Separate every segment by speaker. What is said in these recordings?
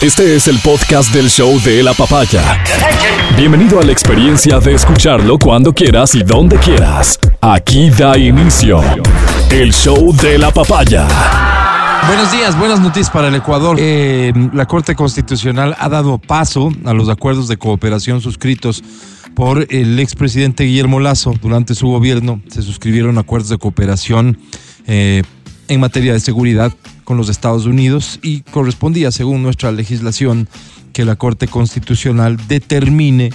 Speaker 1: Este es el podcast del show de la papaya. Bienvenido a la experiencia de escucharlo cuando quieras y donde quieras. Aquí da inicio el show de la papaya.
Speaker 2: Buenos días, buenas noticias para el Ecuador. Eh, la Corte Constitucional ha dado paso a los acuerdos de cooperación suscritos por el expresidente Guillermo Lazo. Durante su gobierno se suscribieron acuerdos de cooperación eh, en materia de seguridad con los Estados Unidos y correspondía, según nuestra legislación, que la Corte Constitucional determine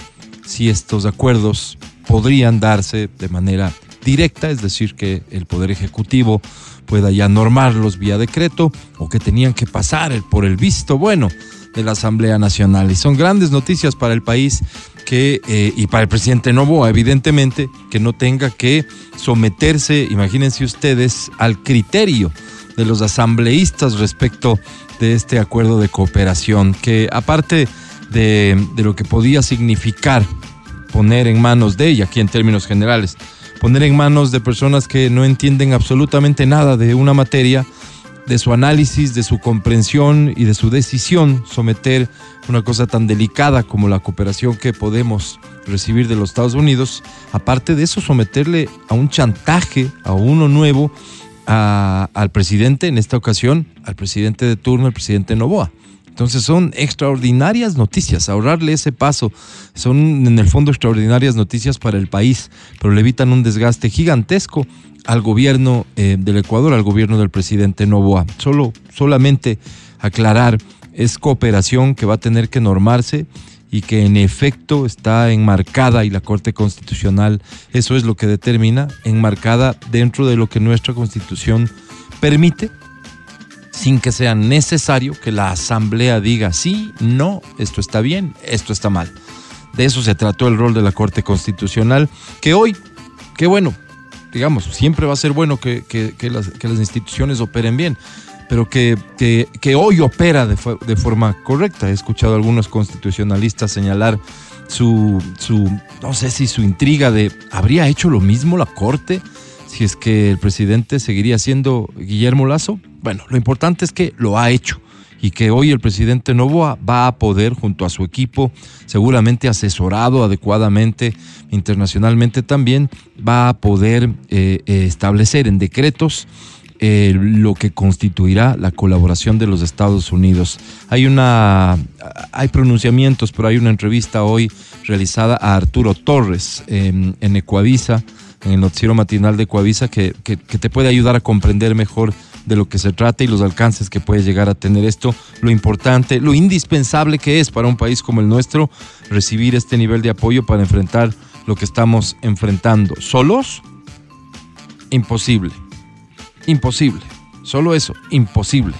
Speaker 2: si estos acuerdos podrían darse de manera directa, es decir, que el Poder Ejecutivo pueda ya normarlos vía decreto o que tenían que pasar el- por el visto bueno de la Asamblea Nacional. Y son grandes noticias para el país que, eh, y para el presidente Novoa, evidentemente, que no tenga que someterse, imagínense ustedes, al criterio de los asambleístas respecto de este acuerdo de cooperación, que aparte de, de lo que podía significar poner en manos de, y aquí en términos generales, poner en manos de personas que no entienden absolutamente nada de una materia, de su análisis, de su comprensión y de su decisión someter una cosa tan delicada como la cooperación que podemos recibir de los Estados Unidos, aparte de eso someterle a un chantaje, a uno nuevo, a- al presidente, en esta ocasión, al presidente de turno, el presidente Novoa. Entonces son extraordinarias noticias, ahorrarle ese paso. Son en el fondo extraordinarias noticias para el país, pero le evitan un desgaste gigantesco al gobierno eh, del Ecuador, al gobierno del presidente Novoa. Solo, solamente aclarar, es cooperación que va a tener que normarse y que en efecto está enmarcada y la Corte Constitucional, eso es lo que determina, enmarcada dentro de lo que nuestra Constitución permite sin que sea necesario que la asamblea diga sí, no, esto está bien, esto está mal. De eso se trató el rol de la Corte Constitucional, que hoy, qué bueno, digamos, siempre va a ser bueno que, que- que las, que las instituciones operen bien, pero que, que- que hoy opera de, fo- de forma correcta. He escuchado a algunos constitucionalistas señalar su, su, no sé si su intriga de, ¿habría hecho lo mismo la Corte? si es que el presidente seguiría siendo Guillermo Lazo. Bueno, lo importante es que lo ha hecho y que hoy el presidente Novoa va a poder, junto a su equipo, seguramente asesorado adecuadamente internacionalmente también, va a poder eh, eh, establecer en decretos eh, lo que constituirá la colaboración de los Estados Unidos. Hay una, hay pronunciamientos, pero hay una entrevista hoy realizada a Arturo Torres en, en Ecuavisa, en el noticiero matinal de Ecuavisa, que, que- que te puede ayudar a comprender mejor de lo que se trata y los alcances que puede llegar a tener esto, lo importante, lo indispensable que es para un país como el nuestro recibir este nivel de apoyo para enfrentar lo que estamos enfrentando. Solos, imposible imposible. Solo eso, imposible.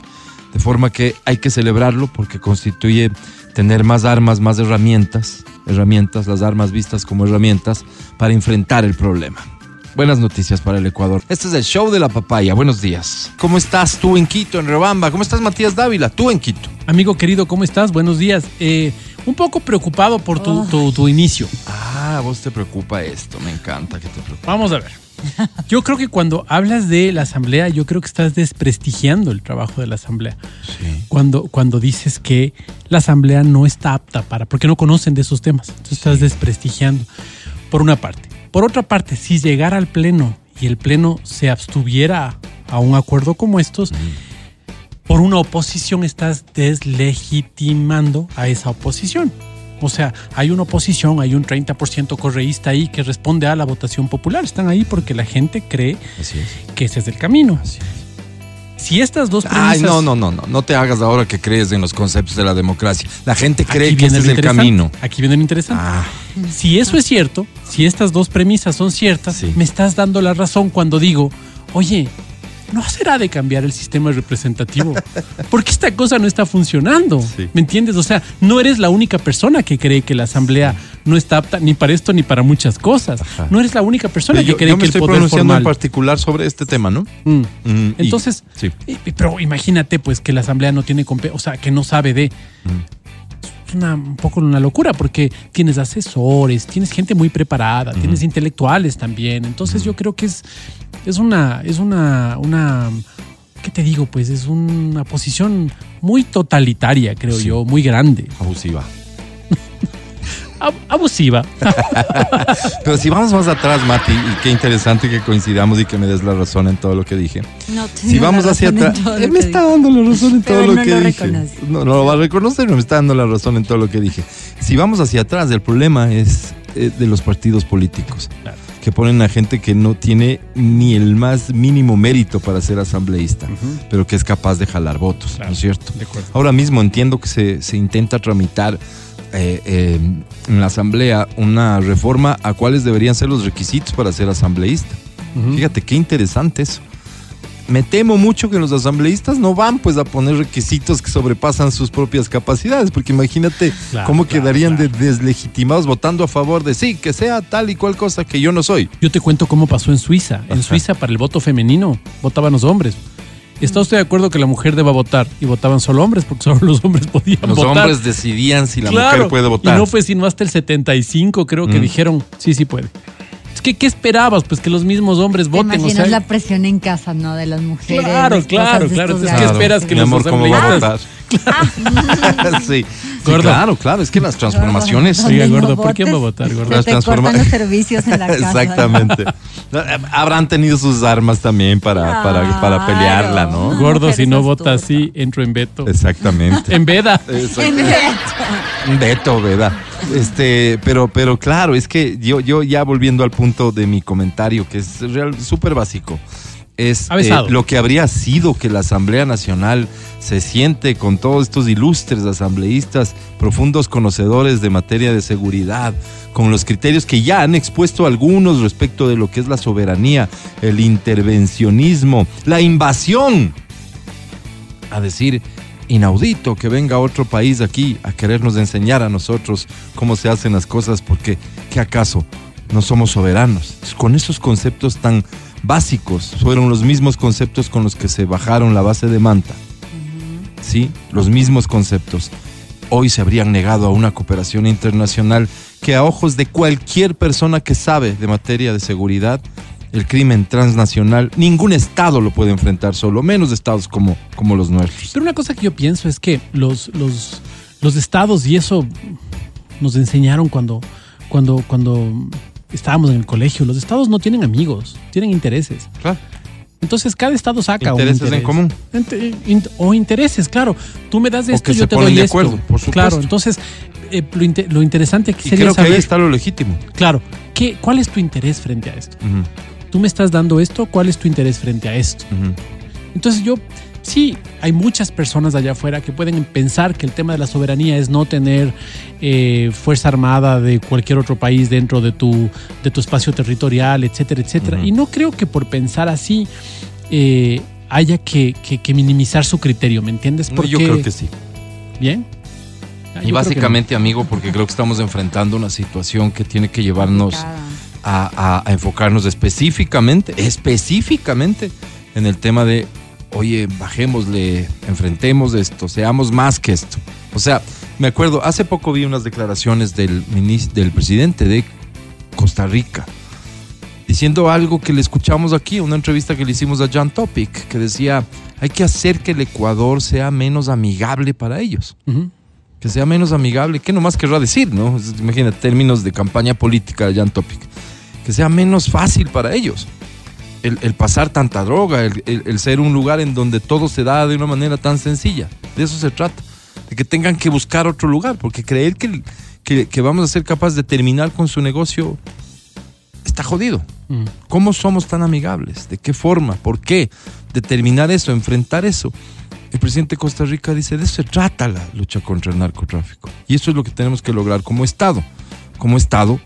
Speaker 2: De forma que hay que celebrarlo porque constituye tener más armas, más herramientas, herramientas, las armas vistas como herramientas para enfrentar el problema. Buenas noticias para el Ecuador. Este es el show de la papaya. Buenos días. ¿Cómo estás tú en Quito, en Rebamba? ¿Cómo estás Matías Dávila? Tú en Quito.
Speaker 3: Amigo querido, ¿cómo estás? Buenos días. Eh, un poco preocupado por tu, tu- tu inicio.
Speaker 2: Ah, vos te preocupa esto. Me encanta que te preocupe.
Speaker 3: Vamos a ver. Yo creo que cuando hablas de la asamblea, yo creo que estás desprestigiando el trabajo de la asamblea.
Speaker 2: Sí.
Speaker 3: Cuando, cuando dices que la asamblea no está apta para, porque no conocen de esos temas. Entonces estás desprestigiando, por una parte. Por otra parte, si llegara al pleno y el pleno se abstuviera a un acuerdo como estos, por una oposición estás deslegitimando a esa oposición. O sea, hay una oposición, hay un 30% correísta ahí que responde a la votación popular. Están ahí porque la gente cree
Speaker 2: Así es.
Speaker 3: que ese es el camino.
Speaker 2: Así es.
Speaker 3: Si estas dos premisas...
Speaker 2: Ay, no, no, no, no. No te hagas ahora que crees en los conceptos de la democracia. La gente
Speaker 3: Aquí
Speaker 2: cree que ese
Speaker 3: viene lo
Speaker 2: es el
Speaker 3: interesante,
Speaker 2: camino.
Speaker 3: Aquí viene lo interesante.
Speaker 2: Ah,
Speaker 3: Si eso es cierto, si estas dos premisas son ciertas,
Speaker 2: Sí.
Speaker 3: me estás dando la razón cuando digo, oye, ¿no será de cambiar el sistema representativo? Porque esta cosa no está funcionando.
Speaker 2: Sí.
Speaker 3: ¿Me entiendes? O sea, no eres la única persona que cree que la asamblea no está apta ni para esto ni para muchas cosas.
Speaker 2: Ajá.
Speaker 3: No eres la única persona que
Speaker 2: yo,
Speaker 3: cree
Speaker 2: yo me
Speaker 3: que el
Speaker 2: estoy
Speaker 3: poder
Speaker 2: pronunciando
Speaker 3: formal.
Speaker 2: en particular sobre este tema, ¿no?
Speaker 3: Mm.
Speaker 2: Mm, y-
Speaker 3: Entonces,
Speaker 2: sí.
Speaker 3: y- y- pero imagínate pues que la asamblea no tiene, compe- o sea, que no sabe de... Es una- un poco una locura porque tienes asesores, tienes gente muy preparada, tienes intelectuales también. Entonces yo creo que es, es una, es una, una ¿qué te digo? Pues es una posición muy totalitaria, creo yo, muy grande.
Speaker 2: Abusiva.
Speaker 3: Ab- abusiva.
Speaker 2: Pero si vamos más atrás, Mati, y qué interesante que coincidamos y que me des la razón en todo lo que dije.
Speaker 4: No
Speaker 2: Si vamos hacia atrás, él me está dando la razón en
Speaker 4: Pero
Speaker 2: todo lo
Speaker 4: no
Speaker 2: que
Speaker 4: lo
Speaker 2: dije.
Speaker 4: reconoce.
Speaker 2: No, no lo va a reconocer, no me está dando la razón en todo lo que dije. Si vamos hacia atrás, el problema es eh, de los partidos políticos,
Speaker 3: Claro.
Speaker 2: que ponen a gente que no tiene ni el más mínimo mérito para ser asambleísta, pero que es capaz de jalar votos,
Speaker 3: Claro.
Speaker 2: ¿no es cierto?
Speaker 3: De acuerdo.
Speaker 2: Ahora mismo entiendo que se, se intenta tramitar eh, eh, en la asamblea una reforma a cuáles deberían ser los requisitos para ser asambleísta. Fíjate qué interesante eso. Me temo mucho que los asambleístas no van pues a poner requisitos que sobrepasan sus propias capacidades, porque imagínate
Speaker 3: Claro,
Speaker 2: cómo
Speaker 3: claro,
Speaker 2: quedarían de deslegitimados votando a favor de sí, que sea tal y cual cosa que yo no soy.
Speaker 3: Yo te cuento cómo pasó en Suiza. En
Speaker 2: Ajá.
Speaker 3: Suiza, para el voto femenino, votaban los hombres.
Speaker 4: Mm.
Speaker 3: ¿Está usted de acuerdo que la mujer deba votar? Y votaban solo hombres, porque solo los hombres podían
Speaker 2: Los
Speaker 3: votar.
Speaker 2: hombres decidían si la mujer puede votar.
Speaker 3: Y no fue sino hasta el 75, creo que
Speaker 2: Mm.
Speaker 3: dijeron, sí, sí puede. Es que, ¿qué esperabas? Pues que los mismos hombres
Speaker 4: ¿Te
Speaker 3: voten. o
Speaker 4: imaginas
Speaker 3: sea,
Speaker 4: la presión en casa, no? De las mujeres.
Speaker 3: Claro,
Speaker 4: las esposas
Speaker 3: claro,
Speaker 4: de
Speaker 3: claro,
Speaker 4: estos
Speaker 3: entonces,
Speaker 4: grandes.
Speaker 3: ¿qué esperas que
Speaker 2: mi
Speaker 3: los
Speaker 2: amor, ¿cómo va a votar?
Speaker 4: Ah.
Speaker 2: sí, sí,
Speaker 3: Gordo.
Speaker 2: claro, claro, es que las transformaciones...
Speaker 4: Donde
Speaker 3: Oiga,
Speaker 4: no
Speaker 3: gordo, ¿por quién va a
Speaker 4: votes,
Speaker 3: votar, gordo?
Speaker 4: Se te
Speaker 2: Transforma-
Speaker 4: cortan los servicios en la casa.
Speaker 2: Exactamente. eh, Habrán tenido sus armas también para, para, para
Speaker 4: Claro.
Speaker 2: pelearla, ¿no?
Speaker 3: Gordo, si no
Speaker 4: Mujeres
Speaker 3: vota
Speaker 4: astutas.
Speaker 3: así, entro en veto.
Speaker 2: Exactamente.
Speaker 3: En veda.
Speaker 2: Beto, ¿verdad? Este, pero, pero claro, es que yo, yo ya volviendo al punto de mi comentario, que es real- súper básico, es eh,
Speaker 3: Avesado.
Speaker 2: lo que habría sido que la Asamblea Nacional se siente con todos estos ilustres asambleístas, profundos conocedores de materia de seguridad, con los criterios que ya han expuesto algunos respecto de lo que es la soberanía, el intervencionismo, la invasión a decir inaudito que venga otro país aquí a querernos enseñar a nosotros cómo se hacen las cosas, porque ¿qué acaso? No somos soberanos. Entonces, Con esos conceptos tan básicos, fueron los mismos conceptos con los que se bajaron la base de Manta. ¿Sí? Los mismos conceptos. Hoy se habrían negado a una cooperación internacional que a ojos de cualquier persona que sabe de materia de seguridad, el crimen transnacional, ningún Estado lo puede enfrentar solo, menos Estados como, como los nuestros.
Speaker 3: Pero una cosa que yo pienso es que los, los, los estados, y eso nos enseñaron cuando, cuando, cuando estábamos en el colegio, los estados no tienen amigos, tienen intereses.
Speaker 2: Claro.
Speaker 3: Entonces cada estado saca
Speaker 2: Intereses
Speaker 3: un interés.
Speaker 2: en común.
Speaker 3: Ente- in- o intereses, claro. Tú me das
Speaker 2: O
Speaker 3: esto,
Speaker 2: que
Speaker 3: yo
Speaker 2: se
Speaker 3: te
Speaker 2: ponen
Speaker 3: doy
Speaker 2: de
Speaker 3: esto.
Speaker 2: acuerdo, por supuesto.
Speaker 3: Claro, entonces eh, lo, inte- lo interesante aquí
Speaker 2: Y
Speaker 3: sería
Speaker 2: creo que ahí
Speaker 3: saber,
Speaker 2: está lo legítimo.
Speaker 3: claro, ¿qué, ¿cuál es tu interés frente a esto? Tú me estás dando esto, ¿cuál es tu interés frente a esto? Entonces yo, sí, hay muchas personas allá afuera que pueden pensar que el tema de la soberanía es no tener eh, fuerza armada de cualquier otro país dentro de tu, de tu espacio territorial, etcétera, etcétera.
Speaker 2: Ujú.
Speaker 3: Y no creo que por pensar así eh, haya que, que- que minimizar su criterio, ¿me entiendes?
Speaker 2: No, Yo creo que sí.
Speaker 3: Bien. Ah, yo creo que
Speaker 2: Y
Speaker 3: no.
Speaker 2: básicamente, amigo, porque creo que estamos enfrentando una situación que tiene que llevarnos a, a- a enfocarnos específicamente, específicamente en el tema de, oye, bajémosle, enfrentemos esto, seamos más que esto. O sea, me acuerdo, hace poco vi unas declaraciones del, minis- del presidente de Costa Rica diciendo algo que le escuchamos aquí, una entrevista que le hicimos a John Topic, que decía, hay que hacer que el Ecuador sea menos amigable para ellos
Speaker 3: Ujú.
Speaker 2: que sea menos amigable, que nomás querrá decir, ¿no? Es- Imagina, términos de campaña política de Jan Topic, que sea menos fácil para ellos el, el pasar tanta droga, el, el- el ser un lugar en donde todo se da de una manera tan sencilla. De eso se trata, de que tengan que buscar otro lugar, porque creer que, el- que- que vamos a ser capaces de terminar con su negocio está jodido.
Speaker 3: Ujú.
Speaker 2: ¿Cómo somos tan amigables? ¿De qué forma? ¿Por qué? Determinar eso, enfrentar eso. El presidente de Costa Rica dice, de eso se trata la lucha contra el narcotráfico. Y eso es lo que tenemos que lograr como Estado. Como Estado,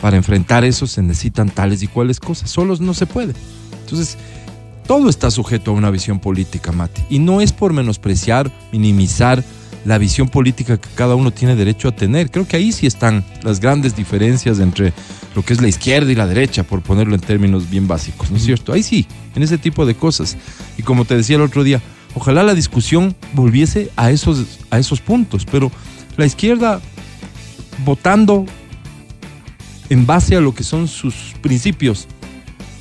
Speaker 2: para enfrentar eso se necesitan tales y cuales cosas. Solos no se puede. Entonces, todo está sujeto a una visión política, Mati. Y no es por menospreciar, minimizar la visión política que cada uno tiene derecho a tener. Creo que ahí sí están las grandes diferencias entre lo que es la izquierda y la derecha, por ponerlo en términos bien básicos, ¿no es cierto? Ahí sí, en ese tipo de cosas. Y como te decía el otro día, ojalá la discusión volviese a esos, a esos puntos, pero la izquierda votando en base a lo que son sus principios,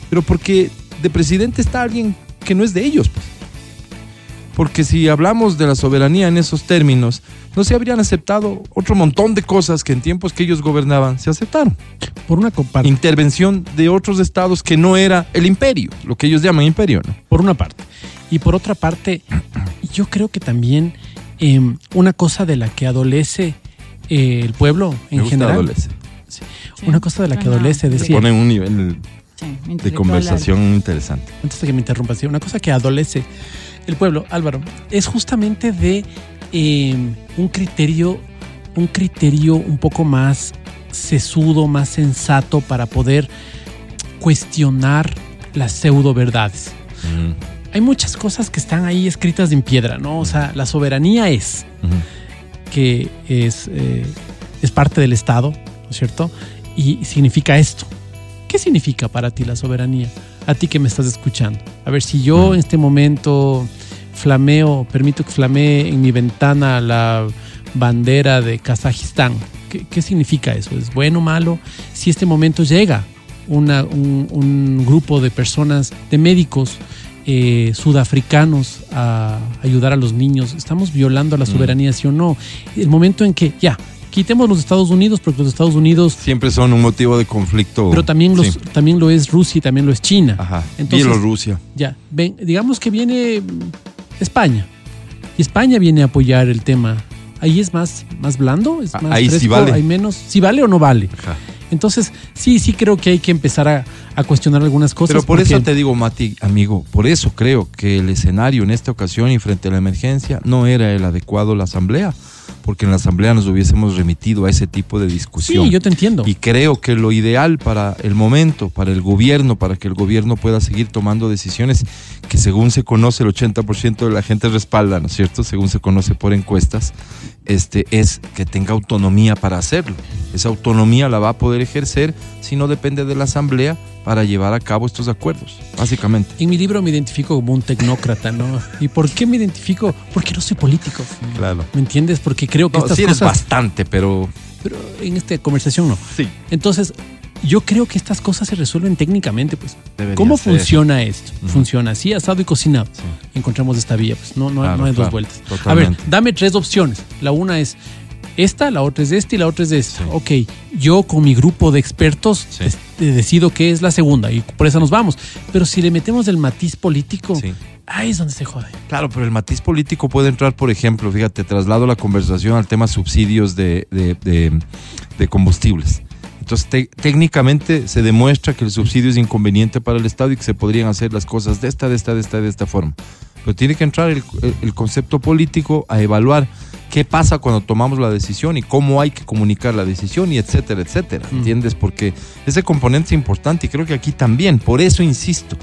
Speaker 2: pero porque de presidente está alguien que no es de ellos, pues. porque si hablamos de la soberanía en esos términos, no se habrían aceptado otro montón de cosas que en tiempos que ellos gobernaban se aceptaron.
Speaker 3: Por una, compa-
Speaker 2: Intervención de otros estados que no era el imperio, lo que ellos llaman imperio, ¿no?
Speaker 3: por una parte. Y por otra parte, yo creo que también em, una cosa de la que adolece eh, el pueblo en
Speaker 2: Me gusta
Speaker 3: general.
Speaker 2: adolece.
Speaker 4: Sí.
Speaker 3: Una cosa de la que
Speaker 4: Suena-
Speaker 3: adolece,
Speaker 4: sí,
Speaker 2: Te
Speaker 3: decía.
Speaker 2: pone un nivel
Speaker 4: sí,
Speaker 2: de
Speaker 4: intelectual
Speaker 2: conversación interesante.
Speaker 3: antes de que me interrumpas, sí, una cosa que adolece el pueblo, Álvaro, es justamente de eh, un criterio, un criterio un poco más sesudo, más sensato para poder cuestionar las pseudo verdades. Hay muchas cosas que están ahí escritas en piedra, ¿no? O sea, la soberanía es que es, eh, es parte del Estado, ¿no es cierto? Y significa esto. ¿Qué significa para ti la soberanía? A ti que me estás escuchando. A ver, si yo en este momento flameo, permito que flamee en mi ventana la bandera de Kazajistán, ¿qué, qué significa eso? ¿Es bueno o malo? Si este momento llega una- un, un grupo de personas, de médicos eh, sudafricanos a ayudar a los niños, ¿estamos violando la soberanía, sí o no? El momento en que ya, quitemos los Estados Unidos, porque los Estados Unidos
Speaker 2: Siempre son un motivo de conflicto.
Speaker 3: pero también, los,
Speaker 2: Sí.
Speaker 3: también lo es Rusia y también lo es China.
Speaker 2: Ajá.
Speaker 3: Entonces,
Speaker 2: Bielorrusia.
Speaker 3: ya, ven, digamos que viene mm, España. Y España viene a apoyar el tema. Ahí es más, más blando, es
Speaker 2: Ah,
Speaker 3: más
Speaker 2: ahí sí
Speaker 3: fresco,
Speaker 2: vale.
Speaker 3: hay menos. Si vale o no vale.
Speaker 2: Ajá.
Speaker 3: Entonces, sí, sí creo que hay que empezar a, a cuestionar algunas cosas.
Speaker 2: Pero por
Speaker 3: porque-
Speaker 2: eso te digo, Mati, amigo, por eso creo que el escenario en esta ocasión y frente a la emergencia no era el adecuado a la asamblea, porque en la asamblea nos hubiésemos remitido a ese tipo de discusión.
Speaker 3: Sí, yo te entiendo.
Speaker 2: Y creo que lo ideal para el momento, para el gobierno, para que el gobierno pueda seguir tomando decisiones que según se conoce el 80% de la gente respalda, ¿no es cierto? Según se conoce por encuestas, este es que tenga autonomía para hacerlo. Esa autonomía la va a poder ejercer si no depende de la asamblea para llevar a cabo estos acuerdos, básicamente.
Speaker 3: En mi libro me identifico como un tecnócrata, ¿no? ¿Y por qué me identifico? Porque no soy político.
Speaker 2: Claro.
Speaker 3: ¿Me entiendes? Porque creo que
Speaker 2: No,
Speaker 3: estas
Speaker 2: sí eres
Speaker 3: cosas.
Speaker 2: bastante, pero
Speaker 3: Pero en esta conversación no.
Speaker 2: sí.
Speaker 3: Entonces, yo creo que estas cosas se resuelven técnicamente, pues.
Speaker 2: Debería
Speaker 3: ¿Cómo
Speaker 2: ser.
Speaker 3: funciona esto?
Speaker 2: Ujú.
Speaker 3: Funciona así, asado y cocinado. Encontramos esta vía, pues. No, no, hay-
Speaker 2: Claro,
Speaker 3: no hay
Speaker 2: claro,
Speaker 3: dos vueltas. A ver,
Speaker 2: totalmente.
Speaker 3: dame tres opciones. La una es esta, la otra es esta y la otra es esta.
Speaker 2: Sí.
Speaker 3: Ok, yo con mi grupo de expertos
Speaker 2: Sí.
Speaker 3: des- eh, decido qué es la segunda y por esa nos vamos. Pero si le metemos el matiz político,
Speaker 2: Sí.
Speaker 3: ahí es donde se jode.
Speaker 2: Claro, pero el matiz político puede entrar, por ejemplo, fíjate, traslado la conversación al tema subsidios de, de- de- de combustibles. Entonces, te- técnicamente se demuestra que el subsidio es inconveniente para el Estado y que se podrían hacer las cosas de esta, de esta, de esta, de esta forma. Pero tiene que entrar el, el concepto político a evaluar qué pasa cuando tomamos la decisión y cómo hay que comunicar la decisión y etcétera, etcétera.
Speaker 3: Mm.
Speaker 2: ¿Entiendes? Porque ese componente es importante y creo que aquí también. Por eso insisto,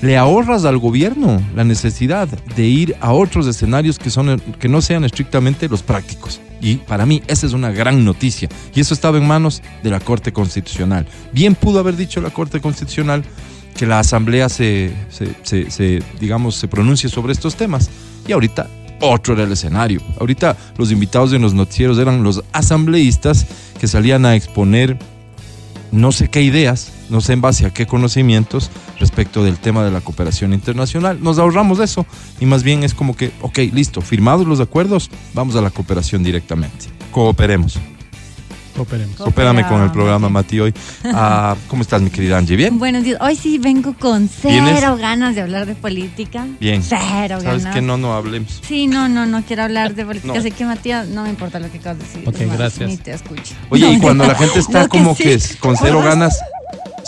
Speaker 2: le ahorras al gobierno la necesidad de ir a otros escenarios que, son, que no sean estrictamente los prácticos. Y para mí esa es una gran noticia. Y eso estaba en manos de la Corte Constitucional. Bien pudo haber dicho la Corte Constitucional que la Asamblea se, se- se- se, digamos, se pronuncie sobre estos temas. Y ahorita otro era el escenario. Ahorita los invitados en los noticieros eran los asambleístas que salían a exponer no sé qué ideas, no sé en base a qué conocimientos respecto del tema de la cooperación internacional. Nos ahorramos de eso y más bien es como que, ok, listo, firmados los acuerdos, vamos a la cooperación directamente. Cooperemos.
Speaker 3: Cooperemos.
Speaker 2: Coopérame con el
Speaker 4: Cooperamos.
Speaker 2: programa, Mati, hoy. Ah, ¿Cómo estás, mi querida Angie? ¿Bien?
Speaker 4: Buenos días. Hoy sí vengo con cero
Speaker 2: ¿Vienes?
Speaker 4: ganas de hablar de política.
Speaker 2: Bien.
Speaker 4: Cero
Speaker 2: ¿Sabes
Speaker 4: ganas.
Speaker 2: que no, no hablemos?
Speaker 4: Sí, no, no, no quiero hablar de política.
Speaker 2: No.
Speaker 4: Así que, Matías, no me importa lo que acabas de decir.
Speaker 3: Ok,
Speaker 4: Es más,
Speaker 3: gracias.
Speaker 4: Ni te escucho.
Speaker 2: Oye, y
Speaker 4: No,
Speaker 2: cuando la gente
Speaker 4: Lo
Speaker 2: está
Speaker 4: que
Speaker 2: como
Speaker 4: sí.
Speaker 2: que es- con cero
Speaker 4: Ahora-
Speaker 2: ganas,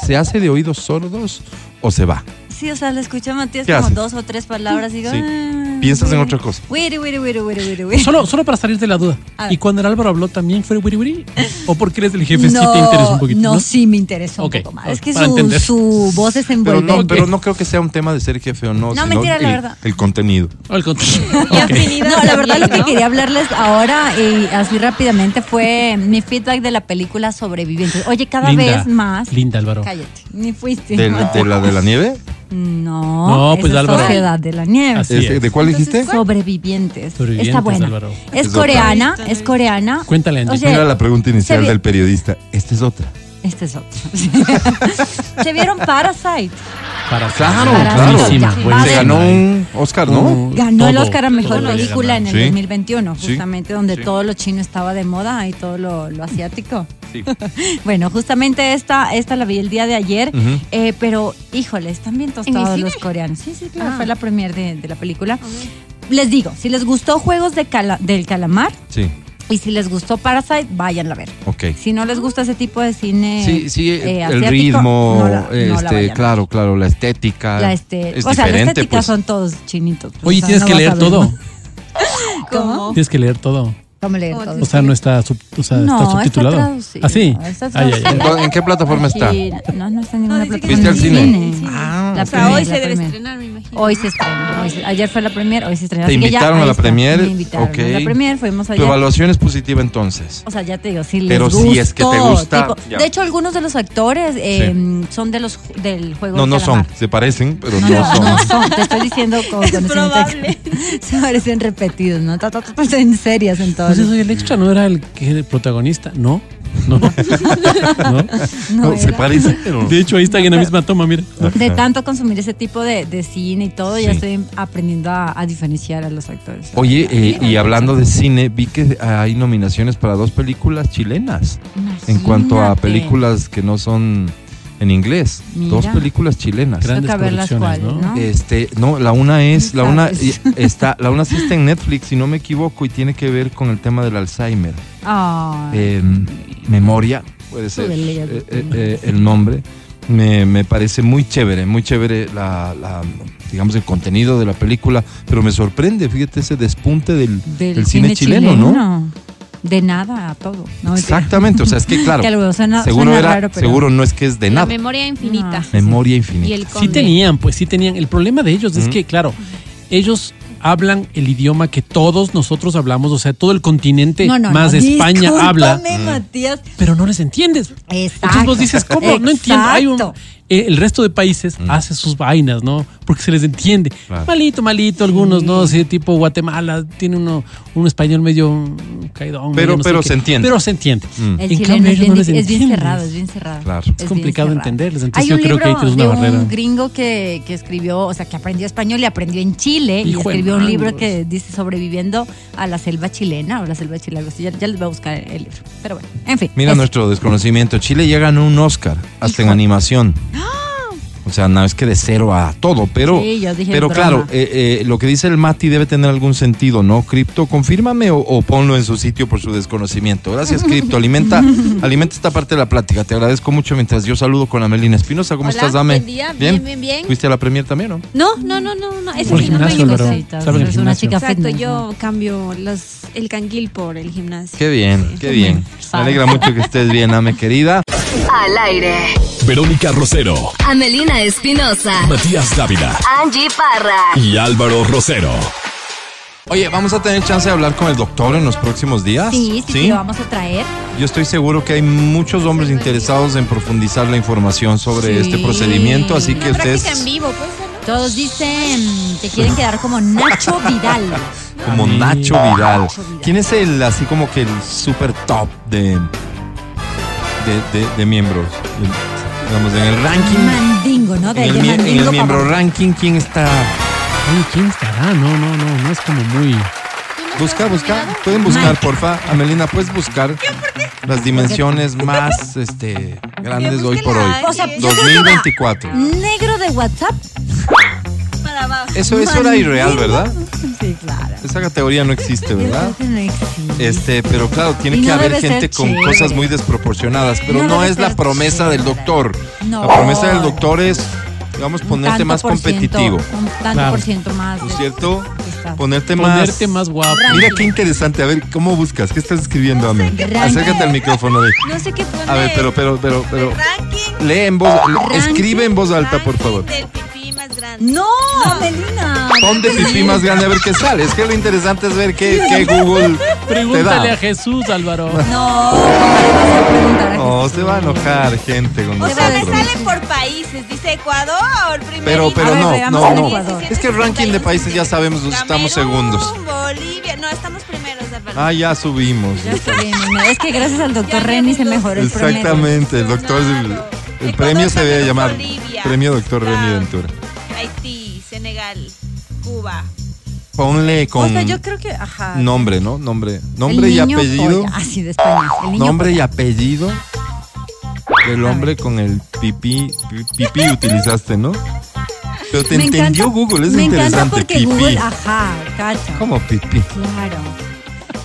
Speaker 2: ¿se hace de oídos sordos o se va?
Speaker 4: Sí, o sea, le escuché a Matías
Speaker 2: ¿Qué
Speaker 4: como
Speaker 2: haces?
Speaker 4: dos o tres palabras. y Digo,
Speaker 2: Sí.
Speaker 4: ah,
Speaker 2: Piensas en
Speaker 4: güey.
Speaker 2: otra cosa.
Speaker 4: Güey, güey, güey, güey, güey, güey.
Speaker 3: Solo, solo para salir de la duda.
Speaker 4: A ver.
Speaker 3: ¿Y cuando el Álvaro habló también fue wiri wiri? ¿O porque eres el jefe? sí
Speaker 4: No,
Speaker 3: te interesa un poquito.
Speaker 4: No, sí me interesó
Speaker 3: Ok,
Speaker 4: un poco más.
Speaker 3: ok,
Speaker 4: Es que
Speaker 3: para
Speaker 4: su,
Speaker 3: entender.
Speaker 4: su voz es
Speaker 2: Pero
Speaker 4: envolvente.
Speaker 2: no, pero no creo que sea un tema de ser jefe o no.
Speaker 4: No,
Speaker 2: sino
Speaker 4: mentira, la
Speaker 2: el-
Speaker 4: verdad.
Speaker 2: El contenido.
Speaker 3: O el contrario.
Speaker 5: Y
Speaker 3: Ok.
Speaker 5: afinidas
Speaker 4: No, la verdad
Speaker 5: también,
Speaker 4: lo que
Speaker 5: ¿no?
Speaker 4: quería hablarles ahora y así rápidamente fue mi feedback de la película Sobrevivientes. Oye, cada
Speaker 3: Linda,
Speaker 4: vez más.
Speaker 3: Linda, Álvaro.
Speaker 4: Cállate, ni fuiste.
Speaker 2: ¿De, de la de la nieve?
Speaker 4: No,
Speaker 3: No,
Speaker 4: esa
Speaker 3: pues,
Speaker 4: es
Speaker 3: Álvaro.
Speaker 4: Sociedad de la Nieve.
Speaker 3: Así
Speaker 2: Este,
Speaker 3: es.
Speaker 2: ¿De cuál dijiste?
Speaker 4: Sobrevivientes.
Speaker 3: Sobrevivientes,
Speaker 4: Está buena.
Speaker 3: Álvaro.
Speaker 4: Es,
Speaker 2: Es
Speaker 4: coreana,
Speaker 5: otra.
Speaker 4: es coreana.
Speaker 3: Cuéntale, Andy.
Speaker 4: O sea,
Speaker 2: Era la pregunta inicial
Speaker 4: se vi-
Speaker 2: del periodista. Esta es otra.
Speaker 4: Este es otro. ¿Se vieron Parasite?
Speaker 3: para
Speaker 2: Claro,
Speaker 4: Para
Speaker 2: claro.
Speaker 3: Buenísima, buenísima.
Speaker 4: mí,
Speaker 2: Pues, Se ganó un Oscar, ¿no?
Speaker 4: Ganó el
Speaker 3: Todo,
Speaker 4: Oscar a Mejor
Speaker 3: todo le
Speaker 4: Película en el
Speaker 2: Sí.
Speaker 4: 2021,
Speaker 2: Sí.
Speaker 4: justamente donde
Speaker 2: Sí.
Speaker 4: todo lo chino estaba de moda y todo lo, lo asiático.
Speaker 2: Sí.
Speaker 4: Bueno, justamente esta, esta la vi el día de ayer,
Speaker 2: Ujú.
Speaker 4: eh, pero híjole, están bien tostados
Speaker 6: cine?
Speaker 4: los coreanos. Sí, sí, claro,
Speaker 6: Ah.
Speaker 4: fue la premier de, de la película. Les digo, si les gustó Juegos de Cala- del Calamar
Speaker 2: Sí,
Speaker 4: y si les gustó Parasite, váyanla a ver.
Speaker 2: ok.
Speaker 4: Si no les gusta ese tipo de cine,
Speaker 2: Sí, sí,
Speaker 4: eh,
Speaker 2: el
Speaker 4: asiático,
Speaker 2: ritmo,
Speaker 4: no la- no la vayan a
Speaker 2: este,
Speaker 4: ver.
Speaker 2: claro, claro, la estética.
Speaker 4: La este,
Speaker 2: Ah, es
Speaker 4: o sea, la
Speaker 2: diferente,
Speaker 4: estética
Speaker 2: pues.
Speaker 4: son todos chinitos. pues,
Speaker 3: Oye,
Speaker 4: o sea,
Speaker 3: tienes
Speaker 4: no
Speaker 3: que
Speaker 4: vas a
Speaker 3: leer
Speaker 4: ver,
Speaker 3: todo.
Speaker 4: ¿no? ¿Cómo?
Speaker 3: Tienes que leer todo.
Speaker 4: ¿Cómo leer
Speaker 6: ¿Cómo
Speaker 4: todo?
Speaker 6: te
Speaker 3: O sea, no está, sub- o sea,
Speaker 4: No,
Speaker 3: está
Speaker 4: está
Speaker 3: subtitulado.
Speaker 4: traducido.
Speaker 3: ¿Ah, sí?
Speaker 4: Está
Speaker 3: Ay, ay, ay.
Speaker 4: traducido.
Speaker 2: ¿En cuál- ¿En qué plataforma está?
Speaker 4: Sí, no, no está en ninguna
Speaker 6: No, dice que
Speaker 2: ¿Viste
Speaker 4: plataforma.
Speaker 2: al cine?
Speaker 6: En cine.
Speaker 2: Ah,
Speaker 4: La
Speaker 6: o sea, hoy
Speaker 4: premier,
Speaker 6: se
Speaker 4: la
Speaker 6: debe
Speaker 4: premier.
Speaker 6: estrenar, me imagino.
Speaker 4: Hoy se estrenó. hoy se- ayer fue la premier, hoy se estrenó.
Speaker 2: ¿Te
Speaker 4: así que ya,
Speaker 2: invitaron a
Speaker 4: ahí
Speaker 2: la
Speaker 4: está,
Speaker 2: premier?
Speaker 4: Me invitaron
Speaker 2: Ok.
Speaker 4: a la premier, fuimos
Speaker 2: Tu
Speaker 4: allá.
Speaker 2: evaluación es positiva entonces.
Speaker 4: O sea, ya te digo, si les
Speaker 2: Pero si es que te
Speaker 4: gustó,
Speaker 2: gusta,
Speaker 4: tipo-
Speaker 2: ya.
Speaker 4: de hecho, algunos de los actores eh, son de los ju- del juego
Speaker 2: No,
Speaker 4: del
Speaker 2: no son,
Speaker 4: calamar.
Speaker 2: se parecen, pero
Speaker 4: No,
Speaker 2: no,
Speaker 4: no,
Speaker 2: son.
Speaker 4: no son. Te estoy diciendo con,
Speaker 6: Es
Speaker 4: con ese
Speaker 6: probable.
Speaker 4: texto. Se parecen repetidos, ¿no? Ta, ta, ta, ta, En serias, en todo.
Speaker 3: Pues yo soy el extra, no era el, que era el protagonista. No, no. ¿No?
Speaker 4: No,
Speaker 2: No, se
Speaker 4: era-
Speaker 2: parecen, pero
Speaker 3: De hecho, ahí están en la misma toma, mira.
Speaker 4: De tanto consumir ese tipo de, de cine y todo, ya
Speaker 2: Sí.
Speaker 4: estoy aprendiendo a, a diferenciar a los actores.
Speaker 2: Oye, eh, y hablando de cine, vi que hay nominaciones para dos películas chilenas en cuanto a
Speaker 4: Imagínate.
Speaker 2: películas que no son en inglés.
Speaker 4: Mira.
Speaker 2: Dos películas chilenas.
Speaker 3: Gran-
Speaker 4: Tengo que ver las
Speaker 3: Grandes
Speaker 4: cuales,
Speaker 3: producciones,
Speaker 4: ¿no?
Speaker 2: Este, no, la una es, la una
Speaker 4: Sabes.
Speaker 2: eh, está, la una sí está en Netflix, si no me equivoco, y tiene que ver con el tema del Alzheimer.
Speaker 4: Ay.
Speaker 2: Eh, memoria, puede ser
Speaker 4: Súbele ya.
Speaker 2: eh, eh, eh, el nombre. Me, me parece muy chévere, muy chévere la, la, digamos, el contenido de la película, pero me sorprende, fíjate, ese despunte del,
Speaker 4: del
Speaker 2: del cine, chileno, ¿no?
Speaker 4: De nada a todo. No, mentira.
Speaker 2: Exactamente, o sea, es que claro,
Speaker 4: Que lo suena-
Speaker 2: seguro,
Speaker 4: suena
Speaker 2: era,
Speaker 4: raro, pero-
Speaker 2: seguro no es que es de
Speaker 6: La
Speaker 2: nada,
Speaker 6: memoria infinita.
Speaker 4: No.
Speaker 2: memoria infinita.
Speaker 6: Y el
Speaker 3: Sí
Speaker 6: conde.
Speaker 3: tenían, pues sí tenían. El problema de ellos es
Speaker 2: Ujú.
Speaker 3: que, claro, ellos hablan el idioma que todos nosotros hablamos, o sea, todo el continente
Speaker 4: No, no,
Speaker 3: más
Speaker 4: no.
Speaker 3: España
Speaker 4: Discúlpame,
Speaker 3: habla,
Speaker 2: Mm.
Speaker 4: Matías.
Speaker 3: pero no les entiendes. Entonces
Speaker 4: Exacto.
Speaker 3: vos dices, ¿cómo? No entiendo. Hay un-
Speaker 4: Exacto.
Speaker 3: eh, el resto de países hace sus vainas, ¿no? Porque se les entiende.
Speaker 2: Mm. Claro.
Speaker 3: Malito, malito, algunos, ¿no? Sí, tipo Guatemala tiene uno, un español medio mm, caidón.
Speaker 2: Pero-
Speaker 3: medio no sé
Speaker 2: pero
Speaker 3: qué.
Speaker 2: se entiende.
Speaker 3: Pero se entiende.
Speaker 2: Mm.
Speaker 4: El
Speaker 3: En
Speaker 4: chileno
Speaker 3: cambio,
Speaker 4: es,
Speaker 3: ellos
Speaker 4: bien,
Speaker 3: no les
Speaker 4: dif- es bien
Speaker 3: entiendes.
Speaker 4: cerrado, es bien cerrado.
Speaker 2: Claro. Es
Speaker 4: bien
Speaker 3: complicado
Speaker 4: cerrado.
Speaker 3: entenderles, entonces
Speaker 4: Hay un
Speaker 3: yo creo que ahí
Speaker 4: libro
Speaker 3: tienes una
Speaker 4: de
Speaker 3: barrera.
Speaker 4: un gringo que, que escribió, o sea, que aprendió español y aprendió en Chile y
Speaker 3: Hijo de
Speaker 4: escribió un libro
Speaker 3: mangos.
Speaker 4: que dice sobreviviendo a la selva chilena o la selva chilena. algo así. Ya, ya les voy a buscar el libro. Pero bueno, en fin.
Speaker 2: Mira
Speaker 4: eso.
Speaker 2: nuestro desconocimiento. Chile ya ganó un Oscar, hasta en
Speaker 4: Hijo.
Speaker 2: animación. O sea, no es que de cero a todo, pero,
Speaker 4: Sí, yo dije
Speaker 2: pero
Speaker 4: broma.
Speaker 2: claro, eh, eh, lo que dice el Mati debe tener algún sentido, ¿no? Cripto, confírmame o, o ponlo en su sitio por su desconocimiento. Gracias, Cripto. Alimenta, alimenta esta parte de la plática. Te agradezco mucho mientras yo saludo con Amelina Espinosa. ¿Cómo
Speaker 6: Hola,
Speaker 2: estás, Dame?
Speaker 6: buen día. Bien, bien, bien.
Speaker 2: ¿Fuiste a la premier también, no?
Speaker 6: No, no, no, no, no. Eso
Speaker 3: Por
Speaker 6: sí no
Speaker 3: gimnasio,
Speaker 6: me
Speaker 3: Álvaro.
Speaker 6: gusta.
Speaker 4: Cositas,
Speaker 3: Saben el
Speaker 4: eres una
Speaker 3: gimnasio.
Speaker 4: chica
Speaker 6: Exacto,
Speaker 4: fitness, ¿no?
Speaker 6: yo cambio los, el canguil por el gimnasio.
Speaker 2: Qué bien,
Speaker 6: Sí.
Speaker 2: qué bien. Me
Speaker 4: Sabe.
Speaker 2: alegra mucho que estés bien, Ame querida.
Speaker 7: Al aire.
Speaker 1: Verónica Rosero,
Speaker 7: Amelina Espinosa.
Speaker 1: Matías Dávila
Speaker 7: Angie Parra.
Speaker 1: y Álvaro Rosero.
Speaker 2: Oye, ¿vamos a tener chance de hablar con el doctor en los próximos días?
Speaker 4: Ah, Sí, sí, sí, lo vamos a traer.
Speaker 2: Yo estoy seguro que hay muchos hombres interesados en profundizar la información sobre
Speaker 4: Sí.
Speaker 2: este procedimiento, así que
Speaker 6: Una práctica en
Speaker 2: ustedes
Speaker 6: vivo, puede ser, ¿no?
Speaker 4: Todos dicen que quieren quedar como Nacho Vidal.
Speaker 2: como
Speaker 3: Sí.
Speaker 2: Nacho Vidal.
Speaker 4: Nacho Vidal.
Speaker 2: ¿Quién es el así como que el super top de de, de- de miembros? El- Digamos en el ranking,
Speaker 4: Mandingo, ¿no?
Speaker 2: en el,
Speaker 4: de
Speaker 2: mie- en
Speaker 4: mandingo
Speaker 2: el
Speaker 4: pa'
Speaker 2: miembro
Speaker 4: abajo.
Speaker 2: ranking, ¿quién está?
Speaker 3: Oye, ¿quién estará? No, no, no, no es como muy...
Speaker 2: Busca, busca, pueden buscar, porfa, Amelina, puedes buscar las dimensiones más este grandes hoy por hoy.
Speaker 6: búsquela,
Speaker 4: O sea, yo creo que va
Speaker 2: 2024.
Speaker 4: Negro de WhatsApp.
Speaker 6: Para abajo.
Speaker 2: Eso, eso era irreal, ¿verdad?
Speaker 4: Sí, claro.
Speaker 2: Esa categoría no existe, ¿verdad?
Speaker 4: Yo creo que no existe.
Speaker 2: Este, pero claro, tiene
Speaker 4: Y
Speaker 2: que
Speaker 4: no
Speaker 2: haber
Speaker 4: debe
Speaker 2: gente
Speaker 4: ser
Speaker 2: con
Speaker 4: chévere.
Speaker 2: cosas muy desproporcionadas, pero
Speaker 4: No
Speaker 2: no,
Speaker 4: debe
Speaker 2: es la
Speaker 4: ser
Speaker 2: promesa del
Speaker 4: chévere.
Speaker 2: doctor.
Speaker 4: No.
Speaker 2: La promesa del doctor es, digamos,
Speaker 4: Un
Speaker 2: ponerte
Speaker 4: tanto
Speaker 2: más
Speaker 4: por ciento,
Speaker 2: competitivo,
Speaker 4: Un tanto
Speaker 3: Claro.
Speaker 4: por ciento más.
Speaker 2: ¿no es
Speaker 4: de-
Speaker 2: cierto?
Speaker 4: Está.
Speaker 2: Ponerte más...
Speaker 3: Ponerte más guapo.
Speaker 2: Mira qué interesante, a ver, ¿cómo buscas? ¿Qué estás escribiendo a mí?
Speaker 4: ranking.
Speaker 2: Acércate al micrófono. De...
Speaker 6: No sé qué pone.
Speaker 2: A ver, pero, pero, pero, pero...
Speaker 6: Ranking.
Speaker 2: Lee en voz,
Speaker 4: Ranking.
Speaker 2: escribe en voz alta, por
Speaker 6: ranking
Speaker 2: favor.
Speaker 6: Del pipí más grande.
Speaker 4: No, Amelina.
Speaker 2: Pon de pipí más grande a ver qué sale. Es que lo interesante es ver qué, qué Google te da.
Speaker 3: Pregúntale a Jesús, Álvaro.
Speaker 4: No, ¿cómo le vas a preguntar a
Speaker 2: No,
Speaker 4: Jesús?
Speaker 2: Oh, se va a enojar gente con
Speaker 6: O sea, me
Speaker 2: nosotros.
Speaker 6: sale por países. Dice Ecuador, primero.
Speaker 2: Pero, pero
Speaker 4: A ver,
Speaker 2: no,
Speaker 4: veamos
Speaker 2: no,
Speaker 4: el
Speaker 2: no.
Speaker 4: Ecuador.
Speaker 2: Es que el ranking de países ya sabemos, estamos segundos.
Speaker 6: Bolivia. No, estamos primeros, Álvaro.
Speaker 2: Ah, ya subimos.
Speaker 4: Ya está bien, nena. Es que gracias al doctor Reni se mejoró el promedio.
Speaker 2: Exactamente, el doctor, el, el
Speaker 6: Ecuador
Speaker 2: premio se debe
Speaker 6: también,
Speaker 2: llamar
Speaker 6: Bolivia. Colombia.
Speaker 2: Premio Doctor Remy
Speaker 6: Bogotá,
Speaker 2: Ventura.
Speaker 6: Haití, Senegal, Cuba.
Speaker 2: Ponle con
Speaker 4: O sea, yo creo que. Ajá.
Speaker 2: nombre, ¿no? Nombre,
Speaker 4: El
Speaker 2: nombre y
Speaker 4: niño
Speaker 2: apellido.
Speaker 4: polla. Ah, sí, de España. El niño
Speaker 2: Nombre y apellido del hombre con el pipí, pi- pipí utilizaste, ¿no? Pero te
Speaker 4: Me encanta-
Speaker 2: entendió Google, es
Speaker 4: me encanta
Speaker 2: interesante.
Speaker 4: porque
Speaker 2: pipí.
Speaker 4: Google, ah. ajá, cacha.
Speaker 2: ¿Cómo pipí?
Speaker 4: Claro.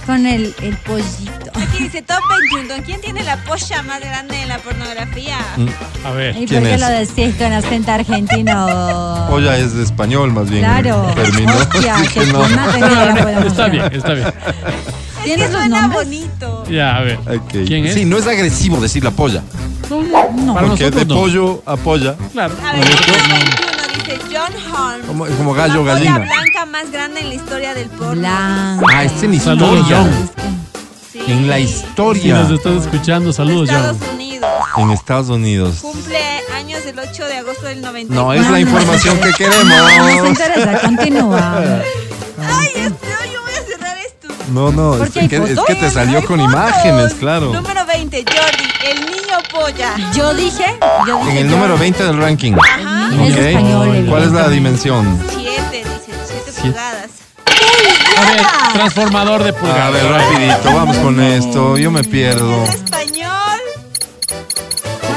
Speaker 4: Con el, el pollito.
Speaker 6: Aquí dice Top 21. ¿Quién tiene la polla más grande en la pornografía?
Speaker 2: Mm.
Speaker 3: A ver.
Speaker 4: ¿Y
Speaker 2: ¿Quién
Speaker 4: por qué
Speaker 2: es?
Speaker 4: lo decís con acento argentino?
Speaker 2: Olla es de español más bien.
Speaker 4: Claro.
Speaker 2: Terminó.
Speaker 4: Hostia,
Speaker 2: Dije,
Speaker 4: que
Speaker 2: no.
Speaker 4: con mate no la podemos
Speaker 3: Está
Speaker 4: ganar.
Speaker 3: bien, está bien.
Speaker 4: ¿Tienes
Speaker 6: es que
Speaker 4: los
Speaker 6: suena
Speaker 4: nombres?
Speaker 6: bonito.
Speaker 3: Ya, a ver.
Speaker 2: Ok.
Speaker 3: ¿Quién es?
Speaker 2: Sí, no es agresivo decir la polla.
Speaker 3: No, para
Speaker 2: Porque de
Speaker 3: nosotros no.
Speaker 2: pollo a polla.
Speaker 3: Claro.
Speaker 6: A ver, Top 21 dice John Holmes.
Speaker 2: Como, como gallo,
Speaker 6: la polla
Speaker 2: gallina.
Speaker 6: blanca más grande en la historia del porno.
Speaker 4: Blanco.
Speaker 2: Ah, este en
Speaker 3: Saludos,
Speaker 2: historia.
Speaker 3: John.
Speaker 4: Es que-
Speaker 6: Sí.
Speaker 2: En la
Speaker 3: Si
Speaker 2: historia.
Speaker 3: nos estás escuchando, saludos,
Speaker 6: Estados
Speaker 3: John.
Speaker 6: Unidos.
Speaker 2: En Estados Unidos.
Speaker 6: Cumple años el 8 de agosto del 90.
Speaker 2: No, es la
Speaker 4: Bueno,
Speaker 2: información que
Speaker 4: No nos
Speaker 2: queremos.
Speaker 4: interesa, continúa.
Speaker 6: Ay, Dios mío, yo voy a cerrar esto.
Speaker 2: No, no, es
Speaker 4: Porque hay
Speaker 2: que, es
Speaker 4: fotos,
Speaker 2: que te salió
Speaker 6: Hay
Speaker 2: con
Speaker 6: fotos.
Speaker 2: imágenes, claro.
Speaker 6: Número 20, Jordi, el niño polla.
Speaker 4: Yo dije, yo dije.
Speaker 2: En el
Speaker 4: yo-
Speaker 2: número 20 del ranking.
Speaker 6: Ajá.
Speaker 4: Es
Speaker 2: Ok.
Speaker 4: español,
Speaker 2: ¿Cuál es la
Speaker 4: evidentemente.
Speaker 2: dimensión?
Speaker 6: 7, dice, 7 pulgadas.
Speaker 3: A ver, transformador de
Speaker 2: A ver,
Speaker 3: pulgadas.
Speaker 2: rapidito, vamos con esto. Yo me pierdo.
Speaker 6: Es español.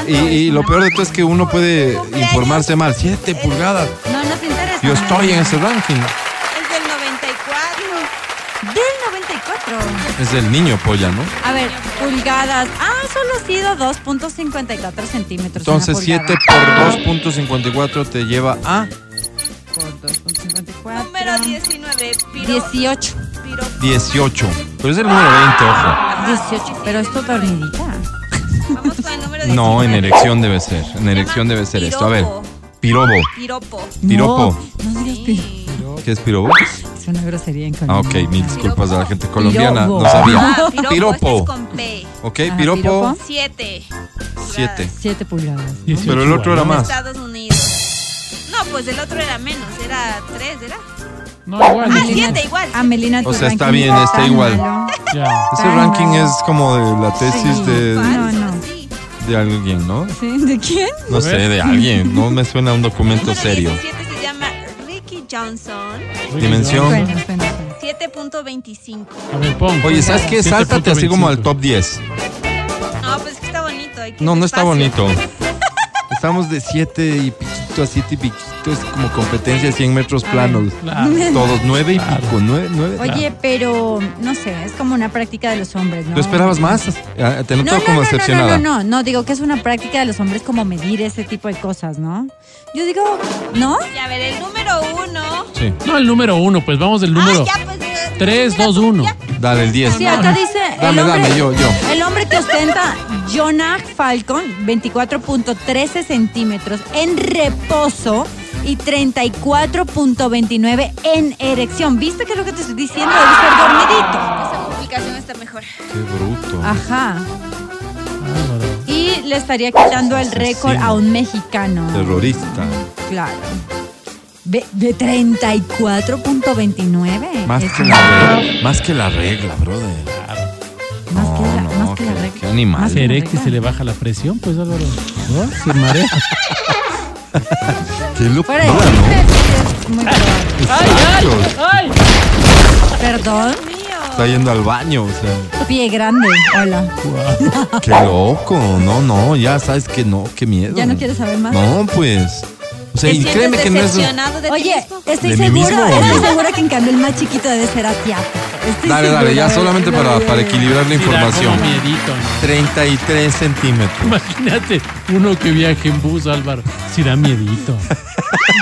Speaker 2: Y, y lo peor de todo es que uno puede informarse mal. 7 pulgadas.
Speaker 4: No nos interesa.
Speaker 2: Yo estoy en ese ranking.
Speaker 6: Es del 94.
Speaker 4: Del 94.
Speaker 2: Es el niño polla, ¿no?
Speaker 4: A ver, pulgadas. Ah, solo ha sido 2.54 centímetros. una
Speaker 2: Entonces
Speaker 4: pulgada.
Speaker 2: 7 por 2.54 te lleva a
Speaker 4: por 2.54.
Speaker 6: Número 19, piro,
Speaker 4: 18.
Speaker 6: piro-
Speaker 2: 18. Pero es el número 20,
Speaker 6: Ah,
Speaker 2: ojo.
Speaker 4: 18. Pero esto tornillita.
Speaker 6: Vamos con el número 19.
Speaker 2: No, en erección debe ser. En erección debe ser esto. A ver, pirobo.
Speaker 6: Piropo.
Speaker 2: Piropo.
Speaker 4: No, no digas piropo.
Speaker 2: ¿Qué es pirobo?
Speaker 4: Es una grosería en
Speaker 2: Ah,
Speaker 4: Colombia.
Speaker 2: ok, mil disculpas a la gente colombiana. No sabía.
Speaker 6: Ah, piropo.
Speaker 2: Piropo.
Speaker 6: este es Ah, con P.
Speaker 2: Ok,
Speaker 4: Ajá,
Speaker 2: piropo
Speaker 4: piropo.
Speaker 6: 7.
Speaker 2: 7.
Speaker 4: 7 pulgadas.
Speaker 3: 18
Speaker 2: Pero el otro era
Speaker 3: años.
Speaker 2: más.
Speaker 6: Estados Unidos. No, pues el otro era menos, era 3, ¿era?
Speaker 3: No, igual.
Speaker 6: Ah,
Speaker 3: no.
Speaker 6: 7 igual.
Speaker 4: Ah, Melina, tu
Speaker 2: O sea, está
Speaker 4: ranking
Speaker 2: bien, está
Speaker 4: tan
Speaker 2: igual.
Speaker 4: malo.
Speaker 3: Ya.
Speaker 2: Ese ranking es como de la tesis de,
Speaker 6: Falso,
Speaker 4: no, no.
Speaker 6: Ah, sí.
Speaker 2: de alguien, ¿no?
Speaker 4: ¿Sí? ¿De quién?
Speaker 2: No sé, de alguien. No me suena a un documento
Speaker 6: Número
Speaker 2: serio.
Speaker 6: 17 se llama Ricky Johnson.
Speaker 2: Dimensión.
Speaker 4: Suena, suena, suena.
Speaker 6: 7.25.
Speaker 3: A ver, pon.
Speaker 2: Oye, ¿sabes qué? Sáltate así como al top 10.
Speaker 6: No, pues es que está bonito. hay que
Speaker 2: No,
Speaker 6: ir
Speaker 2: no está
Speaker 6: despacio.
Speaker 2: bonito. Estamos de 7 y piquito a 7 y piquito. Es como competencia 100 metros planos.
Speaker 3: Claro.
Speaker 2: Todos 9 y pico. 9, 9.
Speaker 4: Oye, pero no sé, es como una práctica de los hombres, ¿no?
Speaker 2: ¿Tú esperabas más? Ah, Te
Speaker 4: No,
Speaker 2: noto
Speaker 4: no,
Speaker 2: como
Speaker 4: no,
Speaker 2: decepcionada.
Speaker 4: No, no, no, no, no, digo que es una práctica de los hombres como medir ese tipo de cosas, ¿no? Yo digo, ¿no?
Speaker 6: Y a ver, el número 1.
Speaker 2: Sí.
Speaker 3: No, el número uno, pues vamos del número.
Speaker 6: Ah, ya, pues. eh,
Speaker 3: Tres,
Speaker 6: mira,
Speaker 3: dos,
Speaker 6: pues,
Speaker 3: uno.
Speaker 6: ya.
Speaker 2: Dale el 10.
Speaker 4: Sí, acá dice
Speaker 2: Dame,
Speaker 4: el hombre,
Speaker 2: dame, yo, yo.
Speaker 4: el hombre que ostenta Jonah Falcon, 24.13 centímetros en reposo y 34.29 en erección. ¿Viste qué es lo que te estoy diciendo? Debe ser dormidito.
Speaker 6: Esa publicación está mejor.
Speaker 2: Qué bruto.
Speaker 4: Ajá.
Speaker 3: Álvaro.
Speaker 4: Y le estaría quitando el récord
Speaker 2: Asesino.
Speaker 4: a un mexicano.
Speaker 2: Terrorista.
Speaker 4: Claro. Ve- De, 34.29.
Speaker 2: Más
Speaker 4: Es
Speaker 2: que
Speaker 4: más,
Speaker 2: la regla. Más que la regla, brother.
Speaker 4: más que la,
Speaker 2: No,
Speaker 4: más
Speaker 2: no,
Speaker 4: que la
Speaker 2: qué-
Speaker 4: regla.
Speaker 2: qué animal.
Speaker 4: Más que la
Speaker 3: ¿Seré que
Speaker 4: regla.
Speaker 3: se le baja la presión? Pues Álvaro. ¿No? Se marea.
Speaker 2: Qué locura,
Speaker 4: Fuera de- es muy probable.
Speaker 2: Exacto.
Speaker 3: ¡Ay!
Speaker 4: Perdón.
Speaker 2: Está yendo al baño, o sea.
Speaker 4: Pie grande. Hola.
Speaker 2: Qué loco. No, no, ya sabes que no, qué miedo.
Speaker 4: ¿Ya no quieres saber más?
Speaker 2: No, pues. O sea, y
Speaker 6: ¿Te sientes
Speaker 2: créeme que no es.
Speaker 6: decepcionado de ti
Speaker 4: Oye,
Speaker 6: mismo?
Speaker 4: estoy
Speaker 2: De mí mismo,
Speaker 4: segura, estoy
Speaker 2: obvio.
Speaker 4: segura que en cambio el más chiquito debe ser asiático. Estoy
Speaker 2: Dale, dale,
Speaker 4: segura,
Speaker 2: ya
Speaker 4: de-
Speaker 2: solamente
Speaker 4: de-
Speaker 2: para,
Speaker 4: de-
Speaker 2: para equilibrar la
Speaker 3: Sí, da
Speaker 2: información.
Speaker 3: como miedito, ¿no?
Speaker 2: 33 centímetros.
Speaker 3: Imagínate uno que viaje en bus, Álvaro. Si da miedito.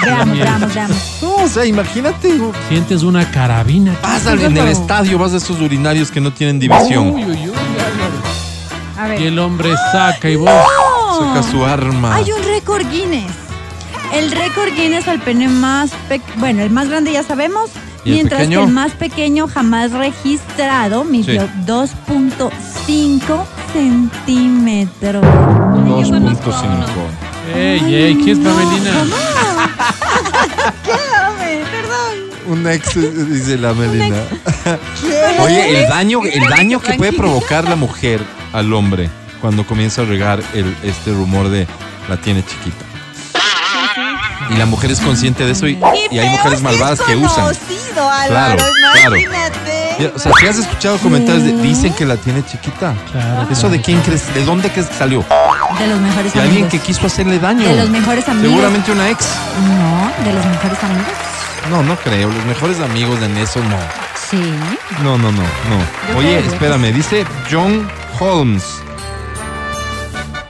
Speaker 4: Veamos,
Speaker 3: Miedo.
Speaker 4: veamos, veamos.
Speaker 2: No, o sea, imagínate.
Speaker 3: Sientes una carabina.
Speaker 2: Vas al- en el estadio, vas a esos urinarios que no tienen
Speaker 3: Uy,
Speaker 2: división.
Speaker 3: uy, uy, Álvaro.
Speaker 4: A
Speaker 3: Y
Speaker 4: ver.
Speaker 3: el hombre saca y vos.
Speaker 2: Saca su arma.
Speaker 4: Hay un récord Guinness. El récord Guinness al pene más pe- bueno, el más grande ya sabemos,
Speaker 2: ¿Y el
Speaker 4: mientras
Speaker 2: pequeño?
Speaker 4: que el más pequeño jamás registrado midió
Speaker 2: Sí.
Speaker 4: 2.5 centímetros.
Speaker 2: 2.5.
Speaker 3: ¡Ey, ey! ¿Qué es
Speaker 4: No,
Speaker 3: Pavelina?
Speaker 4: ¿cómo?
Speaker 2: Un ex, eh, dice la Melina. Oye, el daño, el daño que puede provocar la mujer al hombre cuando comienza a regar el, este rumor de la tiene chiquita. Y la mujer es consciente de eso y, y hay mujeres malvadas que usan.
Speaker 4: Conocido,
Speaker 2: Claro,
Speaker 4: Álvaro,
Speaker 2: claro.
Speaker 4: imagínate.
Speaker 2: Ya, O sea, si has escuchado comentarios de dicen que la tiene chiquita.
Speaker 3: Claro,
Speaker 2: ¿Eso
Speaker 3: claro.
Speaker 2: de quién crees? ¿De dónde crees que salió?
Speaker 4: De los mejores
Speaker 2: De alguien
Speaker 4: amigos.
Speaker 2: que quiso hacerle daño.
Speaker 4: De los mejores amigos.
Speaker 2: Seguramente una ex.
Speaker 4: No, de los mejores amigos.
Speaker 2: No, no creo. Los mejores amigos en eso no.
Speaker 4: Sí.
Speaker 2: No, no, no, no.
Speaker 4: Yo
Speaker 2: Oye,
Speaker 4: creo que-
Speaker 2: espérame. Dice John Holmes.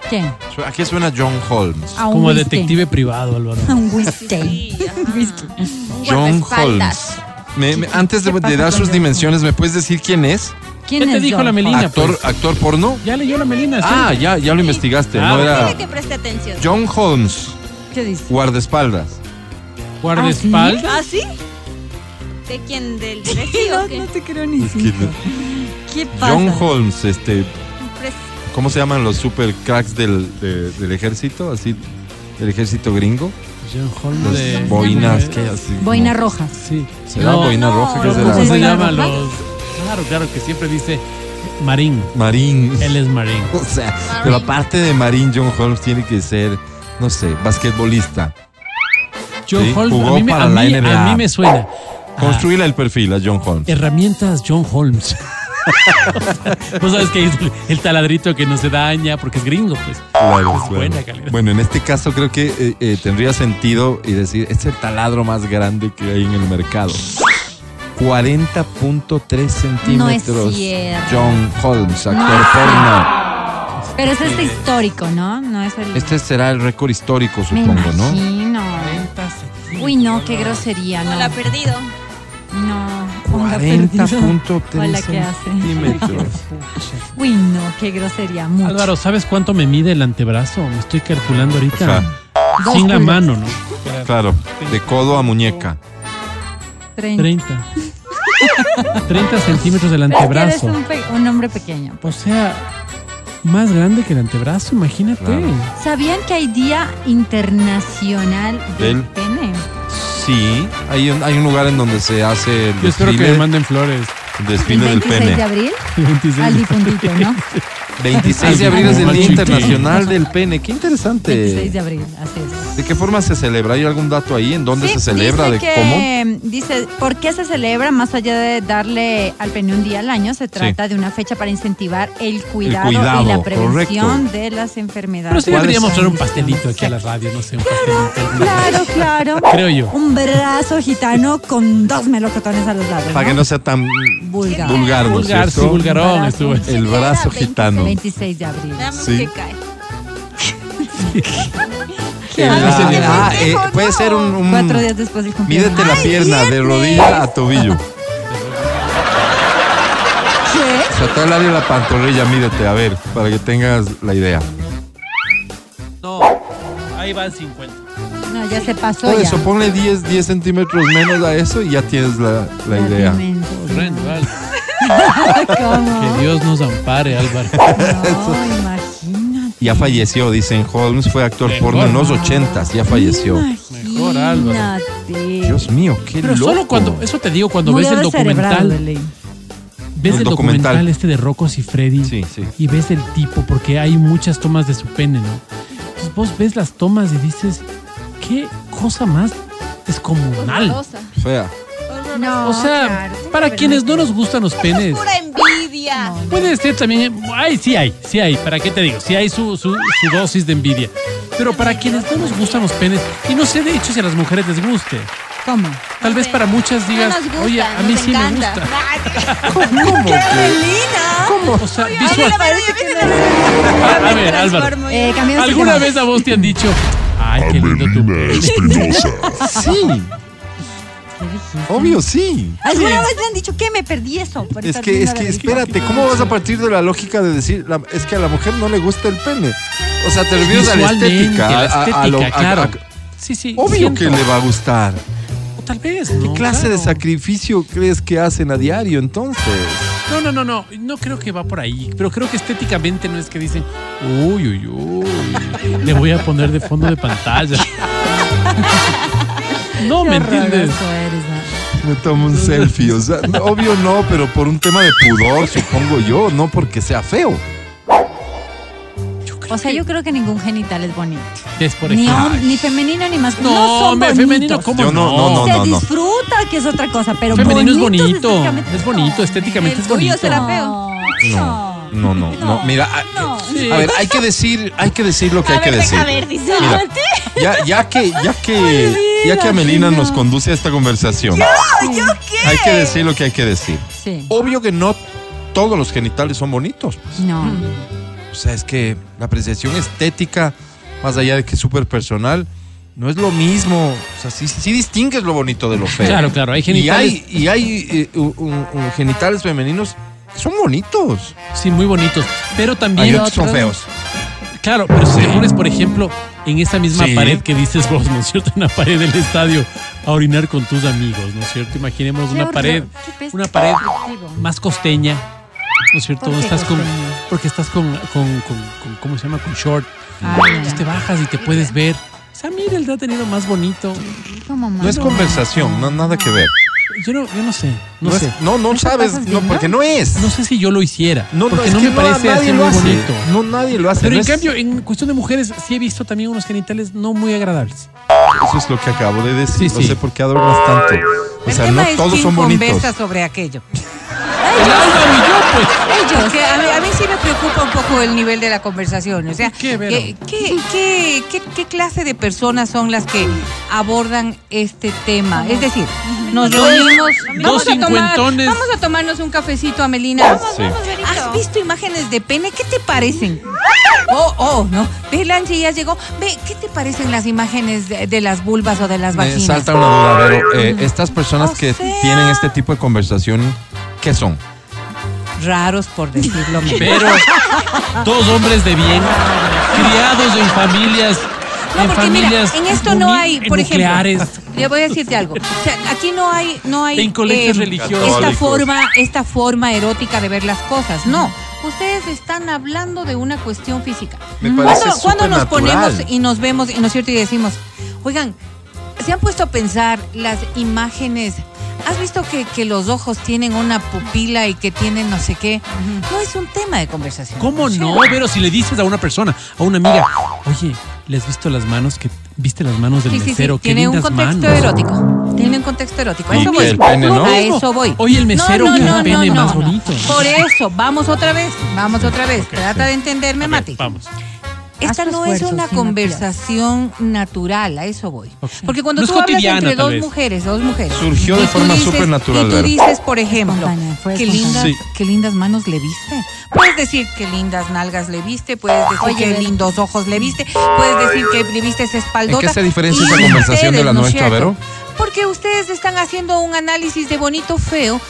Speaker 4: ¿Quién?
Speaker 2: Su- ¿A qué suena John Holmes?
Speaker 4: A un
Speaker 3: Como
Speaker 4: whisky.
Speaker 3: detective privado, Álvaro.
Speaker 4: A un whisky.
Speaker 6: Sí, ajá. Un
Speaker 2: John
Speaker 6: guardaespaldas.
Speaker 2: Holmes. Me- me- antes de,
Speaker 4: ¿Qué pasa
Speaker 2: de dar
Speaker 4: con
Speaker 2: sus
Speaker 4: John
Speaker 2: dimensiones, ¿me puedes decir quién es?
Speaker 4: ¿Quién
Speaker 3: Ya te
Speaker 4: es
Speaker 3: dijo
Speaker 4: John
Speaker 3: la Melina.
Speaker 4: Holmes?
Speaker 2: ¿Actor,
Speaker 3: pues.
Speaker 2: actor porno?
Speaker 3: Ya leyó la Melina. sí.
Speaker 2: Ah, ya, ya lo investigaste.
Speaker 3: Ah,
Speaker 2: No era
Speaker 6: Dile que preste atención.
Speaker 2: John Holmes,
Speaker 4: ¿Qué dice?
Speaker 2: guardaespaldas.
Speaker 3: Guardaespaldas.
Speaker 6: ¿Ah, sí? ¿De quién? ¿Del directivo?
Speaker 4: No,
Speaker 6: o qué?
Speaker 4: no te creo ni cinco. ¿Qué pasa?
Speaker 2: John Holmes, este,
Speaker 6: Ah, Pres-
Speaker 2: ¿cómo se llaman los super cracks del, de- del ejército? Así, del ejército gringo.
Speaker 3: John Holmes
Speaker 2: ¿Ah, Los
Speaker 3: de-
Speaker 2: boinas,
Speaker 3: de-
Speaker 2: que así. como-
Speaker 4: Boina roja.
Speaker 3: Sí.
Speaker 2: ¿Será
Speaker 3: No,
Speaker 2: boina
Speaker 6: no,
Speaker 2: roja? ¿Qué
Speaker 3: Pero
Speaker 6: no,
Speaker 2: será?
Speaker 3: ¿Cómo se
Speaker 4: Boina
Speaker 3: llama
Speaker 4: roja.
Speaker 3: los...? Claro, claro, que siempre dice Marín.
Speaker 2: Marín.
Speaker 3: Él es Marín.
Speaker 2: O sea,
Speaker 6: Marín.
Speaker 2: pero aparte de Marín, John Holmes tiene que ser, no sé, basquetbolista.
Speaker 3: Ah. John
Speaker 2: Sí,
Speaker 3: Holmes,
Speaker 2: jugó
Speaker 3: a mí, me- a
Speaker 2: para la
Speaker 3: mí-
Speaker 2: NBA.
Speaker 3: a mí me suena.
Speaker 2: Ah.
Speaker 3: a
Speaker 2: Construirle el perfil a John Holmes.
Speaker 3: herramientas John Holmes. Vos sabes que es el taladrito que no se daña porque es gringo, pues.
Speaker 2: Claro,
Speaker 3: Es
Speaker 2: claro.
Speaker 3: buena calidad.
Speaker 2: Bueno, en este caso creo que eh, eh, tendría sentido y decir, es el taladro más grande que hay en el mercado. 40.3
Speaker 4: No es
Speaker 2: centímetros.
Speaker 4: cierto.
Speaker 2: John Holmes, actor
Speaker 4: es
Speaker 2: porno.
Speaker 4: Pero es este histórico, ¿no? No es el.
Speaker 2: Este será el récord histórico,
Speaker 4: Me
Speaker 2: supongo, ¿no?
Speaker 4: imagino. Uy, no, qué grosería,
Speaker 6: No la ha
Speaker 4: no.
Speaker 6: perdido.
Speaker 4: No, ponga perdido. Hola,
Speaker 2: 40.3
Speaker 4: ¿qué hace?
Speaker 2: centímetros.
Speaker 4: Uy, no, qué grosería, mucho.
Speaker 3: Álvaro, ¿sabes cuánto me mide el antebrazo? Me estoy calculando ahorita.
Speaker 2: Ajá.
Speaker 4: Dos
Speaker 3: Sin la
Speaker 4: pulgadas.
Speaker 3: mano, ¿no?
Speaker 2: Claro, de codo a muñeca.
Speaker 4: 30.
Speaker 3: 30. 30 centímetros del
Speaker 4: Pero es que eres
Speaker 3: antebrazo.
Speaker 4: un, pe- un hombre pequeño.
Speaker 3: O sea, más grande que el antebrazo, imagínate.
Speaker 2: Claro.
Speaker 4: ¿Sabían que hay Día Internacional del
Speaker 2: Del-
Speaker 4: Pene?
Speaker 2: Sí, hay un, hay un lugar en donde se hace el
Speaker 3: Yo espero que me
Speaker 2: desfile,
Speaker 3: manden flores.
Speaker 4: El
Speaker 2: desfile del
Speaker 4: 26 de
Speaker 2: pene.
Speaker 4: abril
Speaker 3: 26.
Speaker 4: al difuntito, ¿no?
Speaker 2: 26 de
Speaker 3: Ay,
Speaker 2: abril es el
Speaker 3: mamá
Speaker 2: Día
Speaker 3: chiquita.
Speaker 2: Internacional del Pene. Qué interesante.
Speaker 4: 26 de abril, así es.
Speaker 2: ¿De qué forma se celebra? ¿Hay algún dato ahí? ¿En dónde
Speaker 4: Sí,
Speaker 2: se celebra? ¿De
Speaker 4: dice
Speaker 2: cómo?
Speaker 4: que, Dice, ¿por qué se celebra? Más allá de darle al pene un día al año, se trata de una fecha para incentivar el cuidado,
Speaker 2: cuidado,
Speaker 4: y la prevención
Speaker 2: correcto.
Speaker 4: de las enfermedades.
Speaker 3: Pero sí debería
Speaker 2: ¿Cuáles
Speaker 3: mostrar
Speaker 4: son?
Speaker 3: un pastelito aquí a la radio, no sé, un pastelito.
Speaker 4: Claro, claro.
Speaker 3: Creo yo.
Speaker 4: Un brazo gitano con dos melocotones a los lados.
Speaker 2: Para que no sea tan
Speaker 4: Vulgar.
Speaker 2: vulgar, ¿no es
Speaker 3: Vulgar, sí,
Speaker 2: cierto?
Speaker 3: vulgarón estuvo.
Speaker 2: El brazo
Speaker 6: Veinte,
Speaker 2: gitano.
Speaker 4: 26 de abril.
Speaker 6: Veamos
Speaker 2: Sí.
Speaker 6: que cae.
Speaker 2: El-
Speaker 4: Ah, qué
Speaker 2: ah, eh, puede ser un... un-
Speaker 4: Cuatro días después del cumpleaños.
Speaker 2: Mídete la pierna de rodilla a tobillo. O
Speaker 4: ¿Qué?
Speaker 2: sea, todo el área de la pantorrilla, mídete, a ver, para que tengas la idea.
Speaker 4: Oh,
Speaker 3: No, ahí van 50.
Speaker 4: No, ya se pasó
Speaker 2: Todo
Speaker 4: ya.
Speaker 2: eso, ponle 10, 10 centímetros menos a eso y ya tienes la, la idea.
Speaker 4: Obviamente.
Speaker 3: Horrendo, Álvaro. Que
Speaker 4: ¿Cómo?
Speaker 3: Dios nos ampare, Álvaro.
Speaker 4: No, imagínate.
Speaker 2: Ya falleció, dicen Holmes, fue actor
Speaker 3: Mejor.
Speaker 2: porno en los 80s, ya falleció.
Speaker 3: Mejor, Álvaro.
Speaker 4: Imagínate.
Speaker 2: Dios mío, qué
Speaker 3: Pero
Speaker 2: loco.
Speaker 3: solo cuando, eso te digo, cuando
Speaker 4: Murió
Speaker 3: ves el
Speaker 4: descerebrado,
Speaker 3: documental,
Speaker 4: Belén.
Speaker 3: ves
Speaker 2: El
Speaker 3: el
Speaker 2: documental.
Speaker 3: documental este de Rocos y Freddy
Speaker 2: Sí, sí.
Speaker 3: y ves el tipo, porque hay muchas tomas de su pene, ¿no? Entonces vos ves las tomas y dices, qué cosa más descomunal.
Speaker 6: Horrorosa.
Speaker 2: Fea.
Speaker 4: No,
Speaker 3: O sea,
Speaker 4: claro, sí,
Speaker 3: para
Speaker 4: pero
Speaker 3: quienes
Speaker 4: no.
Speaker 3: no nos gustan los penes,
Speaker 6: Pura envidia.
Speaker 3: Puede ser también, ay, sí hay, sí hay, ¿para qué te digo? Sí hay su, su, su dosis de envidia. Pero para quienes no nos gustan los penes, y no sé de hecho si a las mujeres les guste,
Speaker 4: ¿Cómo?
Speaker 3: tal vez para muchas digas,
Speaker 6: no nos gusta,
Speaker 3: oye, a mí
Speaker 6: nos
Speaker 3: sí
Speaker 6: encanta.
Speaker 3: me gusta.
Speaker 6: Melina!
Speaker 3: ¿Cómo? O sea, visual.
Speaker 4: parece que no.
Speaker 3: A ver, Álvaro,
Speaker 6: Transformo.
Speaker 4: Eh, cambiemos de
Speaker 3: ¿alguna
Speaker 4: tema.
Speaker 3: vez a vos te han dicho, ay, qué lindo tu
Speaker 8: Amelina
Speaker 3: pene?
Speaker 8: Espinosa.
Speaker 2: Sí,
Speaker 4: ¿Qué dijiste?
Speaker 2: obvio, sí.
Speaker 4: ¿Alguna vez le han dicho que me perdí eso? por
Speaker 2: Es
Speaker 4: estar
Speaker 2: que,
Speaker 4: viendo
Speaker 2: es que,
Speaker 4: la
Speaker 2: espérate, ¿cómo vas a partir de la lógica de decir, la- es que a la mujer no le gusta el pene? O sea, te refieres a la
Speaker 3: Visualmente,
Speaker 2: estética.
Speaker 3: la
Speaker 2: a- a- a lo-
Speaker 3: estética,
Speaker 2: a- a-
Speaker 3: claro. Sí, sí.
Speaker 2: obvio
Speaker 3: siento.
Speaker 2: que le va a gustar.
Speaker 3: O Tal vez.
Speaker 2: ¿Qué
Speaker 3: no,
Speaker 2: clase de
Speaker 3: claro.
Speaker 2: sacrificio crees que hacen a diario entonces?
Speaker 3: No, no, no, no. No creo que va por ahí. Pero creo que estéticamente no es que dicen, uy, uy, uy. Le voy a poner de fondo de pantalla. No, ¿me entiendes?
Speaker 4: horroroso eres, Álvaro.
Speaker 2: Me tomo un selfie. O sea, no, obvio no, pero por un tema de pudor, supongo yo, no porque sea feo.
Speaker 4: O sea, yo creo que ningún genital es bonito.
Speaker 3: que es por
Speaker 6: Ni,
Speaker 3: ejemplo.
Speaker 6: hom- ni femenino ni masculino. No,
Speaker 3: No,
Speaker 6: son
Speaker 3: hombre,
Speaker 6: bonitos.
Speaker 3: femenino, ¿cómo
Speaker 2: Yo no, no, no,
Speaker 6: Se
Speaker 2: no, no.
Speaker 6: disfruta, que es otra cosa, pero
Speaker 3: Femenino es
Speaker 6: bonitos
Speaker 3: bonito.
Speaker 6: estéticamente,
Speaker 3: Es bonito,
Speaker 6: no.
Speaker 3: estéticamente
Speaker 9: El
Speaker 3: es
Speaker 9: tuyo
Speaker 3: bonito.
Speaker 9: será feo.
Speaker 6: No,
Speaker 2: No, no, no, no. Mira, a,
Speaker 6: no.
Speaker 3: Sí.
Speaker 2: a ver, hay que decir, hay que decir lo que hay
Speaker 9: a
Speaker 2: que
Speaker 9: ver,
Speaker 2: decir.
Speaker 9: venga, a ver, dice.
Speaker 2: Mira, ya, ya que, ya que, ya que Amelina nos conduce a esta conversación. Hay que decir lo que hay que decir.
Speaker 6: Sí.
Speaker 2: Obvio que no todos los genitales son bonitos. pues.
Speaker 6: No.
Speaker 2: O sea, es que la apreciación estética, más allá de que es súper personal, no es lo mismo. O sea, sí, sí distingues lo bonito de lo feo.
Speaker 3: Claro, claro, hay genitales.
Speaker 2: Y hay, y hay eh, u- u- u- genitales femeninos que son bonitos.
Speaker 3: Sí, muy bonitos. Pero
Speaker 2: Hay
Speaker 3: también.
Speaker 2: otros que son feos.
Speaker 3: Claro, pero si te pones, por ejemplo, en esa misma
Speaker 2: Sí.
Speaker 3: pared que dices vos, ¿no es cierto? En la pared del estadio, a orinar con tus amigos, ¿no es cierto? Imaginemos
Speaker 4: Mm.
Speaker 3: una pared, una pared más costeña, ¿no es cierto?
Speaker 6: ¿Por qué
Speaker 3: Estás con,
Speaker 6: costeña?
Speaker 3: porque estás con, con, con- con- ¿cómo se llama? Con short.
Speaker 6: Ay,
Speaker 3: Entonces te bajas y te puedes ver. O sea, mira, el ha tenido más bonito.
Speaker 6: ¿cómo,
Speaker 2: No es
Speaker 6: mano?
Speaker 2: conversación, no, nada que ver.
Speaker 3: Yo no, yo no sé, no,
Speaker 2: No,
Speaker 3: sé.
Speaker 2: es- no, no
Speaker 6: ¿No te
Speaker 2: sabes,
Speaker 6: pasas
Speaker 2: no,
Speaker 6: bien,
Speaker 2: porque no es.
Speaker 3: No sé si yo lo hiciera.
Speaker 2: No, no,
Speaker 3: porque
Speaker 2: es
Speaker 3: no
Speaker 2: que
Speaker 3: me parece
Speaker 2: nadie
Speaker 3: así
Speaker 2: lo
Speaker 3: muy
Speaker 2: hace.
Speaker 3: bonito.
Speaker 2: No, nadie lo hace.
Speaker 3: Pero
Speaker 2: no
Speaker 3: en
Speaker 2: es-
Speaker 3: cambio, en cuestión de mujeres, sí he visto también unos genitales no muy agradables.
Speaker 2: Eso es lo que acabo de decir.
Speaker 3: Sí,
Speaker 2: no
Speaker 3: sí.
Speaker 2: sé por qué adornas tanto. O
Speaker 4: El
Speaker 2: sea, no
Speaker 4: tema es
Speaker 2: todos
Speaker 4: quién
Speaker 2: son bonitos.
Speaker 4: conversa sobre aquello.
Speaker 3: El Álvaro y yo, pues.
Speaker 4: Ellos, que a mí, a mí sí me preocupa un poco el nivel de la conversación. O sea,
Speaker 3: ¿Qué, Vero?
Speaker 4: ¿qué, qué, qué- qué- qué clase de personas son las que abordan este tema? Es decir, nos reunimos,
Speaker 3: Dos
Speaker 4: vamos a, tomar,
Speaker 3: cincuentones.
Speaker 4: vamos a tomarnos un cafecito, Amelina.
Speaker 2: Ah, Sí.
Speaker 4: ¿Has visto imágenes de pene? ¿Qué te parecen? Oh, oh, no. Ve, Lanche ya llegó. Ve, ¿qué te parecen las imágenes de, de las vulvas o de las
Speaker 2: Me
Speaker 4: vaginas?
Speaker 2: salta una duda, Vero. Eh, estas personas
Speaker 4: O
Speaker 2: que
Speaker 4: sea-
Speaker 2: tienen este tipo de conversación, ¿qué son?
Speaker 4: Raros, por decirlo menos.
Speaker 3: Pero dos hombres de bien, criados en familias.
Speaker 4: No,
Speaker 3: en
Speaker 4: porque mira,
Speaker 3: familias
Speaker 4: en esto no
Speaker 3: uni-
Speaker 4: hay, por
Speaker 3: nucleares.
Speaker 4: ejemplo, le voy a decirte algo. O sea, aquí no hay, no hay eh,
Speaker 3: En colegios religiosos.
Speaker 4: esta
Speaker 2: Católicos.
Speaker 4: forma, esta forma erótica de ver las cosas. No, ustedes están hablando de una cuestión física.
Speaker 2: Me
Speaker 4: ¿Cuándo,
Speaker 2: parece
Speaker 4: cuándo nos
Speaker 2: supernatural.
Speaker 4: ponemos y nos vemos y nos cierto y decimos, oigan, se han puesto a pensar las imágenes. ¿Has visto que, que los ojos tienen una pupila y que tienen no sé qué? No es un tema de conversación.
Speaker 3: ¿Cómo
Speaker 4: Sí.
Speaker 3: no? Pero si le dices a una persona, a una amiga, oye, ¿le has visto las manos que viste las manos del
Speaker 4: Sí, sí, sí.
Speaker 3: mesero? Qué
Speaker 4: Tiene un
Speaker 3: lindas
Speaker 4: contexto
Speaker 3: manos.
Speaker 4: erótico. Tiene un contexto erótico. A
Speaker 2: Y
Speaker 4: eso
Speaker 2: que
Speaker 4: voy.
Speaker 2: el pene, ¿no?
Speaker 4: A eso voy.
Speaker 3: Oye, el mesero,
Speaker 4: no,
Speaker 3: que
Speaker 4: no,
Speaker 3: el
Speaker 4: no,
Speaker 3: pene
Speaker 4: no,
Speaker 3: más
Speaker 4: no.
Speaker 3: bonito.
Speaker 4: Por eso, vamos otra vez. Vamos otra vez. Trata de entenderme,
Speaker 3: A ver,
Speaker 4: Mati.
Speaker 3: Vamos.
Speaker 4: Esta
Speaker 6: Haz tu
Speaker 4: no es
Speaker 6: esfuerzo,
Speaker 4: una
Speaker 6: sí, no
Speaker 4: conversación natural, a eso voy.
Speaker 3: Ok.
Speaker 4: Porque cuando
Speaker 3: No es
Speaker 4: tú hablas
Speaker 3: cotidiana,
Speaker 4: entre
Speaker 3: tal
Speaker 4: dos
Speaker 3: vez.
Speaker 4: mujeres, dos mujeres.
Speaker 2: Surgió de
Speaker 4: y tú
Speaker 2: forma
Speaker 4: dices-
Speaker 2: supernatural,
Speaker 4: Y tú
Speaker 2: Vero.
Speaker 4: dices, por ejemplo,
Speaker 6: Espontánea, fue
Speaker 4: qué lindas,
Speaker 6: espontánea.
Speaker 4: qué lindas manos le viste. Puedes decir qué lindas nalgas le viste, puedes decir
Speaker 6: Oye,
Speaker 4: qué
Speaker 6: Vero.
Speaker 4: lindos ojos le viste, puedes decir que le viste esa espaldota.
Speaker 2: ¿En qué se diferencia
Speaker 4: Y
Speaker 2: esa conversación de la
Speaker 4: ¿no es
Speaker 2: nuestra,
Speaker 4: cierto?
Speaker 2: Vero?
Speaker 4: Porque ustedes están haciendo un análisis de bonito feo,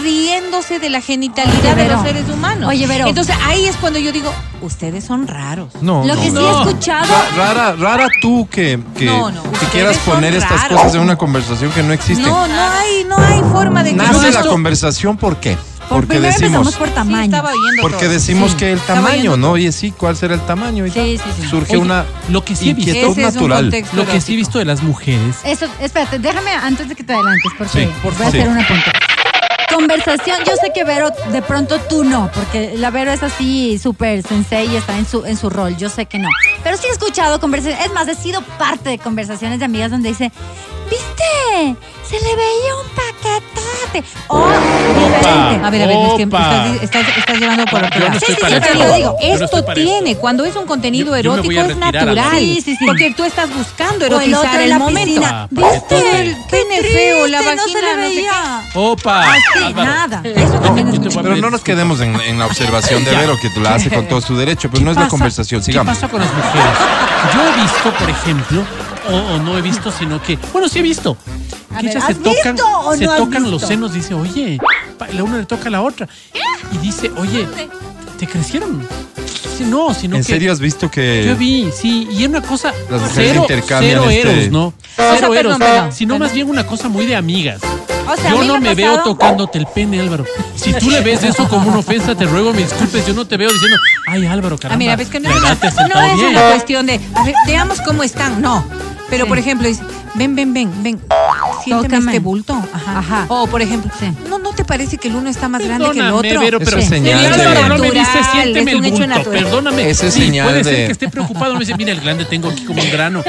Speaker 4: riéndose de la genitalidad
Speaker 6: Oye,
Speaker 4: de los
Speaker 6: Vero.
Speaker 4: seres humanos.
Speaker 6: Oye, Vero.
Speaker 4: Entonces ahí es cuando yo digo, ustedes son raros.
Speaker 2: No,
Speaker 6: Lo
Speaker 2: no,
Speaker 6: que sí
Speaker 2: no.
Speaker 6: he escuchado.
Speaker 2: Ra- Rara, rara tú que, que,
Speaker 4: No, no,
Speaker 2: que
Speaker 4: ustedes
Speaker 2: quieras
Speaker 4: son
Speaker 2: poner estas
Speaker 4: raros.
Speaker 2: cosas en una conversación que no existe.
Speaker 4: No, no hay, no hay forma de que
Speaker 3: Yo
Speaker 2: Nace la
Speaker 3: esto-
Speaker 2: conversación, ¿por qué?
Speaker 6: Por
Speaker 2: Porque
Speaker 6: primera
Speaker 2: decimos,
Speaker 6: empezamos por
Speaker 4: Sí,
Speaker 6: tamaño.
Speaker 4: estaba oyendo
Speaker 2: porque
Speaker 4: todo.
Speaker 2: decimos
Speaker 4: Sí,
Speaker 2: que el
Speaker 4: estaba
Speaker 2: tamaño,
Speaker 4: oyendo
Speaker 2: ¿no?
Speaker 4: todo.
Speaker 2: Oye, sí, ¿cuál será el tamaño? Y
Speaker 6: Sí, sí, sí.
Speaker 2: Surge
Speaker 3: Oye,
Speaker 2: una
Speaker 3: lo que sí he visto-
Speaker 2: inquietud
Speaker 4: Ese es un
Speaker 2: natural.
Speaker 4: contexto.
Speaker 3: Lo que sí he
Speaker 4: erótico.
Speaker 3: visto de las mujeres.
Speaker 6: Eso, espérate, déjame antes de que te adelantes, porque
Speaker 2: Sí, por
Speaker 6: voy a
Speaker 2: favor.
Speaker 6: hacer
Speaker 2: Sí.
Speaker 6: un apunte. Conversación, yo sé que Vero, de pronto tú no, porque la Vero es así súper sensei y está en su, en su rol, yo sé que no. Pero sí he escuchado conversaciones, es más, he sido parte de conversaciones de amigas donde dice, ¿viste? Se le veía un paquetate. O diferente.
Speaker 4: A ver, a ver, es que
Speaker 3: Opa.
Speaker 4: estás, estás- estás llevando por otro
Speaker 3: Yo no
Speaker 4: lado.
Speaker 3: estoy
Speaker 4: sí,
Speaker 3: para
Speaker 4: sí, sí,
Speaker 3: esto.
Speaker 4: pero yo digo,
Speaker 3: Yo no
Speaker 4: esto
Speaker 3: estoy para
Speaker 4: tiene,
Speaker 3: esto.
Speaker 4: cuando es un contenido
Speaker 3: Yo- yo me
Speaker 4: erótico
Speaker 3: voy a
Speaker 4: es
Speaker 3: retirar,
Speaker 4: natural.
Speaker 3: amor.
Speaker 6: Sí, sí, sí.
Speaker 4: Porque tú estás buscando
Speaker 6: O el otro
Speaker 4: erotizar
Speaker 6: en
Speaker 4: el,
Speaker 6: la
Speaker 4: momento. Ah,
Speaker 6: piscina.
Speaker 4: ¿Viste
Speaker 3: Paquetote.
Speaker 4: el pene feo, la
Speaker 6: Triste,
Speaker 4: vagina,
Speaker 6: no se le
Speaker 4: no sé qué?
Speaker 6: veía.
Speaker 3: Opa.
Speaker 4: Ah,
Speaker 6: Así,
Speaker 3: Álvaro.
Speaker 6: nada. Eso también
Speaker 3: yo te
Speaker 6: es
Speaker 3: voy a-
Speaker 2: Pero no nos quedemos en, en la observación de Vero, que la hace con todo su derecho, pero no es la
Speaker 3: pasa-
Speaker 2: conversación, sigamos.
Speaker 3: ¿Qué pasa con las mujeres? Yo he visto, por ejemplo, o, o no he visto, sino que. Bueno, sí he visto.
Speaker 6: A
Speaker 3: Que
Speaker 6: ver,
Speaker 3: ellas se
Speaker 6: ¿has visto
Speaker 3: tocan,
Speaker 6: o no
Speaker 3: se
Speaker 6: has
Speaker 3: tocan
Speaker 6: visto?
Speaker 3: los senos, dice, oye, pa- la una le toca a la otra. Y dice, oye, ¿te crecieron? Dice, no, sino
Speaker 2: ¿En
Speaker 3: que.
Speaker 2: serio has visto que
Speaker 3: Yo vi, sí, y era una cosa
Speaker 2: Las mujeres
Speaker 3: cero,
Speaker 2: intercambian
Speaker 3: cero
Speaker 2: este-
Speaker 3: eros, ¿no? Cero
Speaker 4: sea,
Speaker 6: pues
Speaker 4: perdón,
Speaker 3: eros,
Speaker 4: perdón,
Speaker 3: sino
Speaker 4: perdón.
Speaker 3: más bien una cosa muy de amigas.
Speaker 4: O sea, a
Speaker 3: yo
Speaker 4: mí
Speaker 3: no me
Speaker 4: ha
Speaker 3: veo
Speaker 4: pasado-
Speaker 3: tocándote el pene, Álvaro. Si tú le ves eso como una ofensa, te ruego me disculpes, yo no te veo diciendo, ay, Álvaro, caramba.
Speaker 4: Ah, mira, ves que no,
Speaker 3: la
Speaker 4: es
Speaker 3: edad te ha
Speaker 4: una, no
Speaker 3: sentado
Speaker 4: es
Speaker 3: bien".
Speaker 4: una cuestión de a ver, veamos cómo están, no. Pero por ejemplo, dice, ven, ven, ven, ven. Siénteme
Speaker 6: Tócame.
Speaker 4: este bulto. Ajá.
Speaker 6: Ajá.
Speaker 4: O por ejemplo,
Speaker 6: Sí.
Speaker 4: no, ¿no te parece que el uno está más grande que el
Speaker 3: Perdóname,
Speaker 4: otro?
Speaker 3: Vero, pero
Speaker 2: Sí.
Speaker 3: el
Speaker 2: señal
Speaker 3: Álvaro no me
Speaker 4: de-
Speaker 3: dice
Speaker 4: natural,
Speaker 3: siénteme
Speaker 4: es un
Speaker 3: el
Speaker 4: hecho
Speaker 3: bulto,
Speaker 4: natural.
Speaker 3: Perdóname.
Speaker 2: Ese es
Speaker 3: Sí,
Speaker 2: señal
Speaker 3: puede
Speaker 2: de-
Speaker 3: ser que esté preocupado. Me dice, mira, el grande tengo aquí como un grano.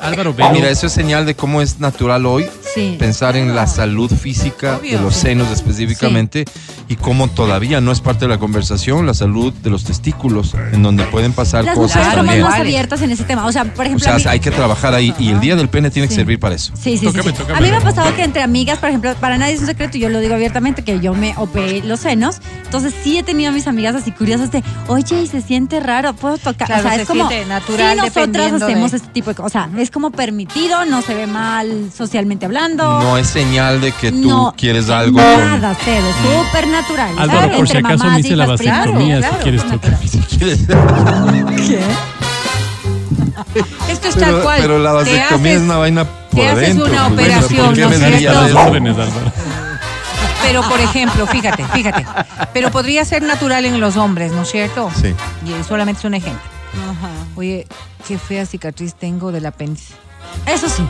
Speaker 3: Álvaro,
Speaker 2: Ah,
Speaker 3: velo.
Speaker 2: Mira, eso es señal de cómo es natural hoy
Speaker 7: Sí.
Speaker 2: pensar en la salud física de
Speaker 4: Ah. Obvio.
Speaker 2: los senos específicamente y cómo todavía no es parte de la conversación la salud de los testículos, en donde pueden pasar
Speaker 7: Las
Speaker 2: cosas
Speaker 7: mujeres somos
Speaker 2: también.
Speaker 7: más abiertas en ese tema. O sea, por
Speaker 2: O
Speaker 7: ejemplo.
Speaker 2: sea,
Speaker 7: a mí-
Speaker 2: hay que trabajar ahí y el día del pene tiene que
Speaker 7: Sí.
Speaker 2: servir para eso.
Speaker 7: Sí, sí, sí,
Speaker 3: Tócame,
Speaker 7: sí.
Speaker 3: tócame.
Speaker 7: A mí me ha pasado que entre amigas, por ejemplo, para nadie es un secreto, y yo lo digo abiertamente, que yo me operé los senos. Entonces sí he tenido a mis amigas así curiosas de, oye, y se siente raro, puedo tocar.
Speaker 4: Claro,
Speaker 7: o sea,
Speaker 4: se
Speaker 7: es como,
Speaker 4: siente natural,
Speaker 7: sí, nosotras
Speaker 4: dependiendo de-
Speaker 7: hacemos este tipo de cosas. O sea, es como permitido, no se ve mal socialmente hablando.
Speaker 2: No es señal de que tú
Speaker 7: No,
Speaker 2: quieres algo con- Mm.
Speaker 7: Nada, cero, súper natural.
Speaker 3: Álvaro,
Speaker 7: Claro,
Speaker 3: por si
Speaker 7: entre
Speaker 3: acaso
Speaker 7: mamás,
Speaker 3: me hice la
Speaker 7: hijas, primas.
Speaker 3: vasectomía,
Speaker 4: Claro,
Speaker 3: si quieres
Speaker 4: claro.
Speaker 3: tocar.
Speaker 4: Esto es tal
Speaker 2: Pero,
Speaker 4: cual.
Speaker 2: pero la
Speaker 4: Te
Speaker 2: vasectomía
Speaker 4: haces-
Speaker 2: es una vaina por
Speaker 4: haces
Speaker 2: dentro,
Speaker 4: una
Speaker 2: pues, bueno,
Speaker 4: operación,
Speaker 2: ¿por qué
Speaker 4: ¿no
Speaker 2: me
Speaker 4: es
Speaker 2: daría
Speaker 4: cierto?
Speaker 3: las
Speaker 2: de-
Speaker 3: órdenes, Álvaro.
Speaker 4: Pero por ejemplo, fíjate, fíjate. Pero podría ser natural en los hombres, ¿no es cierto?
Speaker 2: Sí.
Speaker 4: Y eh, solamente es un ejemplo. Oye, qué fea cicatriz tengo del apéndice.
Speaker 7: Eso sí.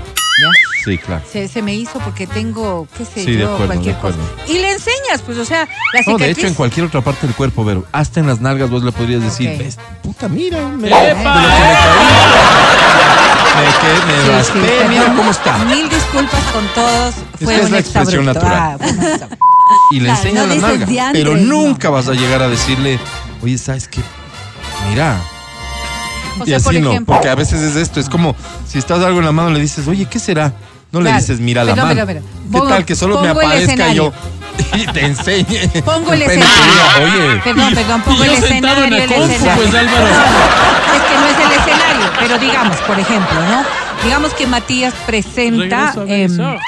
Speaker 2: Sí, claro.
Speaker 4: Se, se me hizo porque tengo, qué sé
Speaker 2: Sí, de
Speaker 4: yo,
Speaker 2: acuerdo,
Speaker 4: cualquier
Speaker 2: de acuerdo.
Speaker 4: cosa. Y le enseñas, pues, o sea, la cicatriz.
Speaker 2: No, de hecho, en cualquier otra parte del cuerpo, pero hasta en las nalgas vos le podrías decir,
Speaker 4: Ok.
Speaker 2: "Ves, puta, mira, me,
Speaker 3: ¡Epa!
Speaker 2: me, que- me
Speaker 4: Sí,
Speaker 2: raspé,
Speaker 4: sí,
Speaker 2: mira
Speaker 4: perdón.
Speaker 2: cómo está.
Speaker 4: Mil disculpas con todos. Fue
Speaker 2: que es
Speaker 4: un
Speaker 2: la expresión
Speaker 4: exabrupto.
Speaker 2: natural.
Speaker 4: Ah, fue un exabrupto.
Speaker 2: Y le
Speaker 7: Claro,
Speaker 2: enseña
Speaker 7: no
Speaker 2: la
Speaker 7: dices
Speaker 2: nalga.
Speaker 7: diantres,
Speaker 2: Pero
Speaker 7: no.
Speaker 2: nunca vas a llegar a decirle, oye, ¿sabes qué? Mira.
Speaker 4: pues, O
Speaker 2: y
Speaker 4: sea,
Speaker 2: así
Speaker 4: por
Speaker 2: no,
Speaker 4: ejemplo-
Speaker 2: porque a veces es esto, es como si estás algo en la mano le dices, oye, ¿qué será? No le
Speaker 4: Claro.
Speaker 2: dices, mira la
Speaker 4: Pero,
Speaker 2: mano.
Speaker 4: pero, pero,
Speaker 2: ¿Qué
Speaker 4: pongo-
Speaker 2: tal que solo me
Speaker 4: pongo el
Speaker 2: aparezca yo
Speaker 4: escenario.
Speaker 2: y te enseñe?
Speaker 4: Pongo el
Speaker 2: Un pene y te
Speaker 4: escenario.
Speaker 2: diga, Oye,
Speaker 4: Perdón, perdón,
Speaker 3: Y
Speaker 4: pongo el
Speaker 3: yo sentado
Speaker 4: escenario.
Speaker 3: en la
Speaker 4: el
Speaker 3: confu,
Speaker 4: escenario.
Speaker 3: pues, Álvaro.
Speaker 4: Es que no es el escenario, pero digamos, por ejemplo, ¿no? Digamos que Matías presenta,
Speaker 3: Regreso, regreso.
Speaker 4: em,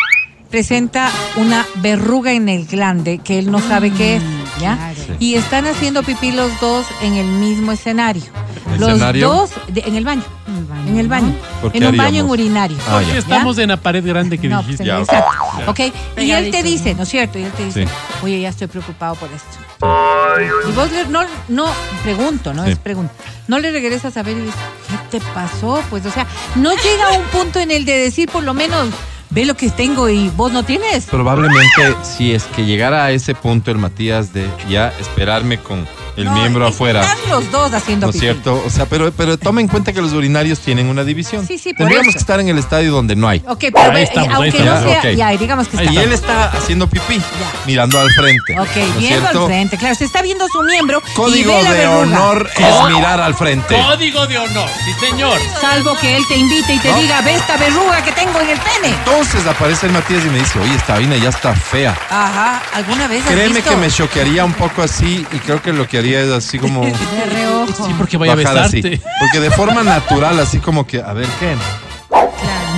Speaker 4: presenta una verruga en el glande que él no sabe qué es,
Speaker 3: Mm,
Speaker 4: ¿ya? Y están haciendo pipí los dos en el mismo escenario.
Speaker 2: ¿El
Speaker 4: los
Speaker 2: escenario?
Speaker 4: dos de- en el baño. En el baño.
Speaker 2: ¿Por qué
Speaker 4: En un baño en
Speaker 2: haríamos?
Speaker 4: urinario.
Speaker 2: Ah, ya.
Speaker 3: Porque estamos en la pared grande que
Speaker 4: No,
Speaker 3: dijiste.
Speaker 4: pues, en el
Speaker 2: Ya,
Speaker 4: exacto. Ok. Y él te
Speaker 7: Pegadito.
Speaker 4: dice, ¿no es cierto? Y él te dice,
Speaker 2: Sí.
Speaker 4: oye, ya estoy preocupado por esto. Y vos le- no, no, pregunto, ¿no?
Speaker 2: Sí.
Speaker 4: Es pregunta. No le regresas a ver y dices, ¿qué te pasó? Pues, o sea, no llega a un punto en el de decir, por lo menos, ve lo que tengo y vos no tienes.
Speaker 2: Probablemente si es que llegara a ese punto el Matías de ya esperarme con el
Speaker 4: No, eh,
Speaker 2: miembro
Speaker 4: es-
Speaker 2: afuera.
Speaker 4: Están los dos haciendo
Speaker 2: ¿No es
Speaker 4: pipí.
Speaker 2: cierto? O sea, pero, pero toma en cuenta que los urinarios tienen una división.
Speaker 4: Sí, sí, por
Speaker 2: Tendríamos
Speaker 4: eso.
Speaker 2: que estar en el estadio donde no hay.
Speaker 4: Ok, pero
Speaker 3: Ahí
Speaker 4: eh,
Speaker 3: estamos, ahí
Speaker 4: aunque
Speaker 3: estamos.
Speaker 4: no sea,
Speaker 2: Ok.
Speaker 4: ya, digamos que está.
Speaker 2: Y él está haciendo pipí,
Speaker 4: Ya.
Speaker 2: mirando al frente.
Speaker 4: Ok,
Speaker 2: ¿no es
Speaker 4: viendo al
Speaker 2: cierto?
Speaker 4: frente. Claro, se está viendo su miembro. y
Speaker 2: Código
Speaker 4: ve la
Speaker 2: de
Speaker 4: verruga.
Speaker 2: honor
Speaker 3: Co-
Speaker 2: es mirar al frente.
Speaker 3: Código de honor, sí señor.
Speaker 4: Salvo que él te invite y te
Speaker 2: ¿No?
Speaker 4: diga, ve esta verruga que tengo en el pene.
Speaker 2: Entonces aparece el Matías y me dice, oye, esta vaina ya está fea.
Speaker 4: Ajá, ¿alguna vez has
Speaker 2: Créeme
Speaker 4: visto?
Speaker 2: que me choquearía un poco así y creo que lo que haría es así como...
Speaker 4: De reojo.
Speaker 3: Sí, porque vaya a
Speaker 2: bajar así.
Speaker 3: besarte.
Speaker 2: Porque de forma natural, así como que, a ver, ¿qué?
Speaker 4: Claro,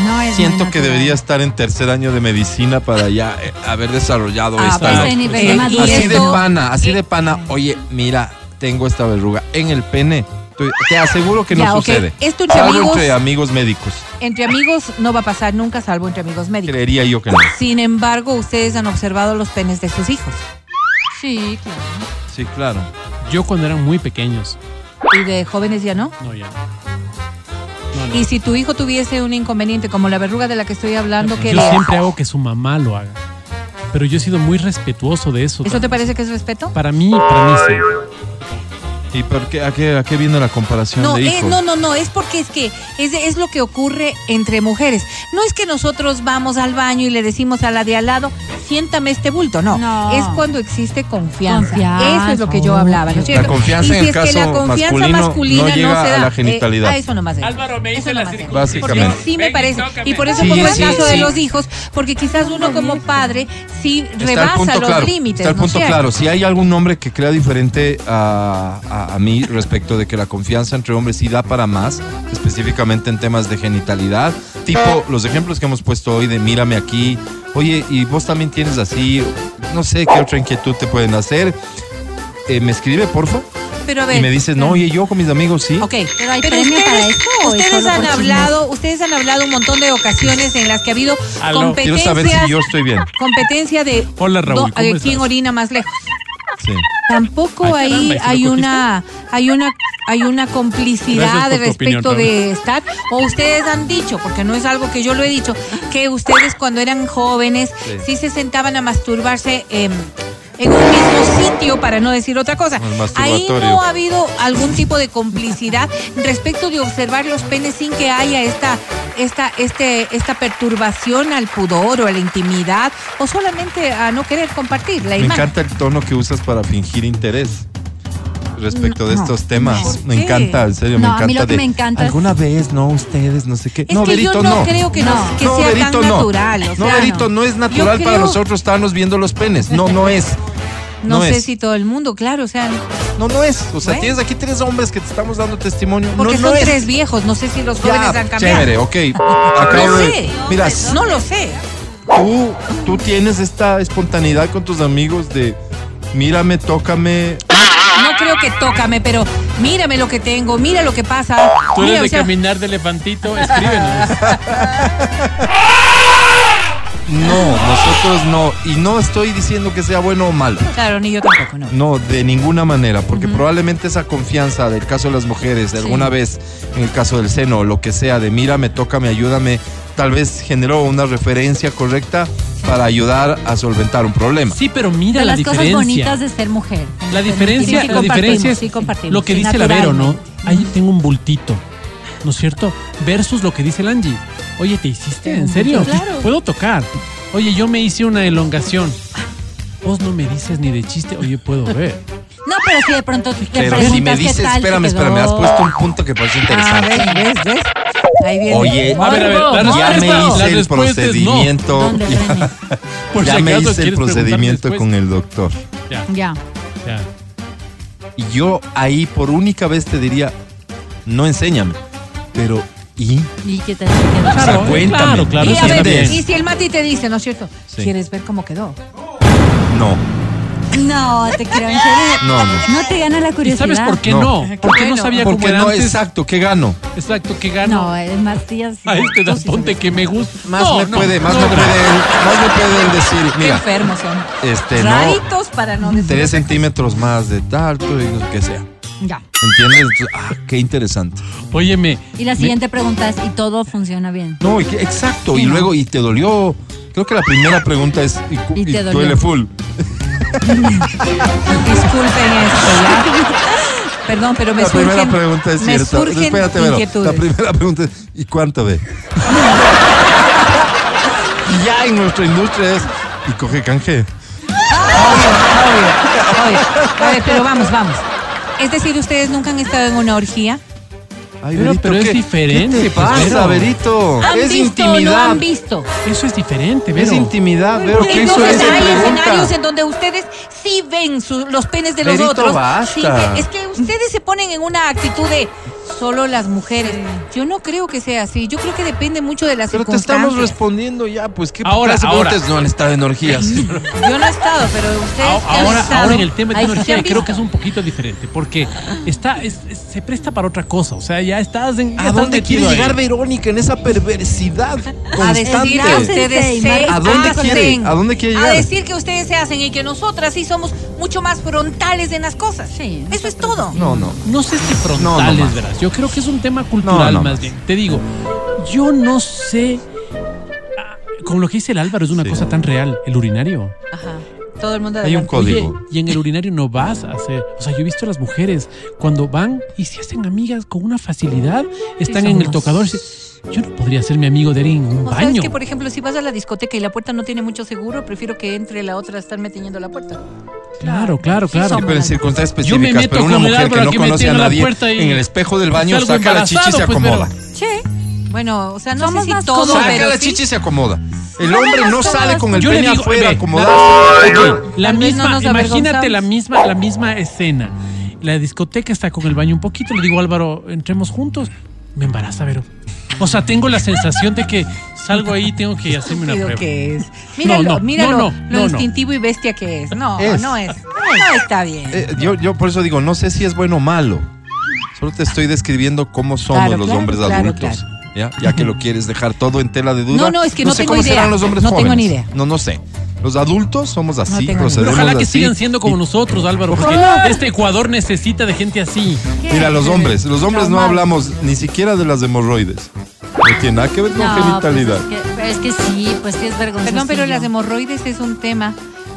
Speaker 4: no es
Speaker 2: Siento
Speaker 4: muy
Speaker 2: que
Speaker 4: natural.
Speaker 2: debería estar en tercer año de medicina para ya eh, haber desarrollado
Speaker 4: Ah,
Speaker 2: esta.
Speaker 4: pues,
Speaker 7: ese nivel
Speaker 4: Eh,
Speaker 7: de madurez.
Speaker 2: Así de
Speaker 4: Eso-
Speaker 2: pana, así
Speaker 4: Eh,
Speaker 2: de pana. Oye, mira, tengo esta verruga en el pene. Te- Te aseguro que no
Speaker 4: Ya, ok.
Speaker 2: sucede.
Speaker 4: Esto entre
Speaker 2: Salvo
Speaker 4: amigos,
Speaker 2: entre amigos médicos.
Speaker 4: entre amigos no va a pasar nunca, salvo entre amigos médicos.
Speaker 2: Creería yo que no.
Speaker 4: Sin embargo, ustedes han observado los penes de sus hijos
Speaker 7: Sí, claro.
Speaker 2: Sí, claro.
Speaker 3: Yo cuando eran muy pequeños.
Speaker 4: y de jóvenes ya no.
Speaker 3: No, ya no. No, no.
Speaker 4: Y si tu hijo tuviese un inconveniente como la verruga de la que estoy hablando, que
Speaker 3: Yo siempre hago que su mamá lo haga. Pero yo he sido muy respetuoso de eso.
Speaker 4: ¿eso te parece que es respeto?
Speaker 3: Para mí, para mí sí.
Speaker 2: ¿Y por qué, a, qué, a qué viene la comparación
Speaker 4: No,
Speaker 2: de
Speaker 4: eh,
Speaker 2: hijos?
Speaker 4: no, no, no, es porque es que es, es lo que ocurre entre mujeres. No es que nosotros vamos al baño y le decimos a la de al lado, siéntame este bulto, no.
Speaker 7: No.
Speaker 4: Es cuando existe confianza.
Speaker 7: Confianza, Oh.
Speaker 4: Eso es lo que yo hablaba, ¿no es
Speaker 7: obvio.
Speaker 4: cierto?
Speaker 2: La confianza
Speaker 4: y
Speaker 2: en
Speaker 4: si
Speaker 2: el
Speaker 4: es que la
Speaker 2: caso
Speaker 4: confianza
Speaker 2: masculino no
Speaker 4: masculina no,
Speaker 2: llega
Speaker 4: se
Speaker 2: a
Speaker 4: da,
Speaker 2: la
Speaker 4: eh,
Speaker 2: genitalidad.
Speaker 4: a eso no más.
Speaker 3: Álvaro, me hice la circun-
Speaker 2: Básicamente.
Speaker 4: Porque sí me
Speaker 3: Ven y
Speaker 4: parece.
Speaker 3: tócame.
Speaker 4: Y por eso
Speaker 2: Sí,
Speaker 4: pongo el
Speaker 2: sí,
Speaker 4: caso de
Speaker 2: sí.
Speaker 4: los hijos, porque quizás uno como padre sí
Speaker 2: Está el
Speaker 4: rebasa los
Speaker 2: claro,
Speaker 4: límites.
Speaker 2: Está el
Speaker 4: ¿no es
Speaker 2: punto
Speaker 4: cierto?
Speaker 2: claro. Si hay algún hombre que crea diferente a, a- a mí respecto de que la confianza entre hombres sí da para más, específicamente en temas de genitalidad, tipo los ejemplos que hemos puesto hoy de mírame aquí, oye, y vos también tienes así, no sé qué otra inquietud te pueden hacer. Eh, me escribe, porfa,
Speaker 4: Pero a ver.
Speaker 2: y me dices, no, oye, yo con mis amigos sí.
Speaker 4: Ok,
Speaker 7: Pero hay premio
Speaker 4: ustedes,
Speaker 7: para esto, ¿o es
Speaker 4: ustedes
Speaker 7: solo
Speaker 4: han
Speaker 7: por
Speaker 4: hablado, ustedes han hablado un montón de ocasiones en las que ha habido
Speaker 3: Aló.
Speaker 2: Quiero
Speaker 4: competencias,
Speaker 2: saber si yo estoy bien.
Speaker 4: competencia de
Speaker 3: Hola, Raúl,
Speaker 4: do-
Speaker 3: ¿cómo
Speaker 4: eh, quién
Speaker 3: estás?
Speaker 4: orina más lejos.
Speaker 2: Sí.
Speaker 4: Tampoco
Speaker 3: Ay,
Speaker 4: ahí
Speaker 3: caramba, ¿y si
Speaker 4: hay
Speaker 3: lo
Speaker 4: una hay una hay una
Speaker 3: Gracias
Speaker 4: complicidad
Speaker 3: por tu
Speaker 4: respecto
Speaker 3: opinión,
Speaker 4: de estar o ustedes han dicho, porque no es algo que yo lo he dicho, que ustedes cuando eran jóvenes sí,
Speaker 2: Sí.
Speaker 4: se sentaban a masturbarse em, en un mismo sitio, para no decir otra cosa.
Speaker 2: El
Speaker 4: Ahí
Speaker 2: masturbatorio.
Speaker 4: no ha habido algún tipo de complicidad respecto de observar los penes sin que haya esta, esta, este, esta perturbación al pudor o a la intimidad o solamente a no querer compartir la
Speaker 2: Me
Speaker 4: imagen.
Speaker 2: encanta el tono que usas para fingir interés respecto de
Speaker 7: No,
Speaker 2: estos
Speaker 4: ¿por
Speaker 2: temas.
Speaker 4: qué?
Speaker 2: me encanta, en serio, me
Speaker 7: No, a
Speaker 2: encanta.
Speaker 7: mí lo que
Speaker 2: de,
Speaker 7: me encanta es-
Speaker 2: Alguna vez, no, ustedes, no sé qué.
Speaker 4: Es
Speaker 2: no,
Speaker 4: que
Speaker 2: Berito,
Speaker 4: yo no, creo que, nos- que
Speaker 2: no,
Speaker 4: sea
Speaker 2: Berito,
Speaker 4: tan
Speaker 2: no.
Speaker 4: natural. o
Speaker 2: No,
Speaker 4: sea,
Speaker 2: Berito, no es natural
Speaker 4: Yo
Speaker 2: para
Speaker 4: creo-
Speaker 2: nosotros estarnos viendo los penes. No, no es.
Speaker 4: No,
Speaker 2: no
Speaker 4: sé
Speaker 2: es.
Speaker 4: si todo el mundo, claro, o sea,
Speaker 2: No, no es. O sea,
Speaker 4: Bueno.
Speaker 2: tienes aquí tres hombres que te estamos dando testimonio.
Speaker 4: porque
Speaker 2: no, no
Speaker 4: son
Speaker 2: es.
Speaker 4: tres viejos, no sé si los
Speaker 2: Ya,
Speaker 4: jóvenes han cambiado.
Speaker 2: chévere, ok. Acabo
Speaker 4: No
Speaker 2: de-
Speaker 4: sé.
Speaker 2: Mira,
Speaker 4: No lo sé.
Speaker 2: tú, tú tienes esta espontaneidad con tus amigos de mírame, tócame.
Speaker 4: No creo que tócame, pero mírame lo que tengo, mira lo que pasa.
Speaker 3: Tú
Speaker 4: Mira,
Speaker 3: eres
Speaker 4: o
Speaker 3: de
Speaker 4: sea,
Speaker 3: caminar de elefantito, escríbenos.
Speaker 2: No, nosotros no. Y no estoy diciendo que sea bueno o malo.
Speaker 4: Claro, ni yo tampoco, no.
Speaker 2: No, de ninguna manera, porque probablemente esa confianza del caso de las mujeres, de
Speaker 4: Sí.
Speaker 2: alguna vez, en el caso del seno, o lo que sea, de mírame, tócame, ayúdame, tal vez generó una referencia correcta para ayudar a solventar un problema.
Speaker 3: Sí, pero mira
Speaker 7: de
Speaker 3: la
Speaker 7: las
Speaker 3: diferencia.
Speaker 7: cosas bonitas de ser mujer.
Speaker 3: La diferencia,
Speaker 7: Sí,
Speaker 3: la diferencia es
Speaker 7: sí, compartimos,
Speaker 3: lo que
Speaker 7: sí,
Speaker 3: dice la Vero, ¿no?
Speaker 7: naturalmente.
Speaker 3: Ahí tengo un bultito, ¿no es cierto? Versus lo que dice el Angie. Oye, ¿te hiciste? ¿En serio?
Speaker 4: Claro.
Speaker 3: Puedo tocar. Oye, yo me hice una elongación.
Speaker 7: Ah.
Speaker 3: Vos no me dices ni de chiste, oye, puedo ver.
Speaker 7: No, pero si de pronto te
Speaker 2: Pero
Speaker 7: preguntas
Speaker 2: si me dices,
Speaker 7: qué tal,
Speaker 2: espérame,
Speaker 7: te quedó.
Speaker 2: espérame, has puesto un punto que parece
Speaker 4: Ah,
Speaker 2: interesante.
Speaker 4: ves, ves, ves. Ahí viene.
Speaker 2: Oye,
Speaker 3: A ver, a ver, la
Speaker 2: ya me
Speaker 3: respuesta- la
Speaker 2: hice el
Speaker 3: respuesta es no.
Speaker 2: procedimiento.
Speaker 7: ¿Dónde,
Speaker 2: ya-
Speaker 7: Remy?
Speaker 3: Por
Speaker 2: ya
Speaker 3: si
Speaker 2: me
Speaker 3: acaso
Speaker 2: hice el
Speaker 3: quieres preguntar
Speaker 2: procedimiento
Speaker 3: después.
Speaker 2: con el doctor.
Speaker 3: Ya,
Speaker 7: Ya.
Speaker 3: ya.
Speaker 2: Y yo ahí por única vez te diría, no enséñame, pero ¿y?
Speaker 7: ¿Y qué tal te quedó?
Speaker 2: sea,
Speaker 3: Claro,
Speaker 2: cuéntame.
Speaker 3: claro, claro,
Speaker 4: y,
Speaker 3: eso
Speaker 4: a
Speaker 3: está
Speaker 4: ver,
Speaker 2: ¿entiendes?
Speaker 4: y si el Mati te dice, ¿no es cierto?
Speaker 2: Sí.
Speaker 4: ¿Quieres ver cómo quedó?
Speaker 2: No,
Speaker 7: No, te creo, en serio.
Speaker 2: no, no.
Speaker 7: No te gana la
Speaker 3: ¿Y
Speaker 7: curiosidad.
Speaker 3: sabes por qué
Speaker 2: No.
Speaker 3: no? Porque no
Speaker 4: Bueno.
Speaker 3: sabía cómo
Speaker 2: Porque
Speaker 3: era
Speaker 2: no,
Speaker 3: antes.
Speaker 2: exacto, ¿qué gano?
Speaker 3: Exacto, que gano.
Speaker 7: No, es Matías.
Speaker 3: a este das ponte que me gusta.
Speaker 2: Más
Speaker 3: No,
Speaker 2: me
Speaker 3: no,
Speaker 2: puede, más
Speaker 3: no,
Speaker 2: me
Speaker 3: no.
Speaker 2: puede, él- más me puede él decir,
Speaker 4: Qué
Speaker 2: mira,
Speaker 4: enfermos son.
Speaker 2: este, no,
Speaker 4: Raritos para no decir.
Speaker 2: tres centímetros más de tarto y no sé qué sea.
Speaker 7: Ya.
Speaker 2: ¿Entiendes? Entonces, Ah, qué interesante.
Speaker 3: Óyeme.
Speaker 7: Y la
Speaker 3: me-
Speaker 7: siguiente pregunta es, ¿y todo funciona bien?
Speaker 2: No, y que- exacto, y luego, ¿y te dolió? Creo que la primera pregunta es, ¿y, cu-
Speaker 7: ¿Y
Speaker 2: y
Speaker 7: te dolió?
Speaker 2: duele full?
Speaker 4: Disculpen esto, ¿ya? Perdón, pero me
Speaker 2: la
Speaker 4: surgen.
Speaker 2: primera pregunta es
Speaker 4: me
Speaker 2: cierta.
Speaker 4: surgen
Speaker 2: Espérate, Vero. La
Speaker 4: inquietudes.
Speaker 2: primera pregunta es, ¿y cuánto ve? y ya en nuestra industria es, ¿y coge canje?
Speaker 4: Obvio, obvio, obvio. A ver, pero vamos, vamos. Es decir, ustedes nunca han estado en una orgía.
Speaker 2: Ay,
Speaker 3: Pero- pero es diferente,
Speaker 2: ¿Qué te
Speaker 3: pues,
Speaker 2: pasa,
Speaker 3: Vero?
Speaker 2: Verito?
Speaker 4: ¿Han
Speaker 2: Es
Speaker 4: visto o no
Speaker 2: intimidad.
Speaker 4: han visto?
Speaker 3: Eso es diferente,
Speaker 2: Es
Speaker 3: Vero.
Speaker 2: intimidad, Vero. ¿Qué eso
Speaker 4: Entonces
Speaker 2: es
Speaker 4: hay escenarios
Speaker 2: pregunta?
Speaker 4: en donde ustedes sí ven su- los penes de los
Speaker 2: Verito,
Speaker 4: otros.
Speaker 2: basta.
Speaker 4: Sí ven- es que ustedes se ponen en una actitud de solo las mujeres. Yo no creo que sea así. Yo creo que depende mucho de las
Speaker 2: Pero te
Speaker 4: circunstancias.
Speaker 2: estamos respondiendo ya, pues qué
Speaker 3: Ahora,
Speaker 2: clase de
Speaker 3: ahora.
Speaker 2: preguntas no han estado en orgías.
Speaker 4: Yo no he estado, pero ustedes
Speaker 3: Ahora,
Speaker 4: han
Speaker 3: ahora-
Speaker 4: estado.
Speaker 3: ahora en el tema de
Speaker 4: Ahí sí
Speaker 3: tecnología
Speaker 4: han
Speaker 3: creo
Speaker 4: visto.
Speaker 3: que es un poquito diferente porque está es- es- se presta para otra cosa. O sea, ya estás en. ya
Speaker 2: ¿A
Speaker 3: estás
Speaker 2: dónde
Speaker 3: metido
Speaker 2: quieres
Speaker 3: ahí.
Speaker 2: llegar, Verónica, en esa perversidad
Speaker 4: A decir que
Speaker 2: constante?
Speaker 4: ustedes se
Speaker 2: ¿A dónde
Speaker 4: hacen.
Speaker 2: quiere? ¿A dónde quiere llegar?
Speaker 4: A decir que ustedes se hacen y que nosotras sí somos mucho más frontales en las cosas.
Speaker 7: Sí,
Speaker 4: Eso es todo.
Speaker 2: No, no.
Speaker 3: No sé si
Speaker 2: No, no
Speaker 3: frontales,
Speaker 2: más.
Speaker 3: verás. Yo creo que es un tema cultural
Speaker 2: No, no
Speaker 3: más
Speaker 2: más.
Speaker 3: bien. Te digo, yo no sé. ah, Con lo que dice el Álvaro es una cosa tan real, el urinario.
Speaker 4: Ajá. Todo el mundo
Speaker 2: Hay un
Speaker 4: adelante.
Speaker 2: código.
Speaker 3: Oye, y en el urinario no vas a hacer. O sea, yo he visto a las mujeres cuando van y se hacen amigas con una facilidad, están en el tocador. y dicen, Yo no podría ser mi amigo de alguien en un
Speaker 4: O sea, es
Speaker 3: baño.
Speaker 4: que, por ejemplo, si vas a la discoteca y la puerta no tiene mucho seguro, prefiero que entre la otra a estarme teñiendo la puerta.
Speaker 3: Claro, claro,
Speaker 2: Sí,
Speaker 3: claro.
Speaker 2: pero en circunstancias
Speaker 3: Yo me
Speaker 2: específicas,
Speaker 3: meto
Speaker 2: pero una
Speaker 3: con el
Speaker 2: mujer que
Speaker 3: árbol
Speaker 2: no
Speaker 3: que me
Speaker 2: conoce a
Speaker 3: tiene la
Speaker 2: nadie
Speaker 3: puerta y-
Speaker 2: en el espejo del baño
Speaker 3: Salgo
Speaker 2: saca la
Speaker 3: embarazado,
Speaker 2: chichi y se
Speaker 3: pues,
Speaker 2: acomoda.
Speaker 4: Sí. Bueno, o sea, no
Speaker 7: Somos
Speaker 4: sé
Speaker 7: más
Speaker 4: si todo,
Speaker 7: cómodos.
Speaker 2: Saca
Speaker 4: pero
Speaker 2: la
Speaker 4: sí.
Speaker 2: chichi y se acomoda. El hombre no sale con el
Speaker 3: Yo le
Speaker 2: pene
Speaker 3: digo,
Speaker 2: afuera
Speaker 3: ve,
Speaker 2: acomodado.
Speaker 3: La
Speaker 4: Tal vez
Speaker 3: misma,
Speaker 4: no nos
Speaker 3: imagínate
Speaker 4: avergonzamos.
Speaker 3: la misma, la misma escena. La discoteca está con el baño un poquito. Le digo, Álvaro, entremos juntos. Me embaraza, Vero. O sea, tengo la sensación de que salgo ahí y tengo que hacerme una
Speaker 4: Estúpido
Speaker 3: prueba.
Speaker 4: que es. Míralo,
Speaker 3: no,
Speaker 4: míralo,
Speaker 3: no, no,
Speaker 4: lo
Speaker 3: no, no.
Speaker 4: instintivo y bestia que es. No,
Speaker 2: Es.
Speaker 4: no es. No está bien.
Speaker 2: Eh, yo, yo por eso digo, no sé si es bueno o malo. Solo te estoy describiendo cómo somos
Speaker 4: Claro,
Speaker 2: los
Speaker 4: claro,
Speaker 2: hombres
Speaker 4: claro,
Speaker 2: adultos. ¿Ya? ya que lo quieres dejar todo en tela de duda.
Speaker 4: No, no, es que no
Speaker 2: sé
Speaker 4: tengo
Speaker 2: cómo
Speaker 4: idea.
Speaker 2: serán los hombres
Speaker 4: No tengo
Speaker 2: jóvenes.
Speaker 4: ni idea.
Speaker 2: No, no sé. Los adultos somos así,
Speaker 4: tengo ni
Speaker 2: procedemos
Speaker 3: Ojalá que
Speaker 2: así.
Speaker 3: sigan siendo como
Speaker 2: Y-
Speaker 3: nosotros, Álvaro, porque este Ecuador necesita de gente así.
Speaker 2: Mira, los hombres, los hombres no hablamos ni siquiera de las hemorroides. No tiene nada que ver con
Speaker 7: No, pues
Speaker 2: genitalidad.
Speaker 7: es que- pero es que sí, pues sí es vergonzoso.
Speaker 4: Perdón, pero las hemorroides es un tema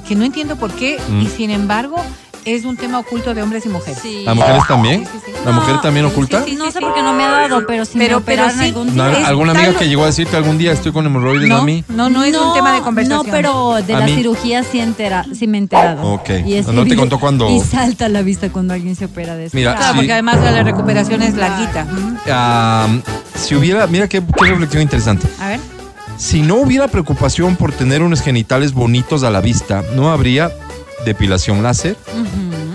Speaker 4: que no entiendo por qué
Speaker 2: Mm.
Speaker 4: y sin embargo es un tema oculto de hombres y mujeres.
Speaker 6: Sí.
Speaker 2: ¿Las mujeres también?
Speaker 4: Sí, sí, sí.
Speaker 2: ¿La mujer
Speaker 4: No,
Speaker 2: también
Speaker 4: sí, sí,
Speaker 2: oculta?
Speaker 4: sí,
Speaker 7: No
Speaker 4: sí,
Speaker 7: sé
Speaker 4: sí.
Speaker 7: por qué no me ha dado, pero si me
Speaker 4: Pero- pero
Speaker 7: operaron
Speaker 4: sí.
Speaker 7: algún
Speaker 2: ¿No?
Speaker 7: día.
Speaker 4: Es
Speaker 2: ¿Alguna
Speaker 4: tan
Speaker 2: amiga
Speaker 4: lo-
Speaker 2: que llegó a decirte algún día estoy con hemorroides a
Speaker 4: No,
Speaker 2: mí?
Speaker 4: no, no es un tema de conversación.
Speaker 7: No, pero de
Speaker 2: ¿A
Speaker 7: la
Speaker 2: mí?
Speaker 7: cirugía sí, entera, sí me he enterado.
Speaker 2: Ok. ¿No te
Speaker 7: vi-
Speaker 2: contó cuándo?
Speaker 7: Y salta a la vista cuando alguien se opera de eso. Ah,
Speaker 2: Mira,
Speaker 4: Claro,
Speaker 2: sí.
Speaker 4: porque además la, la recuperación es larguita.
Speaker 2: Am, si hubiera, mira qué, qué reflexión interesante.
Speaker 4: A ver.
Speaker 2: Si no hubiera preocupación por tener unos genitales bonitos a la vista, no habría depilación láser,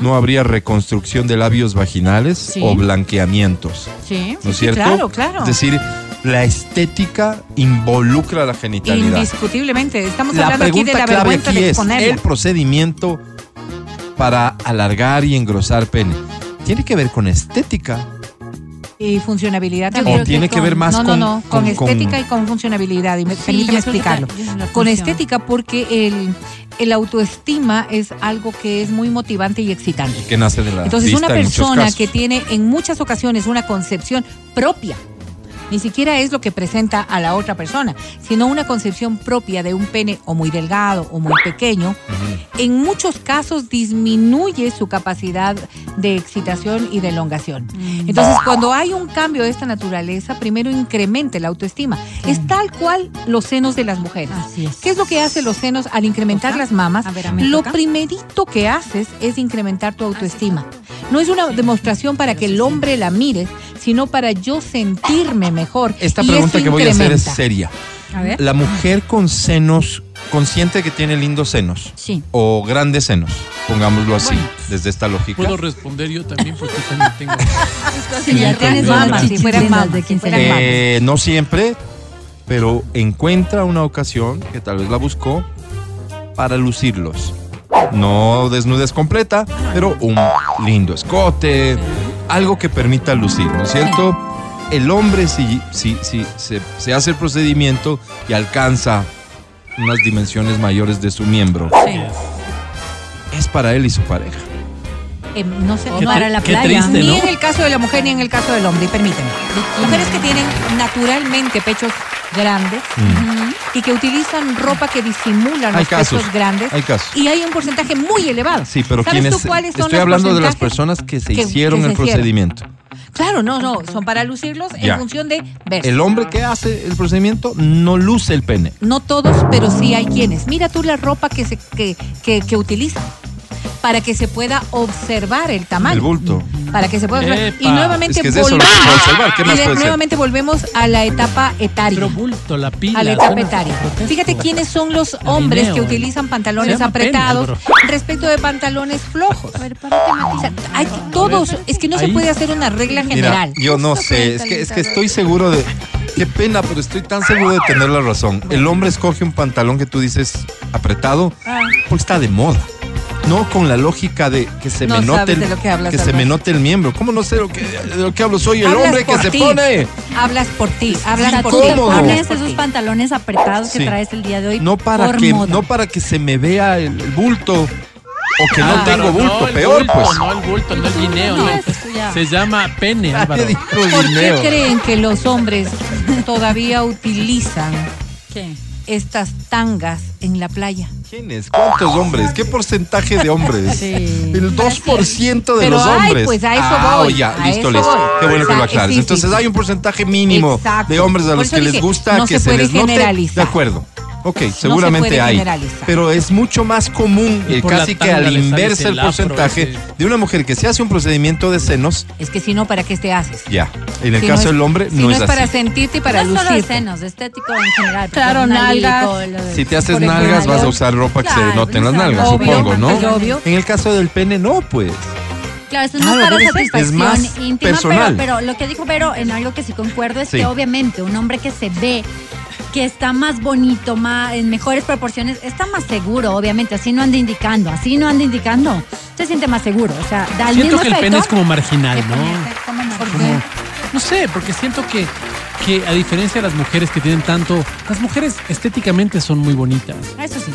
Speaker 2: no habría reconstrucción de labios vaginales
Speaker 4: Sí.
Speaker 2: o blanqueamientos.
Speaker 4: Sí.
Speaker 2: ¿No es
Speaker 4: sí,
Speaker 2: cierto?
Speaker 4: Claro, claro.
Speaker 2: Es decir, la estética involucra la genitalidad.
Speaker 4: Indiscutiblemente. Estamos
Speaker 2: La
Speaker 4: hablando aquí de
Speaker 2: pregunta
Speaker 4: la
Speaker 2: clave
Speaker 4: vergüenza
Speaker 2: aquí
Speaker 4: de
Speaker 2: es,
Speaker 4: exponerla.
Speaker 2: ¿el procedimiento para alargar y engrosar pene tiene que ver con estética?
Speaker 4: Y funcionabilidad
Speaker 7: Yo
Speaker 4: también.
Speaker 2: ¿O tiene que, ver más
Speaker 4: no,
Speaker 2: con,
Speaker 4: no, no, con, estética y con funcionabilidad. Y me,
Speaker 7: Sí,
Speaker 4: permíteme
Speaker 7: yo creo que
Speaker 4: explicarlo.
Speaker 7: ta- yo soy la
Speaker 4: Con
Speaker 7: función.
Speaker 4: estética porque el, el autoestima es algo que es muy motivante y excitante.
Speaker 2: que nace de la
Speaker 4: Entonces,
Speaker 2: vista
Speaker 4: una
Speaker 2: en muchos
Speaker 4: persona
Speaker 2: casos?
Speaker 4: que tiene en muchas ocasiones una concepción propia, ni siquiera es lo que presenta a la otra persona, sino una concepción propia de un pene o muy delgado o muy pequeño, en muchos casos disminuye su capacidad de excitación y de elongación.
Speaker 7: Mm.
Speaker 4: Entonces, cuando hay un cambio de esta naturaleza, primero incrementa la autoestima. Es tal cual los senos de las mujeres.
Speaker 7: Así es.
Speaker 4: ¿Qué es lo que hacen los senos al incrementar
Speaker 7: Toca.
Speaker 4: las mamas?
Speaker 7: A ver, a mí
Speaker 4: lo
Speaker 7: toca.
Speaker 4: primerito que haces es incrementar tu autoestima. No es una demostración para que el hombre la mire, sino para yo sentirme mejor.
Speaker 2: Esta
Speaker 4: Y
Speaker 2: pregunta
Speaker 4: eso
Speaker 2: que voy a hacer es eh,
Speaker 4: incrementa. ¿Eh?
Speaker 2: seria.
Speaker 4: A ver.
Speaker 2: La mujer con senos, consciente que tiene lindos senos
Speaker 7: Sí.
Speaker 2: o grandes senos, pongámoslo así,
Speaker 3: Bueno.
Speaker 2: desde esta lógica.
Speaker 3: Puedo responder yo también porque también tengo.
Speaker 4: Si ya tienes
Speaker 3: Las
Speaker 4: mamas, si
Speaker 7: chichis
Speaker 4: fueran
Speaker 7: lindas
Speaker 4: mamas,
Speaker 7: de
Speaker 4: si fueran
Speaker 7: quince
Speaker 4: mamas.
Speaker 2: Eh, no siempre, pero encuentra una ocasión que tal vez la buscó para lucirlos. No desnudez completa, pero un lindo escote, algo que permita lucir, ¿no es cierto? El hombre si, si, si se, se hace el procedimiento y alcanza unas dimensiones mayores de su miembro, es para él y su pareja.
Speaker 4: Eh, no sé,
Speaker 7: Qué
Speaker 4: no hará
Speaker 7: tri-
Speaker 4: la
Speaker 7: qué
Speaker 4: playa.
Speaker 3: triste,
Speaker 4: ni
Speaker 3: ¿no?
Speaker 4: en el caso de la mujer ni en el caso del hombre, y permíteme. Mujeres que tienen naturalmente pechos grandes y que utilizan ropa que disimula
Speaker 2: Mm. Hay
Speaker 4: los
Speaker 2: casos,
Speaker 4: pechos grandes.
Speaker 2: hay casos.
Speaker 4: Y hay un porcentaje muy elevado.
Speaker 2: Sí, pero
Speaker 4: ¿Sabes
Speaker 2: ¿quiénes?
Speaker 4: tú cuáles son
Speaker 2: Estoy
Speaker 4: los
Speaker 2: hablando de las
Speaker 4: porcentajes?
Speaker 2: personas que se
Speaker 4: que- que
Speaker 2: hicieron
Speaker 4: se
Speaker 2: el
Speaker 4: hicieron.
Speaker 2: procedimiento.
Speaker 4: Claro, no, no, son para lucirlos
Speaker 2: Ya.
Speaker 4: en función de ver.
Speaker 2: El hombre que hace el procedimiento no luce el pene.
Speaker 4: No todos, pero sí hay quienes. Mira tú la ropa que se que, que, que utilizan para que se pueda observar el tamaño.
Speaker 2: El bulto.
Speaker 4: Para que se pueda observar. Y
Speaker 3: Epa.
Speaker 4: nuevamente
Speaker 2: Es que es eso lo que
Speaker 4: volvemos-
Speaker 2: se puede observar. ¿Qué
Speaker 4: y
Speaker 2: más
Speaker 4: de-
Speaker 2: puede ser?
Speaker 4: nuevamente volvemos a la etapa etaria.
Speaker 3: Pero bulto, la pila.
Speaker 4: a la etapa
Speaker 3: suena
Speaker 4: etaria.
Speaker 3: grotesco.
Speaker 4: Fíjate quiénes son los hombres
Speaker 3: Alineo,
Speaker 4: que
Speaker 3: eh.
Speaker 4: utilizan
Speaker 3: Se
Speaker 4: pantalones
Speaker 3: llama pene,
Speaker 4: apretados
Speaker 3: Álvaro.
Speaker 4: respecto de pantalones flojos.
Speaker 7: A ver, párate,
Speaker 4: O sea,
Speaker 7: Matías.
Speaker 4: hay todos, es que no se
Speaker 3: Ah, Ahí.
Speaker 4: puede hacer una regla general.
Speaker 2: Mira, yo no
Speaker 6: Justo
Speaker 2: sé, es
Speaker 6: frente
Speaker 2: que,
Speaker 6: al
Speaker 2: es que estoy seguro de... Qué pena, pero estoy tan seguro de tener la razón. El hombre escoge un pantalón que tú dices apretado
Speaker 7: Ah.
Speaker 2: porque está de moda. No con la lógica de que se
Speaker 4: No
Speaker 2: me note
Speaker 4: sabes
Speaker 2: el,
Speaker 4: de lo que hablas,
Speaker 2: se me
Speaker 4: Alberto.
Speaker 2: note el miembro. ¿Cómo no sé lo que, de lo que hablo? Soy el
Speaker 4: Hablas
Speaker 2: hombre que
Speaker 4: por
Speaker 2: se
Speaker 4: ti.
Speaker 2: pone.
Speaker 4: Hablas por ti,
Speaker 7: O sea,
Speaker 4: hablas por
Speaker 7: tú
Speaker 4: ti.
Speaker 7: te
Speaker 2: Incómodo.
Speaker 4: hablas
Speaker 7: pones
Speaker 4: por
Speaker 7: esos
Speaker 4: ti.
Speaker 7: pantalones apretados que
Speaker 2: Sí.
Speaker 7: traes el día de hoy
Speaker 2: No para
Speaker 7: por
Speaker 2: que
Speaker 7: moda.
Speaker 2: no para que se me vea el, el bulto o que no
Speaker 3: Ah,
Speaker 2: tengo
Speaker 3: pero
Speaker 2: bulto,
Speaker 3: el
Speaker 2: peor
Speaker 3: bulto,
Speaker 2: pues.
Speaker 3: No el bulto, no el guineo,
Speaker 7: No,
Speaker 3: no.
Speaker 7: eso es ya.
Speaker 3: Se llama pene, Álvaro.
Speaker 2: Nadie dijo
Speaker 4: ¿Por qué
Speaker 2: guineo.
Speaker 4: creen que los hombres todavía utilizan
Speaker 7: ¿Qué?
Speaker 4: estas tangas en la playa?
Speaker 2: ¿Quiénes? ¿Cuántos hombres? ¿Qué porcentaje de hombres?
Speaker 7: Sí.
Speaker 2: El 2% de
Speaker 4: Pero,
Speaker 2: los
Speaker 4: ay,
Speaker 2: hombres.
Speaker 4: pues, a eso
Speaker 2: ah,
Speaker 4: voy,
Speaker 2: oh, ya,
Speaker 4: a
Speaker 2: listo,
Speaker 4: eso
Speaker 2: listo.
Speaker 4: voy.
Speaker 2: Qué bueno que lo
Speaker 4: Exacto,
Speaker 2: aclares.
Speaker 4: sí, sí,
Speaker 2: Entonces
Speaker 4: sí.
Speaker 2: hay un porcentaje mínimo
Speaker 4: Exacto.
Speaker 2: de hombres a
Speaker 4: Por
Speaker 2: los
Speaker 4: eso
Speaker 2: que les
Speaker 4: dije,
Speaker 2: gusta
Speaker 4: no
Speaker 2: que
Speaker 4: se
Speaker 2: se,
Speaker 4: puede
Speaker 2: les note.
Speaker 4: generalizar.
Speaker 2: De acuerdo. Ok, seguramente
Speaker 4: puede
Speaker 2: hay.
Speaker 4: generalizar.
Speaker 2: Pero es mucho más común, eh,
Speaker 3: por la
Speaker 2: casi que
Speaker 3: tanga
Speaker 2: al
Speaker 3: le sale
Speaker 2: inverso el
Speaker 3: el afro
Speaker 2: porcentaje
Speaker 3: ese.
Speaker 2: de una mujer que se hace un procedimiento de senos,
Speaker 4: Es que si no, ¿para qué te haces?
Speaker 2: ya. En el
Speaker 4: Si no
Speaker 2: caso
Speaker 4: es-
Speaker 2: del hombre,
Speaker 4: si
Speaker 2: no, es,
Speaker 4: es, para
Speaker 2: así.
Speaker 4: sentirte y para
Speaker 7: no solo de
Speaker 4: lucirte.
Speaker 7: senos, de estético en general. porque
Speaker 4: Claro,
Speaker 7: un
Speaker 4: nalgas.
Speaker 7: nalguito, lo de-
Speaker 2: Si te haces
Speaker 4: Por ejemplo,
Speaker 2: nalgas, vas a
Speaker 4: yo-
Speaker 2: usar ropa que se
Speaker 7: Claro,
Speaker 2: noten las
Speaker 7: no
Speaker 2: nalgas,
Speaker 4: obvio,
Speaker 2: supongo, ¿no?
Speaker 4: es obvio.
Speaker 2: En el caso del pene, no, pues.
Speaker 7: Claro, esto es más
Speaker 2: Claro,
Speaker 7: para
Speaker 2: debe ser.
Speaker 7: satisfacción
Speaker 2: Es más
Speaker 7: íntima,
Speaker 2: personal.
Speaker 7: pero, pero lo que dijo Vero en algo que sí concuerdo es
Speaker 2: Sí.
Speaker 7: que obviamente un hombre que se ve que está más bonito, más, en mejores proporciones, está más seguro, obviamente, así no anda indicando, así no anda indicando, se siente más seguro, o sea, da el
Speaker 3: Siento
Speaker 7: mismo
Speaker 3: que el pene es
Speaker 7: efecto.
Speaker 3: como marginal, ¿no?
Speaker 4: ¿Por qué?
Speaker 3: Como- no sé, porque siento que, que a diferencia de las mujeres que tienen tanto, las mujeres estéticamente son muy bonitas.
Speaker 7: Eso sí.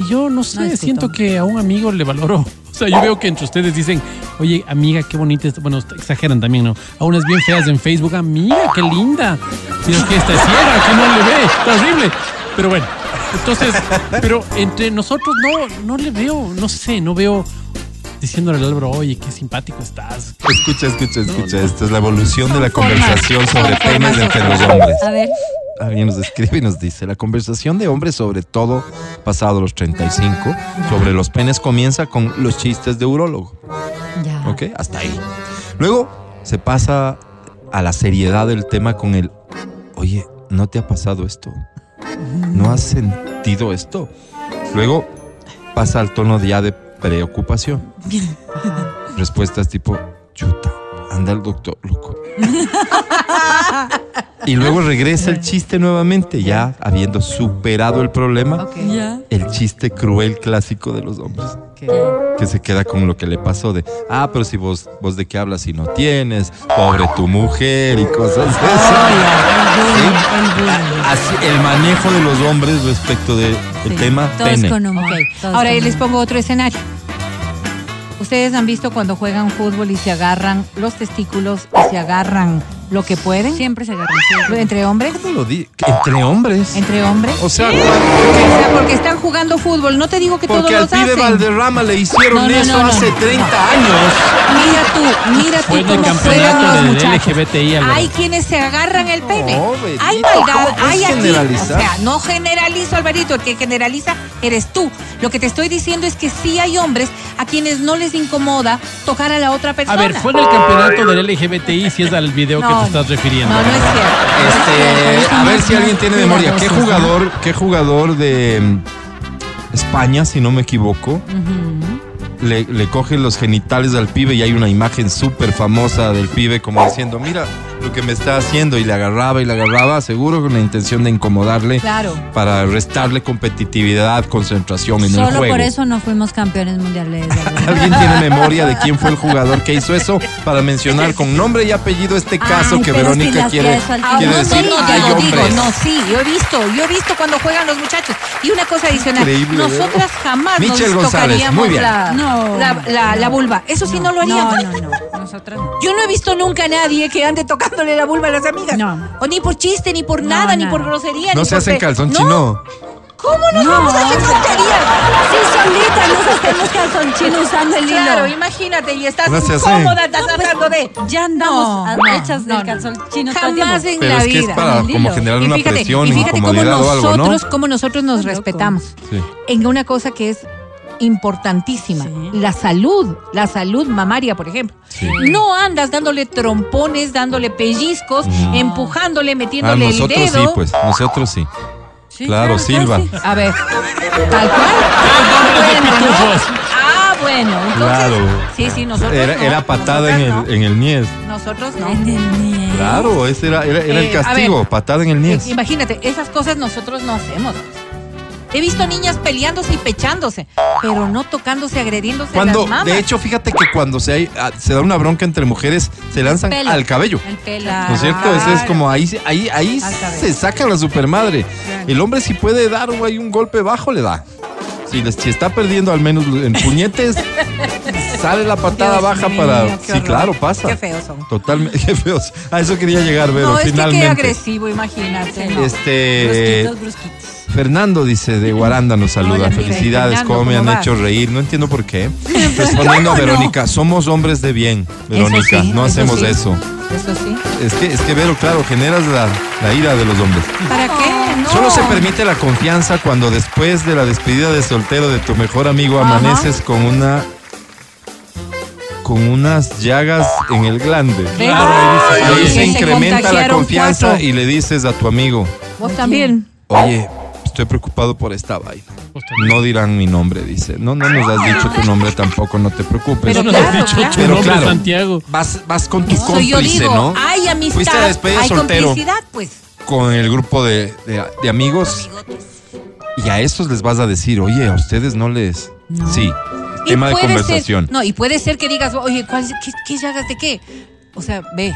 Speaker 3: Y yo no sé,
Speaker 7: No discuto.
Speaker 3: siento que a un amigo le valoró. O sea, yo veo que entre ustedes dicen, oye, amiga, qué bonita. es-". Bueno, exageran también, ¿no? A unas bien feas en Facebook, amiga, qué linda. Sino que está ciega, que no le ve. Está horrible. Pero bueno, Entonces, pero entre nosotros no, no le veo, no sé, no veo diciéndole al Álvaro, oye, qué simpático estás.
Speaker 2: Escucha, escucha, escucha.
Speaker 3: no.
Speaker 2: Esta es la evolución de la
Speaker 7: Son formas,
Speaker 2: conversación
Speaker 7: son
Speaker 2: sobre
Speaker 7: formas
Speaker 2: penes
Speaker 7: de
Speaker 2: entre los
Speaker 7: hablar.
Speaker 2: hombres.
Speaker 7: A ver,
Speaker 2: Alguien nos escribe y nos dice, la conversación de hombres sobre todo pasado los 35 sobre los penes comienza con los chistes de urólogo,
Speaker 7: ya.
Speaker 2: ¿ok? Hasta ahí. Luego se pasa a la seriedad del tema con el, oye, ¿no te ha pasado esto? ¿No has sentido esto? Luego pasa al tono ya de preocupación. Respuestas tipo, chuta, anda el doctor, loco. Y luego regresa el chiste nuevamente, ya habiendo superado el problema,
Speaker 4: Ok.
Speaker 7: Ya.
Speaker 2: el chiste cruel clásico de los hombres, que se queda con lo que le pasó de, ah, pero si vos, vos de qué hablas si no tienes, pobre tu mujer y cosas de esas. ¿Sí? Así, el manejo de los hombres respecto del
Speaker 7: Sí,
Speaker 2: tema
Speaker 7: Todos
Speaker 2: pene.
Speaker 7: con humor.
Speaker 4: Ok.
Speaker 7: todos
Speaker 4: Ahora
Speaker 7: con
Speaker 4: yo les
Speaker 7: humor.
Speaker 4: pongo otro escenario. ¿Ustedes han visto cuando juegan fútbol y se agarran los testículos y se agarran lo que pueden?
Speaker 7: Siempre se agarran. siempre.
Speaker 4: ¿Entre hombres?
Speaker 2: ¿Cómo lo di? Entre hombres.
Speaker 4: ¿Entre hombres?
Speaker 2: O sea,
Speaker 4: O sea, porque están jugando fútbol. No te digo que
Speaker 2: porque al
Speaker 4: todos los
Speaker 2: pibe
Speaker 4: hacen.
Speaker 2: Valderrama le hicieron
Speaker 4: No, no,
Speaker 2: eso
Speaker 4: no, no.
Speaker 2: hace 30 años.
Speaker 4: Mira tú, mira tú
Speaker 3: Fue en el
Speaker 4: cómo
Speaker 3: campeonato
Speaker 4: juegan los
Speaker 3: del
Speaker 4: muchachos.
Speaker 3: LGBTI, Álvaro.
Speaker 4: Hay quienes se agarran el pene.
Speaker 2: Betito,
Speaker 4: hay maldad,
Speaker 2: ¿cómo
Speaker 4: hay
Speaker 2: es
Speaker 4: aquí.
Speaker 2: generalizar?
Speaker 4: O sea, no generalizo, Alvarito, el que generaliza eres tú. Lo que te estoy diciendo es que sí hay hombres a quienes no les incomoda tocar a la otra
Speaker 3: A
Speaker 4: persona.
Speaker 3: ver, fue en el campeonato del LGBTI, si es al video que te estás refiriendo.
Speaker 4: No, no es cierto.
Speaker 2: Este, a ver si alguien tiene memoria. ¿Qué jugador, qué jugador de mm, España, si no me equivoco, le, le coge los genitales al pibe y hay una imagen súper famosa del pibe como diciendo, mira lo que me está haciendo y le agarraba y le agarraba, seguro con la intención de incomodarle
Speaker 4: Claro.
Speaker 2: para restarle competitividad, concentración en el
Speaker 7: Solo
Speaker 2: juego.
Speaker 7: por eso no fuimos campeones mundiales. de verdad.
Speaker 2: ¿Alguien tiene memoria de quién fue el jugador que hizo eso para mencionar con nombre y apellido este caso
Speaker 7: Ay,
Speaker 2: que
Speaker 7: pero es
Speaker 2: Verónica
Speaker 7: las
Speaker 2: quiere,
Speaker 7: piezas,
Speaker 4: Ah,
Speaker 2: quiere
Speaker 4: no,
Speaker 2: decir?
Speaker 4: no, no,
Speaker 2: hay
Speaker 4: yo no digo,
Speaker 2: hombres.
Speaker 4: no, sí, yo he visto, yo he visto cuando juegan los muchachos. Y una cosa adicional,
Speaker 2: Increíble, ¿verdad?
Speaker 4: nosotras jamás
Speaker 2: Michelle
Speaker 4: nos
Speaker 2: González,
Speaker 4: tocaríamos
Speaker 2: muy bien.
Speaker 4: La,
Speaker 7: No.
Speaker 4: la, la- la vulva. Eso sí no, lo haríamos.
Speaker 7: No, no, no. Nosotras no.
Speaker 4: Yo no he visto nunca a nadie que ande tocándole la vulva a las amigas.
Speaker 7: No.
Speaker 4: O ni por chiste, ni por
Speaker 7: No,
Speaker 4: nada, ni
Speaker 7: no.
Speaker 4: por grosería.
Speaker 2: No
Speaker 4: ni
Speaker 2: se
Speaker 4: por
Speaker 2: hacen
Speaker 4: pe-
Speaker 2: calzón
Speaker 4: No,
Speaker 2: chino.
Speaker 4: ¿Cómo nos
Speaker 7: No,
Speaker 4: vamos a hacer
Speaker 7: o sea,
Speaker 4: tonterías?
Speaker 7: Sí, solita nos hacemos calzoncino usando el hilo.
Speaker 4: Claro, imagínate, y estás
Speaker 2: No se hace.
Speaker 4: cómoda, estás
Speaker 7: pues,
Speaker 4: hablando de...
Speaker 7: Ya andamos
Speaker 4: No,
Speaker 7: a- hechas
Speaker 4: no,
Speaker 7: del
Speaker 4: no.
Speaker 7: calzón chino todo el
Speaker 4: Jamás
Speaker 7: tiempo.
Speaker 4: en
Speaker 2: Pero
Speaker 4: la
Speaker 2: es que es
Speaker 4: vida.
Speaker 2: para
Speaker 7: Con el
Speaker 2: como
Speaker 7: hilo.
Speaker 2: generar una presión,
Speaker 4: y fíjate cómo
Speaker 2: incomodidad o algo, ¿no?
Speaker 4: nosotros, cómo nosotros nos
Speaker 7: Loco.
Speaker 4: respetamos
Speaker 2: Sí.
Speaker 4: en una cosa que es importantísima,
Speaker 7: Sí.
Speaker 4: la salud, la salud mamaria, por ejemplo. No andas dándole trompones, dándole pellizcos, empujándole,
Speaker 2: Ah,
Speaker 4: metiéndole el
Speaker 2: nosotros sí,
Speaker 4: dedo.
Speaker 2: pues. Nosotros sí.
Speaker 7: Sí,
Speaker 2: Claro, Silva.
Speaker 7: sí.
Speaker 4: A ver, tal cual.
Speaker 3: hombres de
Speaker 4: Bueno, ¿no?
Speaker 3: pitufos.
Speaker 4: Ah, bueno, entonces.
Speaker 2: Claro.
Speaker 4: Sí, sí, nosotros.
Speaker 2: Era,
Speaker 4: no,
Speaker 2: era patada en
Speaker 4: nosotras
Speaker 2: el, en el niez.
Speaker 4: no, Nosotros no.
Speaker 7: En el nieve.
Speaker 2: Claro, ese era, era, era
Speaker 4: Eh,
Speaker 2: el
Speaker 4: a
Speaker 2: castigo,
Speaker 4: ver.
Speaker 2: patada en el niez.
Speaker 4: I- Eh, Imagínate, esas cosas nosotros no hacemos. He visto niñas peleándose y pechándose, pero no tocándose, agrediéndose
Speaker 2: Cuando,
Speaker 4: las mamas.
Speaker 2: de hecho, fíjate que cuando se, hay, ah, se da una bronca entre mujeres, se lanzan
Speaker 7: pelo.
Speaker 2: al cabello.
Speaker 7: El pelo.
Speaker 2: ¿No es cierto? Ese es como ahí, se- ahí, ahí
Speaker 4: Al cabello.
Speaker 2: se saca la supermadre. El hombre si puede dar güey, un golpe bajo, le da. Si, les- si está perdiendo al menos en puñetes, sale la patada
Speaker 4: Dios
Speaker 2: baja
Speaker 4: mío,
Speaker 2: para...
Speaker 4: qué
Speaker 2: Sí,
Speaker 4: horror.
Speaker 2: claro, pasa.
Speaker 4: Qué feos son.
Speaker 2: Totalmente, qué feos. A eso quería llegar, Vero,
Speaker 4: no, es que qué
Speaker 2: finalmente.
Speaker 4: agresivo, imagínate. no.
Speaker 2: este
Speaker 7: Brusquitos, brusquitos.
Speaker 2: Fernando dice de Guaranda nos saluda.
Speaker 4: Hola, mi
Speaker 2: Felicidades,
Speaker 4: Fernando,
Speaker 2: cómo me han
Speaker 4: ¿cómo vas?
Speaker 2: hecho reír. No entiendo por qué. Respondiendo a
Speaker 4: ¿Cómo no?
Speaker 2: Verónica, somos hombres de bien, Verónica.
Speaker 4: sí,
Speaker 2: no
Speaker 4: eso
Speaker 2: hacemos
Speaker 4: sí.
Speaker 2: eso.
Speaker 4: Eso sí.
Speaker 2: Es que, es que Vero, claro, generas la, la ira de los hombres.
Speaker 4: ¿Para qué? No.
Speaker 2: Solo se permite la confianza cuando después de la despedida de soltero de tu mejor amigo
Speaker 4: Ajá.
Speaker 2: amaneces con una con unas llagas en el glande.
Speaker 4: Ve,
Speaker 3: Claro,
Speaker 4: ay,
Speaker 2: Ahí
Speaker 4: que
Speaker 2: se
Speaker 4: se
Speaker 2: incrementa la
Speaker 4: contagiaron
Speaker 2: confianza
Speaker 4: cuatro.
Speaker 2: y le dices a tu amigo,
Speaker 4: Vos también.
Speaker 2: oye, estoy preocupado por esta vaina. No dirán mi nombre, dice. No, no nos has dicho tu nombre tampoco, no te preocupes.
Speaker 4: Pero
Speaker 3: No nos
Speaker 4: claro,
Speaker 3: has dicho
Speaker 4: claro.
Speaker 3: tu
Speaker 2: Pero
Speaker 3: nombre,
Speaker 2: claro.
Speaker 3: Santiago.
Speaker 2: Vas, vas con tu
Speaker 4: Eso yo
Speaker 2: cómplice,
Speaker 4: digo,
Speaker 2: ¿no?
Speaker 4: hay
Speaker 2: Fuiste a
Speaker 4: amistad,
Speaker 2: la despedida
Speaker 4: hay
Speaker 2: soltero.
Speaker 4: complicidad, pues.
Speaker 2: Con el grupo de, de- de amigos. Y a estos les vas a decir, oye, a ustedes no les... Sí,
Speaker 4: Y
Speaker 2: tema de
Speaker 4: puede ser-
Speaker 2: conversación.
Speaker 4: no, y puede ser que digas, oye, ¿cuál, qué, ¿qué llagas de qué? O sea, ve.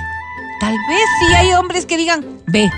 Speaker 4: Tal vez sí hay hombres que digan, ve.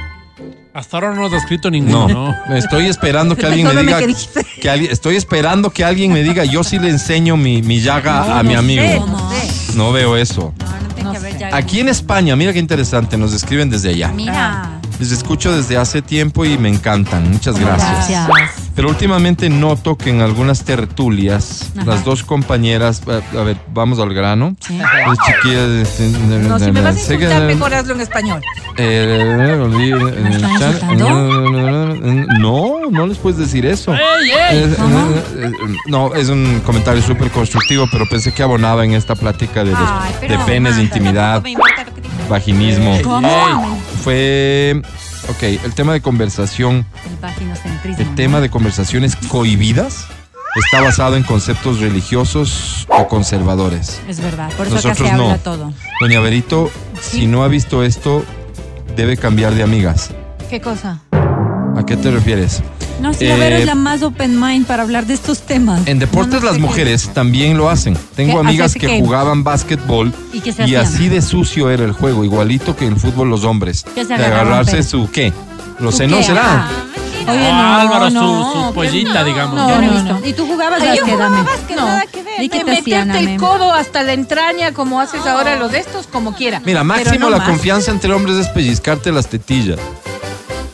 Speaker 3: Hasta ahora no nos ha escrito
Speaker 2: No,
Speaker 3: ninguno, ¿no?
Speaker 2: estoy esperando que alguien me
Speaker 4: Perdóname
Speaker 2: diga...
Speaker 4: que dijiste.
Speaker 2: que alguien- estoy esperando que alguien me diga, yo sí le enseño mi, mi llaga a mi amigo.
Speaker 4: sé,
Speaker 7: no
Speaker 2: No veo eso.
Speaker 7: Tiene que haber ya-
Speaker 2: Aquí en España, mira qué interesante, nos escriben desde allá.
Speaker 7: Mira.
Speaker 2: Les escucho desde hace tiempo y me encantan. Muchas gracias.
Speaker 7: Gracias.
Speaker 2: Pero últimamente noto que en algunas tertulias,
Speaker 7: Ajá.
Speaker 2: las dos compañeras, a a ver, vamos al grano. Las chiquillas. este,
Speaker 4: No, si me vas a
Speaker 2: sé que-
Speaker 4: insultar, mejor hazlo en español.
Speaker 7: están
Speaker 2: Eh, No, no les puedes decir eso. Eh, eh, eh, No, es un comentario súper constructivo, pero pensé que abonaba en esta plática de, los-
Speaker 7: Ay, pero
Speaker 2: de penes,
Speaker 7: Amanda,
Speaker 2: intimidad,
Speaker 6: Me importa lo que digas.
Speaker 2: vaginismo.
Speaker 7: ¿Cómo?
Speaker 2: Fue, ok, el tema de conversación,
Speaker 7: El vaginocentrismo.
Speaker 2: el este tema de conversaciones cohibidas está basado en conceptos religiosos o conservadores.
Speaker 7: Es verdad, por eso acá
Speaker 2: Nosotros
Speaker 7: se
Speaker 2: no.
Speaker 7: habla todo.
Speaker 2: Doña Berito, si no ha visto esto, debe cambiar de amigas.
Speaker 4: ¿Qué cosa?
Speaker 2: ¿A qué te refieres?
Speaker 7: No, si
Speaker 2: Eh,
Speaker 7: la Vero es la más open mind para hablar de estos temas.
Speaker 2: En deportes
Speaker 4: No, no
Speaker 2: las
Speaker 4: sé qué.
Speaker 2: mujeres también lo hacen. Tengo
Speaker 4: ¿Qué?
Speaker 2: amigas
Speaker 4: ¿Hacerse
Speaker 2: que
Speaker 4: qué?
Speaker 2: jugaban básquetbol
Speaker 7: ¿Y qué se
Speaker 2: y
Speaker 7: hacían?
Speaker 2: así de sucio era el juego, igualito que en el fútbol los hombres.
Speaker 7: Que se
Speaker 2: De
Speaker 7: agarraban,
Speaker 2: agarrarse
Speaker 7: pero-
Speaker 2: su qué. Los
Speaker 7: ¿Su
Speaker 2: senos
Speaker 7: qué? Ah,
Speaker 2: será.
Speaker 7: Ajá.
Speaker 4: Oye, no,
Speaker 3: Álvaro,
Speaker 4: no,
Speaker 3: su, su pollita, digamos.
Speaker 4: no,
Speaker 7: Yo no he
Speaker 4: no,
Speaker 7: visto.
Speaker 4: no.
Speaker 7: Y tú jugabas
Speaker 4: Ay, yo
Speaker 7: básquet,
Speaker 4: jugaba
Speaker 7: dame.
Speaker 6: básquet, nada que ver.
Speaker 7: ¿Y qué
Speaker 4: Me
Speaker 7: te hacían,
Speaker 4: meterte
Speaker 7: amén?
Speaker 4: el codo hasta la entraña como haces ahora lo de estos, como quiera.
Speaker 2: Mira, máximo
Speaker 4: Pero no
Speaker 2: la
Speaker 4: más.
Speaker 2: confianza entre hombres es pellizcarte las tetillas.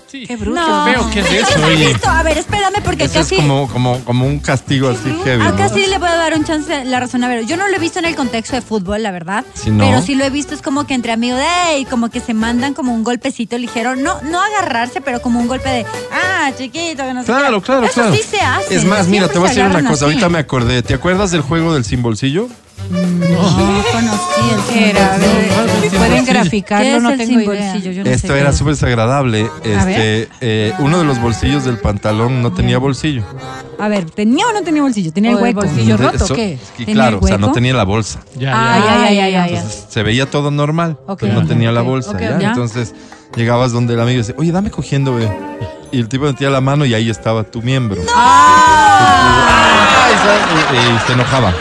Speaker 3: Sí.
Speaker 4: Qué bruto.
Speaker 7: No.
Speaker 3: Veo que es
Speaker 7: Yo
Speaker 3: eso,
Speaker 7: no he
Speaker 3: oye.
Speaker 7: visto. A ver, espérame porque
Speaker 2: Eso es
Speaker 7: casi...
Speaker 2: como, como, como un castigo así heavy. ¿no?
Speaker 7: Acá sí Ah, le voy a dar un chance la razón a Vero. Yo no lo he visto en el contexto de fútbol, la verdad.
Speaker 2: Sí, no.
Speaker 7: Pero sí lo he visto, es como que entre amigos, ¡ey! Como que se mandan como un golpecito ligero. No, no agarrarse, pero como un golpe de, ¡ah, chiquito! Que no sé
Speaker 2: Claro,
Speaker 7: qué".
Speaker 2: claro,
Speaker 7: Eso
Speaker 2: claro.
Speaker 7: sí se hace.
Speaker 2: Es más, mira,
Speaker 7: Siempre
Speaker 2: te voy a
Speaker 7: se
Speaker 2: decir una
Speaker 7: agarran
Speaker 2: cosa.
Speaker 7: así.
Speaker 2: Ahorita me acordé. ¿Te acuerdas del juego del sin bolsillo?
Speaker 7: No conocí el
Speaker 4: ¿Qué era? A ver, ¿Pueden graficarlo? No tengo idea.
Speaker 7: Yo no sé
Speaker 2: Esto
Speaker 7: qué
Speaker 2: era
Speaker 7: es.
Speaker 2: súper desagradable. Este, eh, uno de los bolsillos del pantalón no tenía bolsillo.
Speaker 7: A ver, ¿tenía o no tenía bolsillo? Tenía el
Speaker 4: O el
Speaker 7: hueco.
Speaker 4: bolsillo. ¿Yo
Speaker 2: De-
Speaker 4: roto o
Speaker 2: eso-
Speaker 4: qué?
Speaker 2: y
Speaker 7: ¿Tenía
Speaker 2: claro, o sea, no
Speaker 7: hueco?
Speaker 2: tenía la bolsa.
Speaker 3: Ya,
Speaker 4: Ay,
Speaker 3: ya.
Speaker 4: ay, ay, ay, ay.
Speaker 2: Se veía todo normal,
Speaker 4: Ok.
Speaker 2: pero no tenía la
Speaker 4: Ok,
Speaker 2: bolsa.
Speaker 4: ok,
Speaker 2: ¿ya?
Speaker 4: ok.
Speaker 2: Entonces llegabas donde el amigo y decía, oye, dame cogiendo, güey. Y el tipo metía la mano y ahí estaba tu miembro. ¡Ay! ¿sabes? Y, y se enojaba.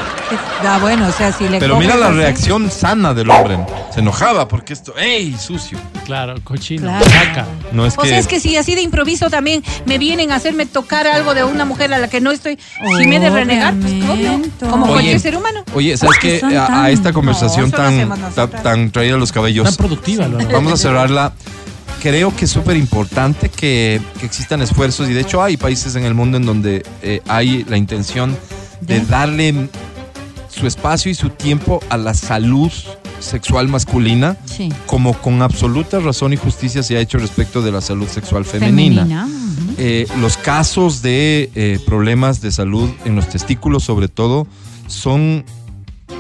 Speaker 4: Ah, bueno, o sea, si le
Speaker 2: Pero mira
Speaker 4: cobras
Speaker 2: la
Speaker 4: así-
Speaker 2: reacción sana del hombre. Se enojaba porque esto, ¡ey, sucio!
Speaker 3: Claro, cochino.
Speaker 4: Claro.
Speaker 3: Saca.
Speaker 2: No es
Speaker 4: O
Speaker 2: que...
Speaker 4: sea, es que si así de improviso también me vienen a hacerme tocar algo de una mujer a la que no estoy, si me he de renegar, pues obvio,
Speaker 7: Obviamente.
Speaker 4: como
Speaker 2: Oye.
Speaker 4: cualquier ser humano.
Speaker 2: Oye, ¿sabes
Speaker 7: que
Speaker 2: qué?
Speaker 7: son
Speaker 2: A, a
Speaker 7: tan-
Speaker 2: esta conversación
Speaker 4: No, eso lo
Speaker 2: tan,
Speaker 4: hacemos nosotras.
Speaker 2: tan, tan traída a los cabellos.
Speaker 3: Tan productiva, Álvaro.
Speaker 2: Vamos a cerrarla. Creo que es súper importante que, que existan esfuerzos y de hecho hay países en el mundo en donde eh, hay la intención de darle su espacio y su tiempo a la salud sexual masculina
Speaker 7: Sí.
Speaker 2: como con absoluta razón y justicia se ha hecho respecto de la salud sexual femenina.
Speaker 4: mm,
Speaker 2: Eh, los casos de eh, problemas de salud en los testículos sobre todo son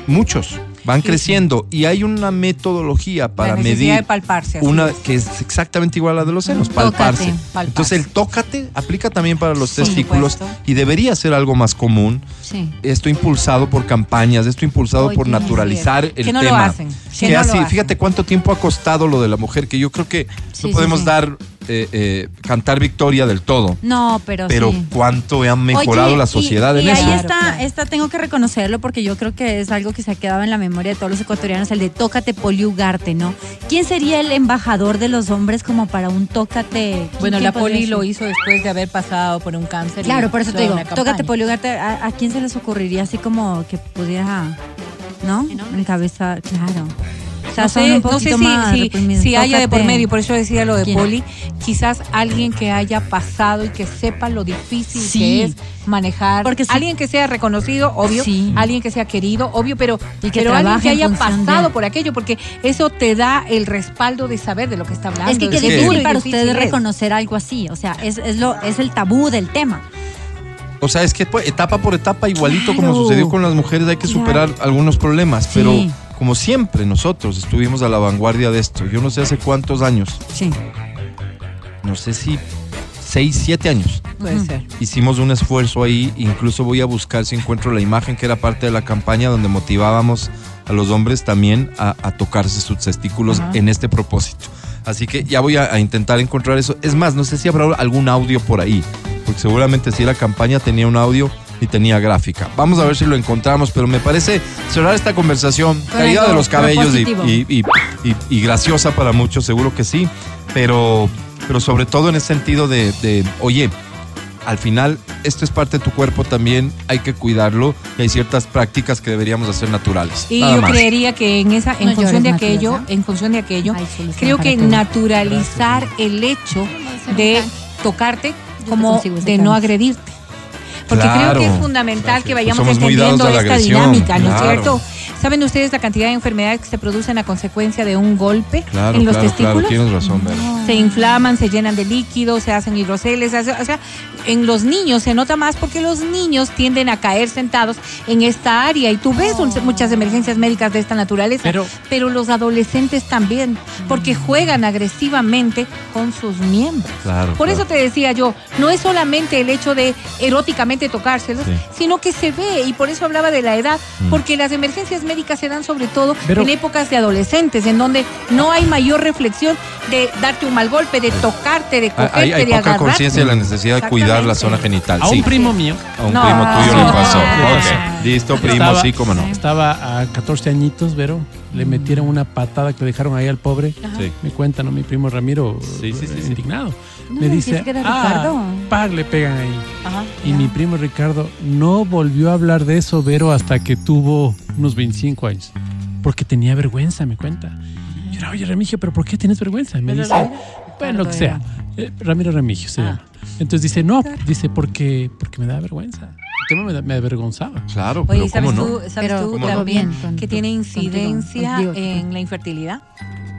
Speaker 2: muchos, van creciendo y hay una metodología para
Speaker 4: la necesidad
Speaker 2: medir
Speaker 4: de palparse. así
Speaker 2: una
Speaker 4: es.
Speaker 2: que es exactamente igual a la de los senos,
Speaker 7: Tócate,
Speaker 2: palparse.
Speaker 4: palparse.
Speaker 2: Entonces el tócate aplica también para los
Speaker 4: Por
Speaker 2: testículos
Speaker 4: supuesto.
Speaker 2: y debería ser algo más común.
Speaker 7: Sí.
Speaker 2: Esto impulsado por campañas, esto impulsado
Speaker 7: Oye,
Speaker 2: por
Speaker 7: así es.
Speaker 2: naturalizar el
Speaker 4: Que no lo
Speaker 2: tema.
Speaker 4: hacen, que
Speaker 2: Que
Speaker 4: no lo
Speaker 2: así,
Speaker 4: hacen.
Speaker 2: fíjate cuánto tiempo ha costado lo de la mujer, que yo creo que
Speaker 7: Sí, sí,
Speaker 2: no podemos
Speaker 7: sí.
Speaker 2: dar eh, eh, cantar victoria del todo.
Speaker 7: No, pero,
Speaker 2: Pero
Speaker 7: sí.
Speaker 2: cuánto han mejorado
Speaker 7: Oye,
Speaker 2: la
Speaker 7: y-
Speaker 2: sociedad
Speaker 7: y,
Speaker 2: en eso.
Speaker 7: ahí
Speaker 4: Claro,
Speaker 7: está,
Speaker 4: claro.
Speaker 7: está, tengo que reconocerlo porque yo creo que es algo que se ha quedado en la memoria de todos los ecuatorianos, el de tócate, poliugarte, ¿no? ¿Quién sería el embajador de los hombres como para un tócate? ¿Quién-
Speaker 4: Bueno,
Speaker 7: quién
Speaker 4: la
Speaker 7: podría
Speaker 4: poli
Speaker 7: ser?
Speaker 4: lo hizo después de haber pasado por un cáncer. y
Speaker 7: Claro, por eso te
Speaker 4: toda
Speaker 7: digo,
Speaker 4: una campaña.
Speaker 7: tócate, poliugarte, ¿a, ¿a quién se les ocurriría así como que pudiera, ¿no? Encabezar, claro. O sea,
Speaker 4: No
Speaker 7: son
Speaker 4: sé, no
Speaker 7: un
Speaker 4: sé
Speaker 7: poquito
Speaker 4: si,
Speaker 7: más
Speaker 4: si-
Speaker 7: reprimidos.
Speaker 4: si haya de por
Speaker 7: Tócate.
Speaker 4: medio, por eso decía lo de
Speaker 7: ¿Quién?
Speaker 4: poli, quizás alguien que haya pasado y que sepa lo difícil
Speaker 7: Sí.
Speaker 4: que es manejar.
Speaker 7: Porque sí.
Speaker 4: Alguien que sea reconocido, obvio,
Speaker 7: Sí.
Speaker 4: alguien que sea querido, obvio, pero,
Speaker 7: Y que
Speaker 4: pero alguien
Speaker 7: trabaje
Speaker 4: que
Speaker 7: en
Speaker 4: haya
Speaker 7: función de-
Speaker 4: pasado por aquello, porque eso te da el respaldo de saber de lo que está hablando.
Speaker 7: Es que
Speaker 4: de
Speaker 7: qué
Speaker 2: Sí.
Speaker 4: duro y
Speaker 7: difícil para
Speaker 4: difícil
Speaker 7: ustedes
Speaker 4: es.
Speaker 7: reconocer algo así, o sea, es, es lo, es el tabú del tema.
Speaker 2: O sea, es que pues, etapa por etapa, igualito como
Speaker 7: Claro.
Speaker 2: sucedió con las mujeres, hay que
Speaker 7: Claro.
Speaker 2: superar algunos problemas.
Speaker 7: Sí.
Speaker 2: Pero como siempre, nosotros estuvimos a la vanguardia de esto. Yo no sé hace cuántos años,
Speaker 7: Sí.
Speaker 2: no sé si 6, 7 años.
Speaker 4: Puede ser.
Speaker 2: Hicimos un esfuerzo ahí, incluso voy a buscar si encuentro la imagen que era parte de la campaña donde motivábamos a los hombres también a, a tocarse sus testículos en este propósito. Así que ya voy a, a intentar encontrar eso. Es más, no sé si habrá algún audio por ahí, porque seguramente si la campaña tenía un audio y tenía gráfica. Vamos a ver si lo encontramos, pero me parece cerrar esta conversación,
Speaker 7: Con
Speaker 2: caída
Speaker 7: algo
Speaker 2: de los cabellos y,
Speaker 7: propositivo.
Speaker 2: y- y- y- y graciosa para muchos, seguro que sí, pero, pero sobre todo en el sentido de, de, oye, al final esto es parte de tu cuerpo también, hay que cuidarlo y hay ciertas prácticas que deberíamos hacer naturales.
Speaker 4: Y
Speaker 2: Nada
Speaker 4: yo
Speaker 2: más.
Speaker 4: creería que en esa, en
Speaker 7: No
Speaker 4: función de
Speaker 7: llores, Matías,
Speaker 4: aquello,
Speaker 7: ¿ah?
Speaker 4: en función de aquello,
Speaker 7: Hay solución
Speaker 4: creo
Speaker 7: para
Speaker 4: que
Speaker 7: todo.
Speaker 4: naturalizar el hecho de tocarte
Speaker 7: como
Speaker 4: como de no agredirte. Porque
Speaker 2: Claro. Pues
Speaker 4: creo que es fundamental que vayamos
Speaker 2: Somos muy dados
Speaker 4: entendiendo
Speaker 2: a la
Speaker 4: esta
Speaker 2: agresión,
Speaker 4: dinámica, ¿no es
Speaker 2: claro.
Speaker 4: cierto? ¿Saben ustedes la cantidad de enfermedades que se producen a consecuencia de un golpe
Speaker 2: Claro,
Speaker 4: en los
Speaker 2: claro, claro,
Speaker 4: testículos?
Speaker 2: tienes razón, Vero.
Speaker 4: se inflaman, se llenan de líquido, se hacen hidroceles, se hace- o sea, en los niños se nota más porque los niños tienden a caer sentados en esta área y tú ves un- muchas emergencias médicas de esta naturaleza,
Speaker 3: Pero-
Speaker 4: pero, los adolescentes también, porque juegan agresivamente con sus miembros.
Speaker 2: Claro,
Speaker 4: Por
Speaker 2: claro.
Speaker 4: eso te decía yo, no es solamente el hecho de eróticamente tocárselos,
Speaker 2: Sí. Mm.
Speaker 4: sino que se ve, y por eso hablaba de la edad, porque las emergencias médicas se dan sobre todo
Speaker 3: Pero-
Speaker 4: en épocas de adolescentes, en donde no hay mayor reflexión de darte un mal golpe, de tocarte, de
Speaker 2: Ah,
Speaker 4: cogerte,
Speaker 2: Hay, hay
Speaker 4: de
Speaker 2: poca
Speaker 4: agarrarte.
Speaker 2: conciencia de la necesidad de cuidar la zona genital.
Speaker 3: A
Speaker 2: sí.
Speaker 3: un primo mío
Speaker 2: A un
Speaker 4: No.
Speaker 2: primo tuyo le
Speaker 4: No.
Speaker 2: pasó.
Speaker 4: No.
Speaker 2: Ok. Listo, primo,
Speaker 3: Estaba-
Speaker 2: sí, cómo no.
Speaker 3: Estaba a 14 añitos, Vero. Le metieron una patada que le dejaron ahí al pobre.
Speaker 2: Sí.
Speaker 3: Me cuenta, ¿no? Mi primo Ramiro,
Speaker 2: Sí, sí, sí, sí.
Speaker 3: indignado.
Speaker 7: No,
Speaker 3: me
Speaker 7: no,
Speaker 3: dice,
Speaker 7: es que era Ricardo".
Speaker 3: ah, par, le pegan ahí.
Speaker 4: Ajá,
Speaker 3: Y
Speaker 4: ya.
Speaker 3: mi primo Ricardo no volvió a hablar de eso, Vero, hasta que tuvo unos 25 años. Porque tenía vergüenza, me cuenta. Yo era, oye, Remigio, ¿pero por qué tienes vergüenza? Me dice, bueno, lo que sea. Eh, Ramiro Remigio
Speaker 4: Ah.
Speaker 3: se llama. Entonces dice, no, dice, porque, porque me da vergüenza. El tema me, da- me avergonzaba.
Speaker 2: Claro,
Speaker 4: Oye,
Speaker 2: pero
Speaker 4: ¿y
Speaker 2: cómo
Speaker 4: ¿sabes
Speaker 2: no.
Speaker 4: tú, sabes
Speaker 7: Pero
Speaker 4: tú
Speaker 2: ¿cómo no?
Speaker 4: también
Speaker 7: Bien,
Speaker 4: que tiene
Speaker 7: contigo,
Speaker 4: incidencia
Speaker 7: contigo.
Speaker 4: en la infertilidad?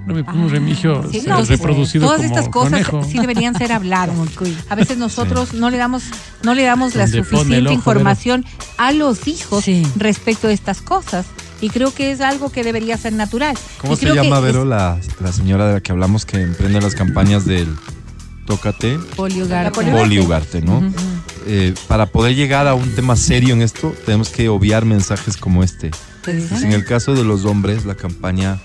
Speaker 3: No, mi primo Remigio
Speaker 4: Ah, Sí,
Speaker 3: se
Speaker 4: no,
Speaker 3: ha reproducido
Speaker 4: todas
Speaker 3: como
Speaker 4: estas cosas
Speaker 3: conejo.
Speaker 4: sí deberían ser habladas.
Speaker 7: Como el cuy.
Speaker 4: A veces nosotros no le damos no le damos la
Speaker 3: Donde pone el
Speaker 4: suficiente
Speaker 3: ojo,
Speaker 4: información a los hijos
Speaker 7: Sí.
Speaker 4: respecto de estas cosas y creo que es algo que debería ser natural.
Speaker 2: ¿Cómo
Speaker 4: Y
Speaker 2: se
Speaker 4: creo que
Speaker 2: llama,
Speaker 4: es
Speaker 2: Vero, la, la señora de la que hablamos que emprende las campañas del Tócate?
Speaker 4: la
Speaker 7: poliugar.
Speaker 4: poliugar-
Speaker 2: Poliugarte, ¿no? Eh, para poder llegar a un tema serio en esto, tenemos que obviar mensajes como este. Pues en el caso de los hombres, la campaña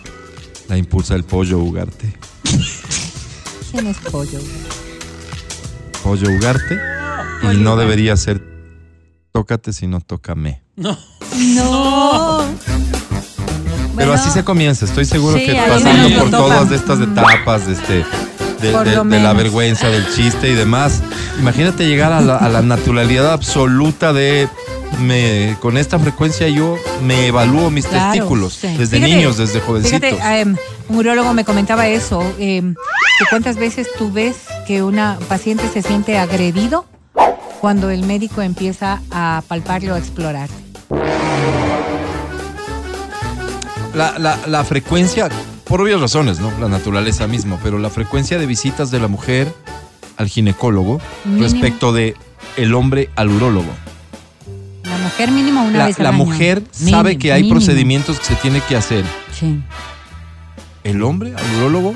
Speaker 2: la impulsa el pollo Ugarte.
Speaker 4: ¿Quién es pollo?
Speaker 2: Pollo Ugarte. Y no debería ser tócate, sino tócame.
Speaker 4: No.
Speaker 2: Pero así se comienza, estoy seguro
Speaker 4: Sí,
Speaker 2: que
Speaker 4: ahí
Speaker 2: pasando
Speaker 4: menos
Speaker 2: por
Speaker 4: lo topan.
Speaker 2: todas estas etapas de, este, de,
Speaker 4: Por
Speaker 2: de- de la
Speaker 4: lo menos.
Speaker 2: vergüenza, del chiste y demás. Imagínate llegar a la, a la naturalidad absoluta de me, con esta frecuencia yo me evalúo mis
Speaker 4: Claro,
Speaker 2: testículos
Speaker 4: sí.
Speaker 2: desde
Speaker 4: Fíjate,
Speaker 2: niños, desde jovencitos.
Speaker 4: Fíjate, em, un urólogo me comentaba eso, em, que cuántas veces tú ves que una paciente se siente agredido cuando el médico empieza a palparle o a explorar.
Speaker 2: La, la- la frecuencia, por obvias razones, ¿no? La naturaleza misma, pero la frecuencia de visitas de la mujer al ginecólogo
Speaker 4: Mínimo.
Speaker 2: respecto de el hombre al urólogo.
Speaker 7: La mujer mínimo una
Speaker 2: La,
Speaker 7: vez al
Speaker 2: la
Speaker 7: año.
Speaker 2: mujer
Speaker 7: Mínimo,
Speaker 2: sabe que hay
Speaker 7: mínimo.
Speaker 2: procedimientos que se tiene que hacer.
Speaker 7: Sí.
Speaker 2: ¿El hombre al urólogo?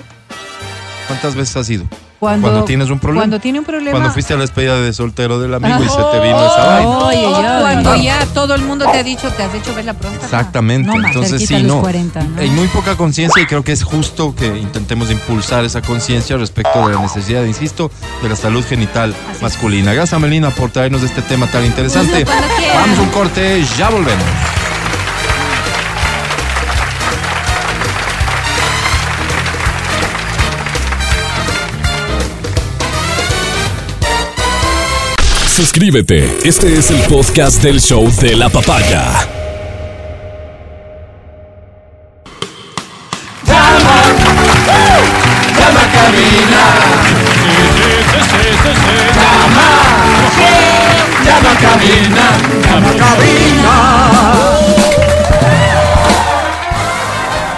Speaker 2: ¿Cuántas veces has ido?
Speaker 4: Cuando,
Speaker 2: Cuando tienes un problema.
Speaker 4: cuando
Speaker 2: Cuando,
Speaker 4: tiene un problema. Ah,
Speaker 2: fuiste a la despedida de soltero del amigo y se te
Speaker 7: Ah,
Speaker 2: vino
Speaker 7: oh.
Speaker 2: esa vaina. Ah,
Speaker 7: Oye,
Speaker 4: o
Speaker 7: ya,
Speaker 4: cuando
Speaker 7: oye.
Speaker 4: ya todo el mundo te ha dicho, te has hecho ver la próstata.
Speaker 2: Exactamente.
Speaker 4: No más.
Speaker 2: Entonces
Speaker 7: cerquita
Speaker 2: sí,
Speaker 7: a los
Speaker 2: no.
Speaker 7: 40, ¿no?
Speaker 2: Hay muy poca conciencia y creo que es justo que intentemos impulsar esa conciencia respecto de la necesidad, insisto, de la salud genital masculina. Gracias, Melina, por traernos este tema tan interesante.
Speaker 4: Cuando quieras.
Speaker 2: Vamos a un corte, ya volvemos.
Speaker 1: Suscríbete. Este es el podcast del show de la papaya.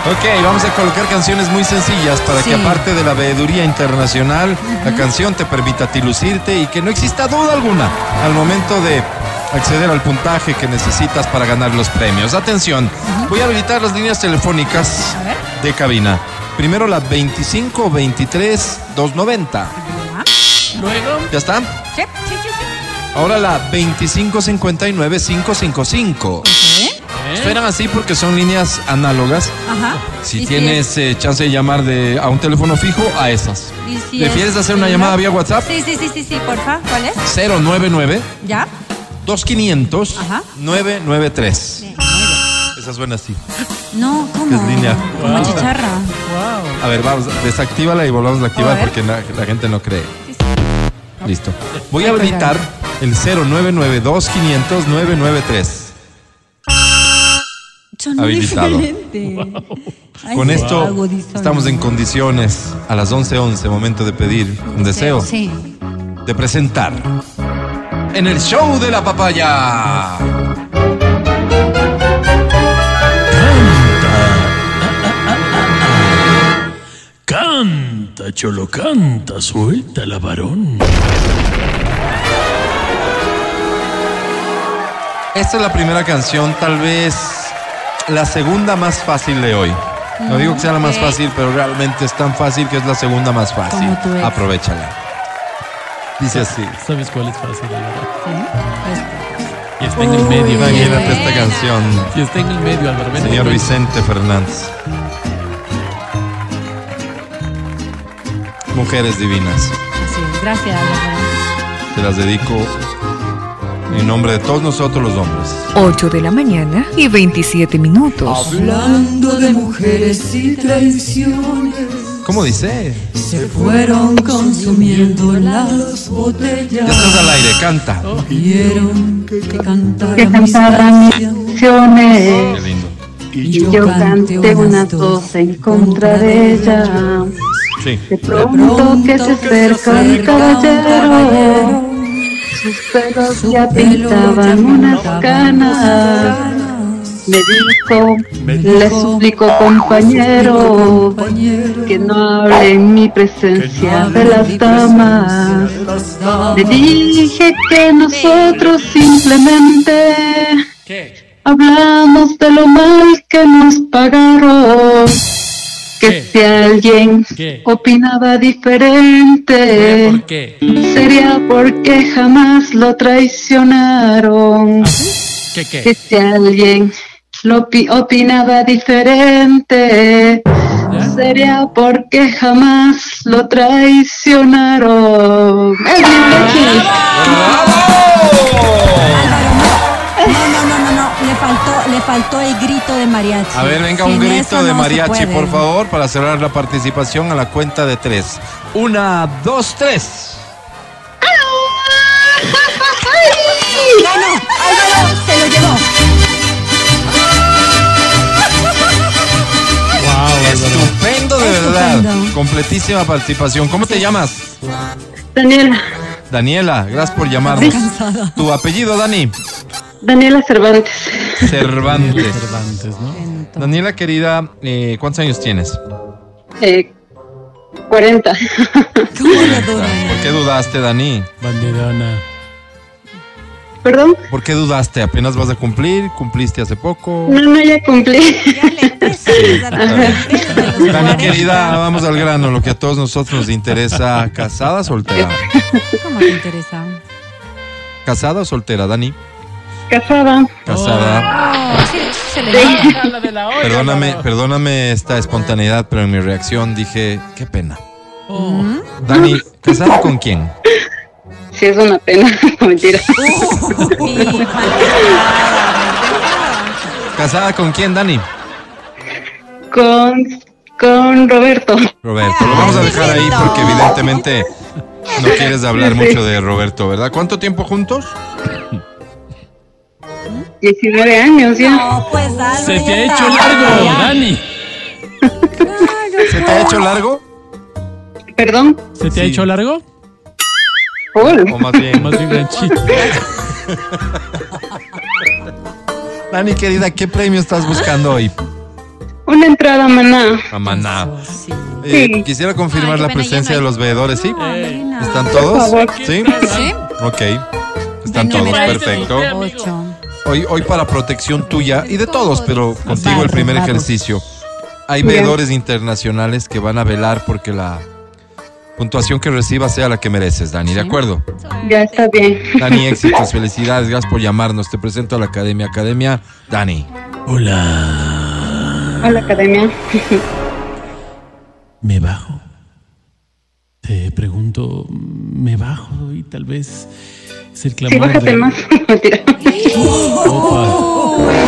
Speaker 2: Ok, vamos a colocar canciones muy sencillas para que aparte de la veeduría internacional, la canción te permita a ti lucirte y que no exista duda alguna al momento de acceder al puntaje que necesitas para ganar los premios. Atención, voy a habilitar las líneas telefónicas de cabina. Primero la 25 23 290.
Speaker 3: Luego,
Speaker 2: ¿Ya está?
Speaker 4: Sí, sí, sí, sí.
Speaker 2: Ahora la 25 59 555. Suenan así porque son líneas análogas.
Speaker 4: Ajá.
Speaker 2: Si
Speaker 4: ¿Y
Speaker 2: tienes eh, chance de llamar de, a un teléfono fijo, a esas.
Speaker 4: ¿Y si
Speaker 2: ¿Prefieres
Speaker 4: es
Speaker 2: hacer una llamada vía WhatsApp?
Speaker 4: Sí, sí, sí, sí, sí, porfa. ¿Cuál es?
Speaker 2: 099
Speaker 4: ¿Ya?
Speaker 2: 2500
Speaker 4: Ajá.
Speaker 2: 993. Esa suena así.
Speaker 7: No, ¿cómo?
Speaker 2: Es línea.
Speaker 7: Como chicharra.
Speaker 2: A ver, vamos, desactívala y volvamos a activar
Speaker 4: A ver.
Speaker 2: porque na- la gente no cree.
Speaker 4: Sí, sí.
Speaker 2: Listo. Voy a habilitar el 099 2500 993.
Speaker 7: Son
Speaker 2: Habilitado.
Speaker 7: diferentes. Ay,
Speaker 2: Con
Speaker 7: sí,
Speaker 2: esto
Speaker 7: agudizón.
Speaker 2: estamos en condiciones a las 11:11, momento de pedir un deseo.
Speaker 7: Sí.
Speaker 2: de presentar en el show de la papaya.
Speaker 10: Canta, cholo, canta, suelta la varón.
Speaker 2: Esta es la primera canción, tal vez la segunda más fácil de hoy. No digo que sea la más
Speaker 4: Ok.
Speaker 2: fácil, pero realmente es tan fácil que es la segunda más fácil.
Speaker 7: Como tu ex.
Speaker 2: Aprovechala. Dice así.
Speaker 3: ¿Sabes cuál es fácil, la verdad?
Speaker 11: este.
Speaker 3: Y está en el medio.
Speaker 2: Imagínate esta canción,
Speaker 3: Y está en el medio, Álvaro. ven,
Speaker 2: señor
Speaker 3: ven.
Speaker 2: Vicente Fernández. Mujeres divinas.
Speaker 7: Así es. Gracias, Álvaro.
Speaker 2: Te las dedico en nombre de todos nosotros los hombres.
Speaker 12: 8 de la mañana y 27 minutos.
Speaker 11: Hablando de mujeres y traiciones,
Speaker 2: ¿Cómo dice?
Speaker 11: se fueron consumiendo las botellas.
Speaker 2: Ya estás al aire, canta.
Speaker 11: Vieron que cantaran mis canciones.
Speaker 2: Qué lindo.
Speaker 11: Y yo canté unas dos en contra de ella.
Speaker 2: Sí.
Speaker 11: Pronto que se acerca un caballero. Sus pelos ya pintaban unas canas. Me dijo, le suplico compañero, que no hable en mi presencia de las damas. Le dije que nosotros simplemente hablamos de lo mal que nos pagaron. Que si alguien
Speaker 3: ¿Qué?
Speaker 11: opinaba diferente,
Speaker 3: ¿Por qué?
Speaker 11: sería porque jamás lo traicionaron.
Speaker 3: ¿Ah, ¿Qué
Speaker 11: Que
Speaker 3: qué?
Speaker 11: si alguien lo opi- opinaba diferente, sería porque jamás lo traicionaron. ¡El Libre Kiss!
Speaker 7: Álvaro, no. No, no, no, no, no. Le faltó, le faltó el grito de mariachi.
Speaker 2: A ver, venga un
Speaker 7: Sin
Speaker 2: grito
Speaker 7: eso
Speaker 2: de
Speaker 7: no se
Speaker 2: mariachi,
Speaker 7: puede.
Speaker 2: por favor, para cerrar la participación a la cuenta de tres. Una, dos, tres.
Speaker 7: Ganó. Álvaro se lo llevó.
Speaker 2: Estupendo, de verdad.
Speaker 7: Estupendo.
Speaker 2: Completísima participación. ¿Cómo te llamas?
Speaker 11: Daniela,
Speaker 2: Daniela, gracias por llamarnos.
Speaker 7: Cansada.
Speaker 2: Tu apellido, Dani.
Speaker 11: Daniela Cervantes,
Speaker 2: Cervantes.
Speaker 3: Cervantes, ¿no?
Speaker 2: Daniela, querida, eh, ¿cuántos años tienes?
Speaker 11: eh, 40.
Speaker 7: ¿Cómo le duele?
Speaker 2: ¿Por qué dudaste, Dani?
Speaker 3: Banderona.
Speaker 11: ¿Perdón?
Speaker 2: ¿Por qué dudaste? ¿Apenas vas a cumplir? ¿Cumpliste hace poco?
Speaker 11: No, no, ya cumplí.
Speaker 6: Ya le pesas a la gente.
Speaker 2: Dani, querida, vamos al grano, lo que a todos nosotros nos interesa, ¿casada o soltera?
Speaker 7: ¿Cómo te interesa?
Speaker 2: ¿Casada o soltera, Dani?
Speaker 11: Casada.
Speaker 2: Casada.
Speaker 7: Oh, Sí, se le nota.
Speaker 2: Perdóname, perdóname esta espontaneidad, pero en mi reacción dije, qué pena.
Speaker 7: Oh.
Speaker 2: Dani, ¿casada con quién?
Speaker 11: Sí, es una pena. No, mentira.
Speaker 2: ¿Casada con quién, Dani?
Speaker 11: Con, con Roberto.
Speaker 2: Roberto, lo vamos a dejar ahí porque evidentemente no quieres hablar mucho de Roberto, ¿verdad? ¿Cuánto tiempo juntos?
Speaker 11: 19 años ya.
Speaker 7: No, pues Álvaro.
Speaker 3: Se te
Speaker 7: ya
Speaker 3: ha
Speaker 7: está.
Speaker 3: hecho largo,
Speaker 7: Ya.
Speaker 3: Dani.
Speaker 2: ¿Se te ha hecho largo?
Speaker 11: Perdón.
Speaker 3: ¿Se te ha
Speaker 2: Sí.
Speaker 3: hecho largo?
Speaker 11: Paul.
Speaker 2: O más bien.
Speaker 3: Más bien ganchito.
Speaker 2: Dani, querida, ¿qué premio estás buscando hoy?
Speaker 11: Una entrada maná.
Speaker 2: Amaná.
Speaker 7: Sí.
Speaker 2: Eh,
Speaker 11: Sí.
Speaker 2: quisiera confirmar
Speaker 6: Ay, qué
Speaker 2: la
Speaker 6: pena, ya
Speaker 2: presencia
Speaker 6: no
Speaker 2: de
Speaker 6: hay.
Speaker 2: los veedores, ¿sí?
Speaker 7: Marina.
Speaker 2: Eh, ¿Están todos?
Speaker 11: favor.
Speaker 2: ¿Sí?
Speaker 4: Sí.
Speaker 2: Ok. Están
Speaker 7: Ven,
Speaker 2: todos,
Speaker 7: ven, ven.
Speaker 2: perfecto.
Speaker 7: Ocho.
Speaker 2: Hoy, hoy para protección tuya y de todos, pero contigo el
Speaker 7: Barros,
Speaker 2: primer
Speaker 7: barros.
Speaker 2: ejercicio. Hay
Speaker 11: Bien.
Speaker 2: veedores internacionales que van a velar porque la puntuación que recibas sea la que mereces, Dani, ¿de acuerdo?
Speaker 11: Ya está bien.
Speaker 2: Dani, éxitos, felicidades, gracias por llamarnos. Te presento a la Academia. Academia, Dani.
Speaker 11: Hola, academia.
Speaker 3: ¿Me bajo? Te pregunto, ¿me bajo? Y tal vez es el
Speaker 11: Sí,
Speaker 3: clamor
Speaker 11: bájate
Speaker 3: de...
Speaker 11: más. Mentira.
Speaker 3: Opa.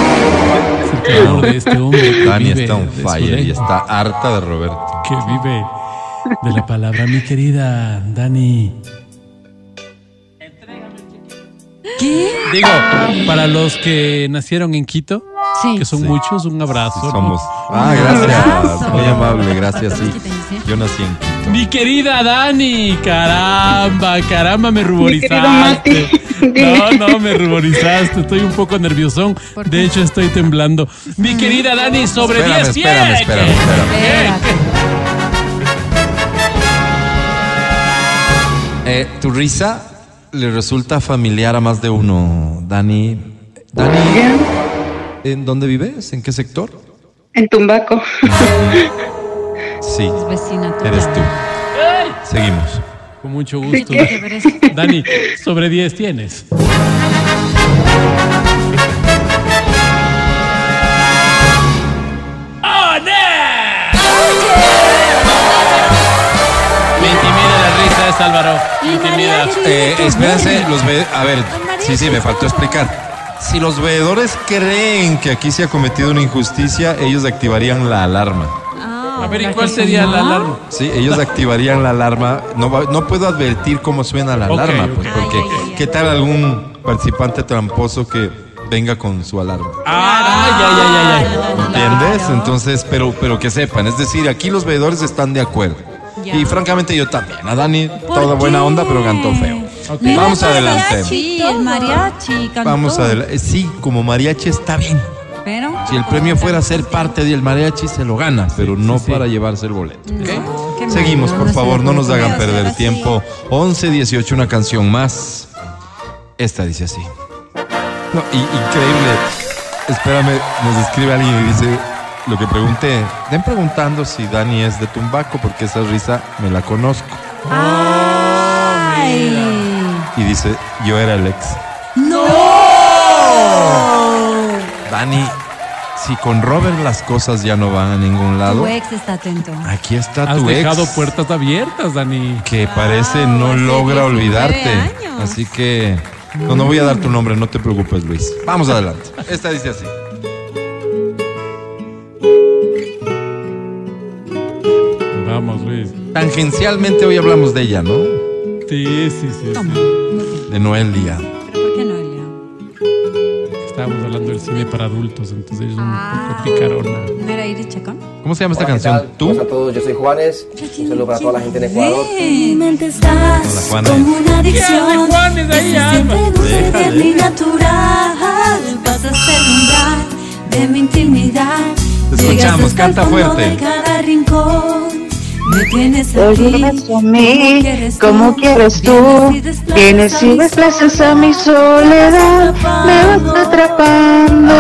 Speaker 3: Es el clamor de este hombre que
Speaker 2: Dani
Speaker 3: vive
Speaker 2: está on
Speaker 3: de su
Speaker 2: fire y
Speaker 3: lengua.
Speaker 2: está harta de Roberto.
Speaker 3: que vive de la palabra. Mi querida Dani. ¿Qué? Digo, para los que nacieron en Quito,
Speaker 7: Sí.
Speaker 3: que son
Speaker 2: Sí.
Speaker 3: muchos, un abrazo.
Speaker 2: Somos. Ah, gracias.
Speaker 7: abrazo.
Speaker 2: Muy amable, gracias, sí.
Speaker 7: Quítense.
Speaker 2: Yo nací en Quito.
Speaker 3: Mi querida Dani, caramba, caramba, me ruborizaste. No,
Speaker 11: dime.
Speaker 3: no, me ruborizaste. Estoy un poco nerviosón. De hecho, estoy temblando. Mi querida Dani, sobre 10
Speaker 2: Espérame, espérame,
Speaker 3: ¿quiere
Speaker 2: espérame,
Speaker 3: que-
Speaker 2: espérame.
Speaker 3: ¿Qué?
Speaker 2: Eh, tu risa le resulta familiar a más de uno, Dani. Dani, ¿en dónde vives? ¿En qué sector?
Speaker 11: En Tumbaco.
Speaker 2: Sí,
Speaker 7: Vecina.
Speaker 2: eres tú. Seguimos.
Speaker 3: Con mucho gusto.
Speaker 7: ¿Qué?
Speaker 3: Dani, sobre 10 tienes. Me intimida la risa, es Álvaro. Me intimida.
Speaker 2: Eh, espérense, los ve. A ver, sí, sí, me faltó explicar. Si los veedores creen que aquí se ha cometido una injusticia, ellos activarían la alarma.
Speaker 3: A ver, ¿y cuál sería la alarma?
Speaker 2: Sí, ellos activarían la alarma. No, va- no puedo advertir cómo suena la
Speaker 3: Ok,
Speaker 2: alarma,
Speaker 3: ok.
Speaker 2: pues, porque ¿qué tal algún participante tramposo que venga con su alarma? ¿Entiendes? Entonces, pero, pero que sepan, es decir, aquí los veedores están de acuerdo. Y francamente yo también. A Dani, toda buena onda, pero cantó feo.
Speaker 7: Mira,
Speaker 2: Vamos
Speaker 7: el
Speaker 2: adelante.
Speaker 7: mariachi, el mariachi cantó.
Speaker 2: Vamos adelante. Sí, como mariachi está bien.
Speaker 7: Pero.
Speaker 2: Si el premio fuera ser parte del mariachi, se lo gana, pero no para llevarse el boleto.
Speaker 7: No, qué
Speaker 2: Seguimos,
Speaker 7: malo,
Speaker 2: por
Speaker 7: no sé,
Speaker 2: favor, no nos
Speaker 7: pero
Speaker 2: hagan
Speaker 7: ahora
Speaker 2: perder
Speaker 7: sí.
Speaker 2: tiempo. 11, 18, una canción más. Esta dice así. No, y- increíble. Espérame, nos escribe alguien y dice lo que pregunté. Estén preguntando si Dani es de Tumbaco, porque esa risa me la conozco.
Speaker 7: Ay.
Speaker 2: Y dice, yo era el ex.
Speaker 7: ¡No!
Speaker 2: Dani, si con Robert las cosas ya no van a ningún lado,
Speaker 7: Tu ex está atento.
Speaker 2: aquí está
Speaker 3: Has
Speaker 2: tu
Speaker 3: dejado
Speaker 2: ex.
Speaker 3: puertas abiertas, Dani.
Speaker 2: que parece no logra olvidarte. Así que no, no voy a dar tu nombre, no te preocupes, Luis. Vamos adelante. Esta dice así.
Speaker 3: Vamos, Luis.
Speaker 2: Tangencialmente hoy hablamos de ella, ¿no?
Speaker 3: Sí, sí, sí. sí.
Speaker 2: De Noelia.
Speaker 7: ¿Por qué no, Leo?
Speaker 3: Estábamos hablando del cine para adultos, entonces ellos son un poco picarona.
Speaker 7: ¿No era Iris Chacón?
Speaker 2: ¿Cómo se llama
Speaker 13: Hola,
Speaker 2: esta
Speaker 13: ¿qué
Speaker 2: canción?
Speaker 13: tal? Buenas a todos, yo soy Juanes. Un saludo para toda la gente en Ecuador.
Speaker 14: Mi mente estás
Speaker 13: Juana.
Speaker 14: como una adicción
Speaker 3: Juanes
Speaker 14: que se siente dulce
Speaker 13: Déjale.
Speaker 14: de mi natural. Pasaste el umbral de mi intimidad.
Speaker 2: Te escuchamos,
Speaker 14: Llegas hasta el
Speaker 2: canta
Speaker 14: fondo
Speaker 2: fuerte.
Speaker 14: de cada rincón. Me tienes aquí.
Speaker 11: Vuelves a mí, como quieres tú. Tienes y desplazas a mi soledad, me vas atrapando.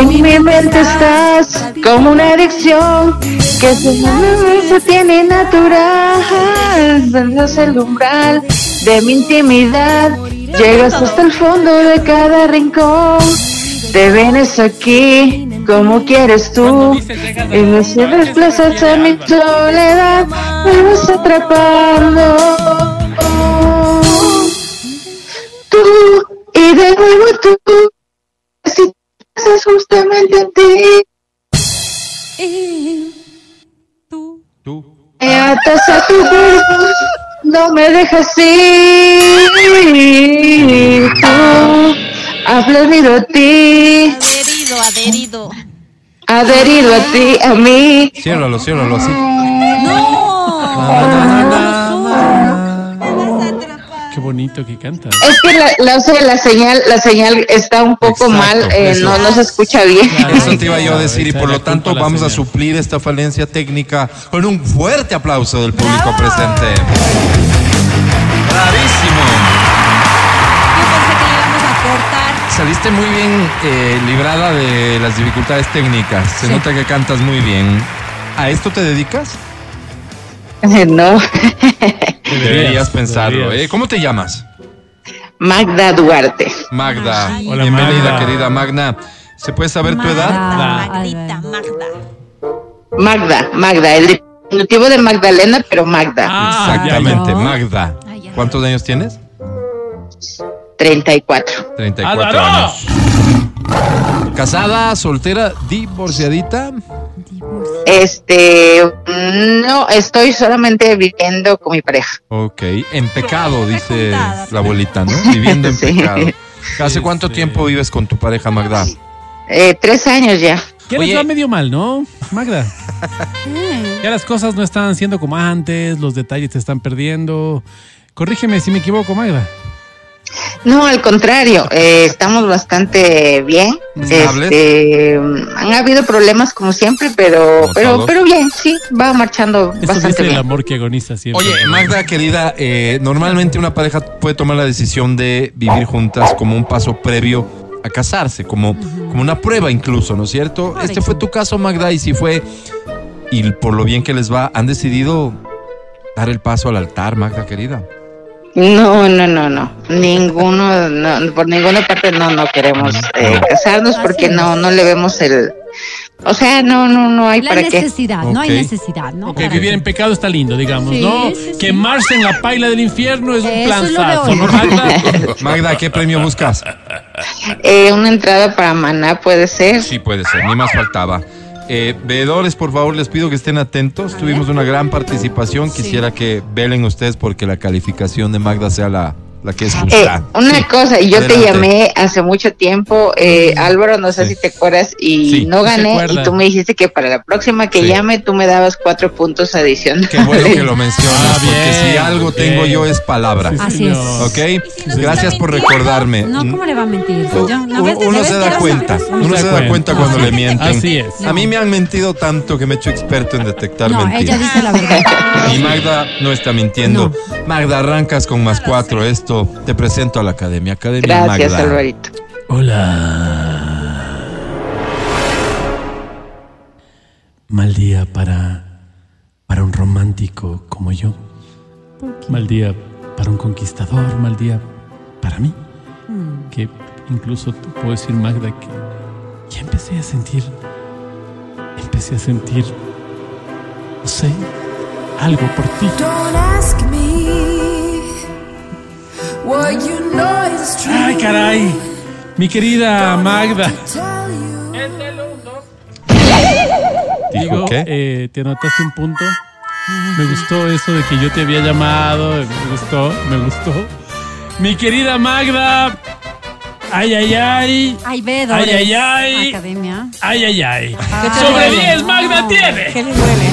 Speaker 11: En mi mente estás como una adicción que se se tiene natural. Salgas el umbral de mi intimidad, llegas hasta el fondo de cada rincón. Te vienes aquí como quieres tú. Y me sirves plazas a mi soledad, me vas atrapando. Tú y de nuevo tú, si haces justamente en ti. Me atas a tu cuerpo, no me dejas ir. Tú has venido a ti,
Speaker 6: Adherido, adherido.
Speaker 11: adherido a ti, a mí.
Speaker 2: Ciérralo, ciérralo así.
Speaker 3: Qué bonito que canta.
Speaker 11: Es que la, la, o sea, la señal, la señal está un poco mal, eh,
Speaker 2: eso.
Speaker 11: no, no se escucha bien.
Speaker 2: Eso te iba yo a decir y por lo tanto vamos a suplir esta falencia técnica con un fuerte aplauso del público presente. Bravísimo. Saliste muy bien eh, librada de las dificultades técnicas. Se nota que cantas muy bien. ¿A esto te dedicas?
Speaker 11: No,
Speaker 2: Deberías, pensarlo. ¿eh? ¿Cómo te llamas?
Speaker 11: Magda Duarte.
Speaker 2: Magda.
Speaker 3: Hola,
Speaker 2: Bienvenida,
Speaker 3: Magda.
Speaker 2: querida Magna. ¿Se puede saber tu edad?
Speaker 6: Magdita, Magda.
Speaker 11: Magda, Magda, el diminutivo de Magdalena, pero Magda.
Speaker 3: Ah,
Speaker 2: Exactamente, Magda. ¿Cuántos años tienes?
Speaker 11: 34.
Speaker 2: 34
Speaker 11: ¡Álvaro!
Speaker 2: años. ¿Casada, soltera, divorciadita?
Speaker 11: Este,
Speaker 15: mm,
Speaker 11: no, estoy solamente viviendo con mi pareja.
Speaker 2: Ok, en pecado, dice la abuelita, ¿no? Viviendo en
Speaker 11: Sí.
Speaker 2: pecado. ¿Hace cuánto tiempo vives con tu pareja, Magda?
Speaker 11: Eh, tres años ya.
Speaker 3: ¿Quién les va medio mal, no? Magda. Ya las cosas no están siendo como antes, los detalles se están perdiendo. Corrígeme si me equivoco, Magda.
Speaker 15: No, al contrario, eh, estamos bastante bien.
Speaker 3: ¿Estables?
Speaker 15: Este, han habido problemas como siempre, pero
Speaker 2: Como
Speaker 15: pero
Speaker 2: todos.
Speaker 15: pero bien, sí, va marchando
Speaker 3: Eso
Speaker 15: bastante
Speaker 3: dice el
Speaker 15: bien.
Speaker 3: amor que agoniza siempre.
Speaker 2: Oye, Magda, querida, eh, normalmente una pareja puede tomar la decisión de vivir juntas como un paso previo a casarse, como, como una prueba incluso, ¿no es cierto? Este fue tu caso, Magda, y si fue, y por lo bien que les va, han decidido dar el paso al altar, Magda, querida.
Speaker 15: No, no, no, no. Ninguno, no, por ninguna parte no, no queremos eh, casarnos porque no, no le vemos el, o sea, no, no, no hay
Speaker 6: La
Speaker 15: para qué.
Speaker 6: necesidad, no hay necesidad, ¿no?
Speaker 3: Que vivir en pecado está lindo, digamos,
Speaker 6: Sí,
Speaker 3: ¿no?
Speaker 6: sí, sí.
Speaker 3: Quemarse en la paila del infierno es un
Speaker 6: Eso es lo de
Speaker 3: planzazo,
Speaker 6: hoy.
Speaker 3: ¿no, Magda?
Speaker 2: Magda, ¿qué premio buscas?
Speaker 15: Eh, una entrada para Maná puede ser.
Speaker 2: Sí, puede ser, ni más faltaba. Eh, veedores, por favor, les pido que estén atentos. Tuvimos una gran participación. Quisiera que velen ustedes porque la calificación de Magda sea la, la que es
Speaker 15: Eh,
Speaker 2: justa.
Speaker 15: una
Speaker 2: Sí.
Speaker 15: cosa,
Speaker 2: Adelante.
Speaker 15: yo
Speaker 2: Mm,
Speaker 15: te llamé hace mucho tiempo, eh, Álvaro, no sé
Speaker 2: Sí.
Speaker 15: si te acuerdas, y
Speaker 2: Sí.
Speaker 15: no
Speaker 2: Sí se
Speaker 15: gané,
Speaker 2: acuerda.
Speaker 15: y tú me dijiste que para la próxima que
Speaker 2: Sí.
Speaker 15: llame tú me dabas cuatro puntos adicionales.
Speaker 2: Qué bueno que lo mencionas,
Speaker 3: bien,
Speaker 2: porque si algo
Speaker 3: bien.
Speaker 2: tengo yo es palabra.
Speaker 3: Sí,
Speaker 6: Así señor. es.
Speaker 2: ¿Ok? Gracias por recordarme.
Speaker 6: No, ¿cómo le va a mentir?
Speaker 15: Mm.
Speaker 6: Yo- no,
Speaker 2: Uno,
Speaker 6: ¿ves?
Speaker 2: uno
Speaker 6: ¿ves
Speaker 2: se
Speaker 6: que
Speaker 2: da
Speaker 6: ahora
Speaker 2: cuenta,
Speaker 6: sabes?
Speaker 2: uno se da cuenta cuando le mienten.
Speaker 3: Así es.
Speaker 2: A mí me han mentido tanto que me he hecho experto en detectar
Speaker 6: No, ella
Speaker 2: mentiras.
Speaker 6: dice la verdad.
Speaker 2: Y Magda no está mintiendo. Magda, arrancas con más cuatro. Esto te presento a la academia. Academia
Speaker 15: Gracias,
Speaker 2: Magda.
Speaker 15: Alvarito.
Speaker 3: Mal día para, para un romántico como yo. Mal día para un conquistador, mal día para mí. Que incluso te puedo decir, Magda, que ya empecé a sentir, empecé a sentir, no sé, algo por ti.
Speaker 11: Don't ask me what you know is true.
Speaker 3: ¡Ay, caray! Mi querida Magda.
Speaker 11: Tell you.
Speaker 3: Digo,
Speaker 2: qué?
Speaker 3: eh, te anotaste un punto. Me gustó eso de que yo te había llamado. Me gustó, me gustó. Mi querida Magda. Ay, ay, ay.
Speaker 6: Ay, veedores.
Speaker 3: Ay, ay, ay.
Speaker 6: Academia. Ah,
Speaker 3: Ay, ay, ay.
Speaker 6: Ay,
Speaker 3: Sobre
Speaker 6: no.
Speaker 3: 10,
Speaker 6: Ah,
Speaker 3: Magda tiene.
Speaker 4: ¿Qué le duele?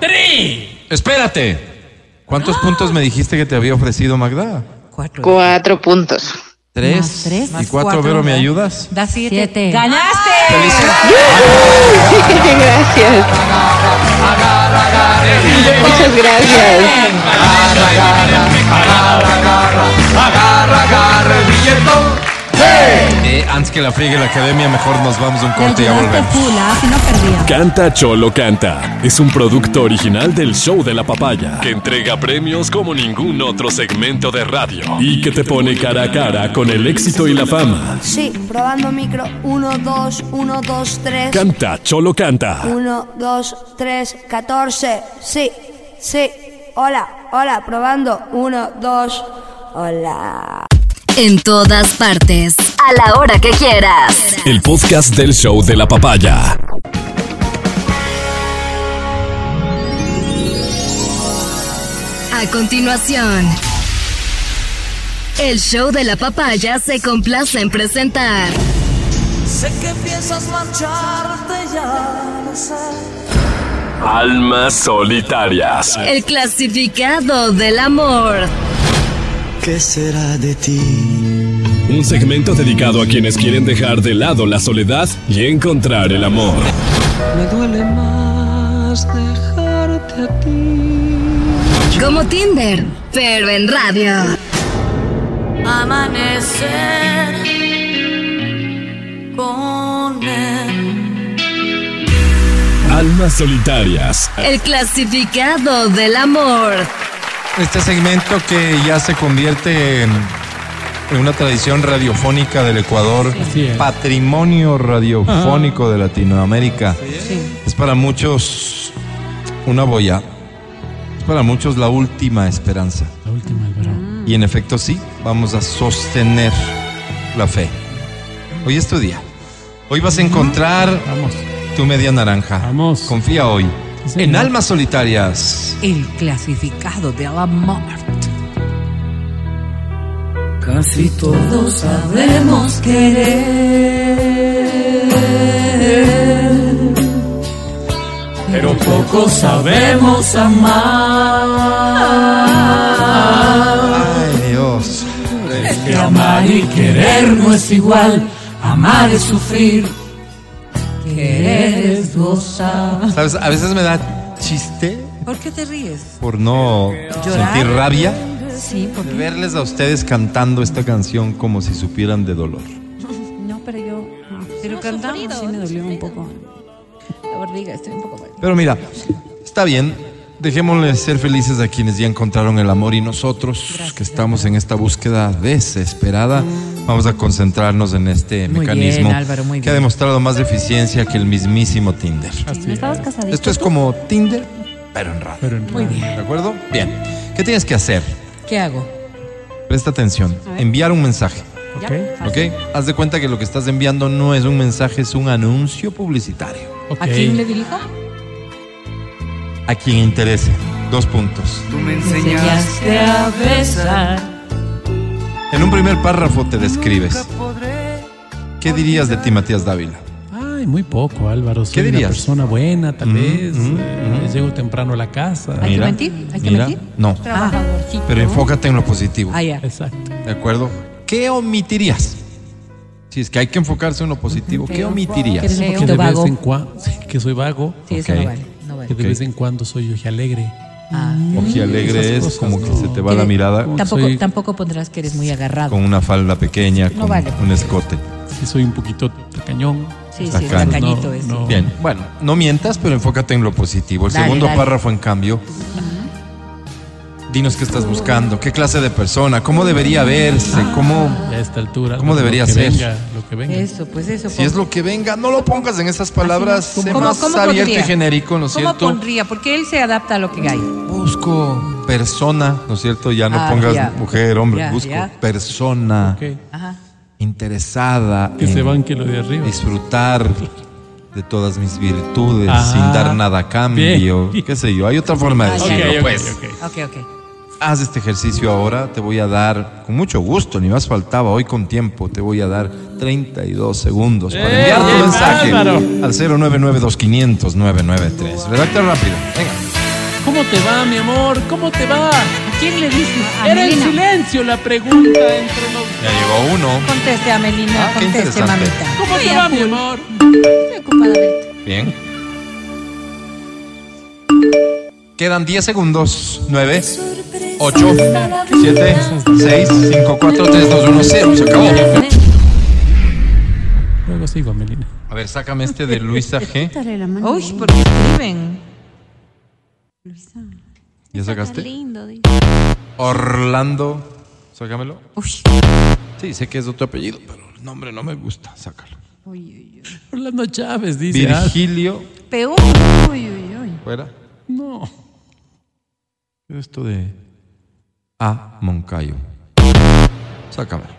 Speaker 3: 3.
Speaker 2: Espérate. ¿Cuántos puntos me dijiste que te había ofrecido Magda?
Speaker 15: Cuatro puntos.
Speaker 2: Tres.
Speaker 6: Más tres.
Speaker 2: ¿Y cuatro,
Speaker 4: cuatro,
Speaker 2: Vero, me
Speaker 4: ¿no?
Speaker 2: ayudas?
Speaker 4: Da siete.
Speaker 6: Siete.
Speaker 4: ¡Ganaste!
Speaker 15: gracias. Muchas gracias.
Speaker 2: Eh, antes que la friegue la academia, mejor nos vamos a un
Speaker 6: Te
Speaker 2: corte y ya
Speaker 6: ayudaste
Speaker 2: volvemos.
Speaker 6: full, ¿ah? si no perdía.
Speaker 1: Canta Cholo Canta es un producto original del Show de la Papaya que entrega premios como ningún otro segmento de radio y que te pone cara a cara con el éxito y la fama.
Speaker 11: Sí, probando micro. 1, 2, 1, 2, 3.
Speaker 1: Canta Cholo Canta.
Speaker 11: 1, 2, 3, 14. Sí, sí. Hola, hola, probando. 1, 2, hola.
Speaker 7: En todas partes. A la hora que quieras.
Speaker 1: El podcast del Show de la Papaya.
Speaker 7: A continuación. El show de la papaya se complace en presentar
Speaker 11: Sé que piensas marcharte ya, no sé.
Speaker 1: Almas solitarias.
Speaker 7: el clasificado del amor.
Speaker 16: ¿Qué será de ti?
Speaker 1: Un segmento dedicado a quienes quieren dejar de lado la soledad y encontrar el amor.
Speaker 16: Me duele más dejarte a ti.
Speaker 7: Como Tinder, pero en radio.
Speaker 11: Amanecer con él.
Speaker 1: Almas solitarias.
Speaker 7: El clasificado del amor.
Speaker 2: Este segmento que ya se convierte en en una tradición radiofónica del Ecuador,
Speaker 3: Así es.
Speaker 2: patrimonio radiofónico de Latinoamérica. Es para muchos una boya, es para muchos la última esperanza.
Speaker 3: La última,
Speaker 6: Mm.
Speaker 3: Álvaro.
Speaker 2: Y en efecto sí, vamos a sostener la fe. Hoy es tu día. Hoy vas a encontrar
Speaker 3: Vamos.
Speaker 2: tu media naranja.
Speaker 3: Vamos.
Speaker 2: Confía hoy.
Speaker 3: señor.
Speaker 2: En almas solitarias.
Speaker 4: El clasificado de la muerte.
Speaker 16: Casi todo.
Speaker 11: Todos sabemos querer.
Speaker 15: poco sabemos amar.
Speaker 2: Ay, Dios.
Speaker 15: Es que amar y querer no es igual. Amar es sufrir. Querer es gozar.
Speaker 2: ¿Sabes? A veces me da chiste
Speaker 4: ¿Por qué te ríes?
Speaker 2: por no
Speaker 4: ¿Llorar?
Speaker 2: sentir rabia
Speaker 4: Sí,
Speaker 2: de
Speaker 4: porque.
Speaker 2: verles a ustedes cantando esta canción como si supieran de dolor.
Speaker 4: No, pero yo. Pero
Speaker 6: hemos
Speaker 4: cantando
Speaker 6: sufrido,
Speaker 4: sí me
Speaker 6: hemos
Speaker 4: dolió un poco. La barriga, estoy un poco mal.
Speaker 2: Pero mira, está bien. Dejémosles ser felices a quienes ya encontraron el amor y nosotros que estamos en esta búsqueda desesperada, vamos a concentrarnos en este
Speaker 4: Muy bien,
Speaker 2: mecanismo
Speaker 4: Álvaro, muy
Speaker 2: que ha
Speaker 4: bien.
Speaker 2: demostrado más eficiencia que el mismísimo Tinder.
Speaker 7: ¿No estabas casadito?
Speaker 2: Esto es como Tinder, pero en radio. Muy bien. ¿De acuerdo? Bien. ¿Qué tienes que hacer?
Speaker 4: ¿Qué hago?
Speaker 2: Presta atención. Enviar un mensaje.
Speaker 4: ¿Ya?
Speaker 2: ¿Ok? Haz de cuenta que lo que estás enviando no es un mensaje, es un anuncio publicitario.
Speaker 4: ¿A quién le dirijo?
Speaker 2: A quien interese. Dos puntos.
Speaker 15: Enseñaste a besar.
Speaker 2: En un primer párrafo te describes. ¿Qué dirías de ti, Matías Dávila?
Speaker 3: Ay, muy poco, Álvaro. Soy
Speaker 2: ¿Qué
Speaker 3: una
Speaker 2: dirías? Mm,
Speaker 3: persona buena, tal vez. eh, Llego temprano a la casa.
Speaker 2: ¿Hay que Mira, mentir? ¿Hay que mira, mentir? no.
Speaker 3: Ah,
Speaker 4: Trabajador.
Speaker 2: Pero enfócate en lo positivo.
Speaker 4: Ah, ya.
Speaker 3: Exacto.
Speaker 2: ¿De acuerdo? ¿Qué omitirías? Si es que hay que enfocarse en lo positivo, ¿qué
Speaker 3: Pero,
Speaker 2: omitirías?
Speaker 3: Que de vez en cuando. Que soy vago.
Speaker 4: Sí, eso
Speaker 2: Ok.
Speaker 4: no vale. No vale.
Speaker 3: Que de
Speaker 2: Ok.
Speaker 3: vez en cuando soy ojialegre.
Speaker 4: Ah.
Speaker 3: Esas
Speaker 2: Ojialegre es
Speaker 3: cosas,
Speaker 2: como que
Speaker 3: ¿no?
Speaker 2: se te va la mirada
Speaker 4: Tampoco,
Speaker 3: Soy-
Speaker 4: tampoco pondrás que eres muy agarrado.
Speaker 2: con una falda pequeña,
Speaker 4: No
Speaker 2: con
Speaker 4: vale.
Speaker 2: un escote.
Speaker 3: Sí, soy un poquito tacañón.
Speaker 4: Sí, sí,
Speaker 2: Bacán.
Speaker 4: tacañito es.
Speaker 3: No.
Speaker 2: Bien, bueno, no mientas, pero enfócate en lo positivo. El
Speaker 4: Dale,
Speaker 2: segundo
Speaker 4: dale.
Speaker 2: párrafo, en cambio, dinos qué estás buscando, qué clase de persona, cómo debería verse, cómo...
Speaker 3: A esta altura.
Speaker 2: ¿Cómo
Speaker 3: lo-
Speaker 2: debería
Speaker 3: lo que
Speaker 2: ser?
Speaker 3: venga, lo que venga.
Speaker 4: Eso, pues eso.
Speaker 2: Si es lo que venga, no lo pongas en esas palabras,
Speaker 4: ¿Cómo-
Speaker 2: sé
Speaker 4: cómo-
Speaker 2: más
Speaker 4: cómo
Speaker 2: abierto
Speaker 4: pondría?
Speaker 2: y genérico, ¿no es
Speaker 4: ¿Cómo
Speaker 2: cierto?
Speaker 4: pondría? Porque él se adapta a lo que hay.
Speaker 2: Busco persona, ¿no es cierto? Ya no
Speaker 4: Ah,
Speaker 2: pongas
Speaker 4: ya.
Speaker 2: mujer, hombre,
Speaker 4: Ya,
Speaker 2: busco
Speaker 4: ya.
Speaker 2: persona
Speaker 3: Ok.
Speaker 4: Ajá.
Speaker 2: interesada
Speaker 3: Que se
Speaker 2: en
Speaker 3: banque lo de arriba.
Speaker 2: disfrutar de todas mis virtudes
Speaker 3: Ah,
Speaker 2: sin dar nada a cambio, qué sé yo, hay otra forma de
Speaker 4: Ah, ya,
Speaker 2: decirlo,
Speaker 4: ya, ya,
Speaker 2: pues.
Speaker 4: Ok, ok.
Speaker 2: Haz este ejercicio ahora, te voy a dar, con mucho gusto, ni más faltaba, hoy con tiempo, te voy a dar 32 segundos para enviar tu mensaje
Speaker 3: Eh, bárbaro!
Speaker 2: al 099-2500-993. Redacta rápido, venga.
Speaker 3: ¿Cómo te va, mi amor? ¿Cómo te va?
Speaker 4: ¿Quién le dice?
Speaker 3: Era el
Speaker 4: Amelina.
Speaker 3: silencio la pregunta entre nosotros.
Speaker 2: Ya llegó uno.
Speaker 4: Conteste, Amelina.
Speaker 2: Ah, qué
Speaker 4: conteste,
Speaker 2: interesante.
Speaker 4: mamita.
Speaker 3: ¿Cómo te va, mi amor?
Speaker 6: Estoy ocupada, Beto.
Speaker 2: Bien. Quedan 10 segundos. 9, 8, 7, 6, 5, 4, 3, 2, 1, 0. Se acabó.
Speaker 3: Luego sigo, Amelina.
Speaker 2: A ver, sácame este de Luisa G.
Speaker 4: Uy, ¿por qué escriben?
Speaker 2: ¿Ya sacaste?
Speaker 6: Lindo, dice.
Speaker 2: Orlando. Sácamelo.
Speaker 4: Uy.
Speaker 2: Sí, sé que es otro apellido, pero el nombre no me gusta. Sácalo.
Speaker 3: Orlando Chávez dice. ah,
Speaker 2: Virgilio.
Speaker 4: Peor. Uy, uy, uy.
Speaker 2: Fuera.
Speaker 3: no.
Speaker 2: Esto de A. Moncayo. Sácamelo.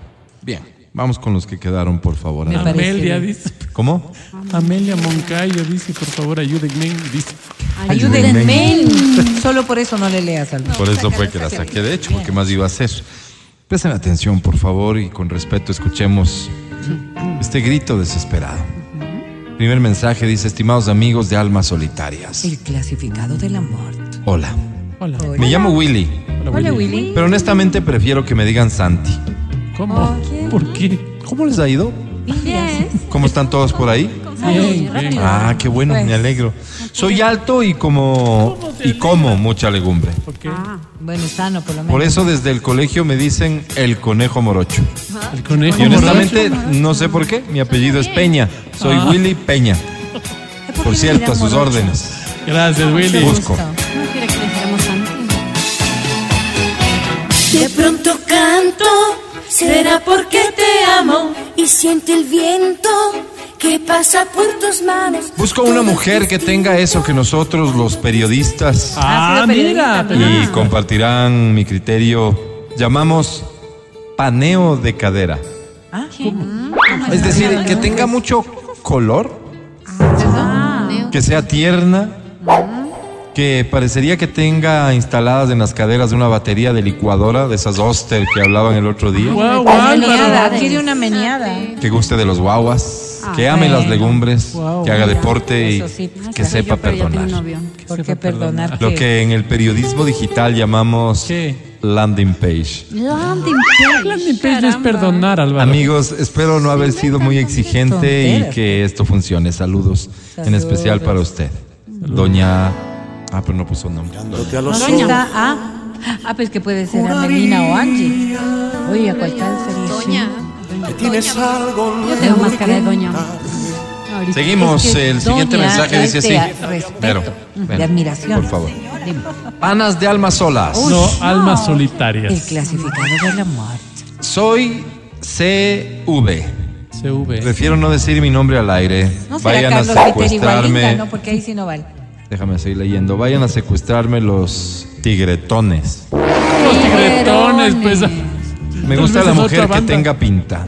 Speaker 2: Bien. Vamos con los que quedaron, por favor.
Speaker 4: Me
Speaker 2: Ana.
Speaker 4: parece
Speaker 3: Amelia
Speaker 4: bien.
Speaker 3: dice.
Speaker 2: ¿Cómo?
Speaker 3: Amelia Moncayo dice, por favor, ayúdenme. Dice.
Speaker 4: Ayúdenme. Solo por eso no le leas al
Speaker 2: Por eso fue que la saqué, de hecho, porque más iba a hacer. Presten atención, por favor, y con respeto escuchemos este grito desesperado. Primer mensaje dice, estimados amigos de almas solitarias.
Speaker 4: El clasificado del amor.
Speaker 2: Hola,
Speaker 3: Hola.
Speaker 2: me llamo Willy,
Speaker 4: Hola, Willy.
Speaker 2: pero honestamente prefiero que me digan Santi.
Speaker 3: ¿Cómo? ¿Por qué?
Speaker 2: ¿Cómo les ha ido?
Speaker 6: Bien.
Speaker 2: ¿Cómo están todos por ahí?
Speaker 3: Bien, bien.
Speaker 2: Ah, qué bueno,
Speaker 4: Pues.
Speaker 2: me alegro. Soy alto y como y como mucha legumbre.
Speaker 3: Ok.
Speaker 4: Ah, Bueno, sano por lo menos.
Speaker 2: Por eso desde el colegio me dicen el conejo morocho.
Speaker 3: El conejo.
Speaker 2: Y honestamente, no sé por qué, mi apellido es Peña. Soy
Speaker 3: Ah.
Speaker 2: Willy Peña. Por cierto, a sus órdenes.
Speaker 3: Morocho. Gracias, Willy.
Speaker 2: Busco.
Speaker 6: No quiere que le dijéramos antes.
Speaker 17: De pronto canto, será porque te amo y siente el viento que pasa por tus manos.
Speaker 2: Busco una mujer que tenga eso que nosotros los periodistas
Speaker 3: Ah,
Speaker 6: sido
Speaker 3: mira.
Speaker 6: periodista,
Speaker 2: y compartirán mi criterio llamamos paneo de cadera.
Speaker 4: Ah, ¿cómo?
Speaker 2: Es decir, que tenga mucho color,
Speaker 4: Ah,
Speaker 2: que sea tierna,
Speaker 4: Mm.
Speaker 2: que parecería que tenga instaladas en las caderas de una batería de licuadora, de esas Oster que hablaban el otro día.
Speaker 4: Wow, wow, meneada, quiere una meneada.
Speaker 2: Que guste de los guaguas,
Speaker 4: Ah,
Speaker 2: que ame
Speaker 4: bueno.
Speaker 2: las legumbres,
Speaker 4: Wow,
Speaker 2: que haga
Speaker 4: mira,
Speaker 2: deporte y
Speaker 4: eso sí.
Speaker 2: que sepa perdonar.
Speaker 4: ¿Por qué perdonar?
Speaker 2: Lo que en el periodismo digital llamamos landing page.
Speaker 7: Landing
Speaker 3: page. Landing page no es perdonar, Álvaro.
Speaker 2: Amigos, espero no haber sido muy exigente y
Speaker 3: tonteras.
Speaker 2: que esto funcione. Saludos, en especial para usted. Doña... Ah, pero no puso nombre.
Speaker 4: Doña. Ah, ah, pues que puede ser Amelina o Angie. Oye, ¿a cuál tal sería? Doña.
Speaker 15: Tienes algo
Speaker 4: Yo tengo más cara de doña. Ahorita.
Speaker 2: Seguimos,
Speaker 4: Es que
Speaker 2: el siguiente
Speaker 4: doña
Speaker 2: mensaje dice
Speaker 4: es de
Speaker 2: así.
Speaker 4: a- respeto,
Speaker 2: Vero,
Speaker 4: de
Speaker 2: ven,
Speaker 4: admiración.
Speaker 2: Por favor. Panas de almas solas.
Speaker 3: no, almas solitarias.
Speaker 4: El clasificado del amor.
Speaker 2: Soy CV.
Speaker 3: CV.
Speaker 2: Prefiero no decir mi nombre al aire.
Speaker 4: No será
Speaker 2: Vayan a
Speaker 4: Carlos Peter Igualinda,
Speaker 2: secuestrarme.
Speaker 4: no, porque ahí sí no vale.
Speaker 2: Déjame seguir leyendo. Vayan a secuestrarme los tigretones.
Speaker 3: Los tigretones, pues.
Speaker 2: Me
Speaker 3: Entonces
Speaker 2: gusta la
Speaker 3: es otra
Speaker 2: mujer que
Speaker 3: banda.
Speaker 2: tenga pinta.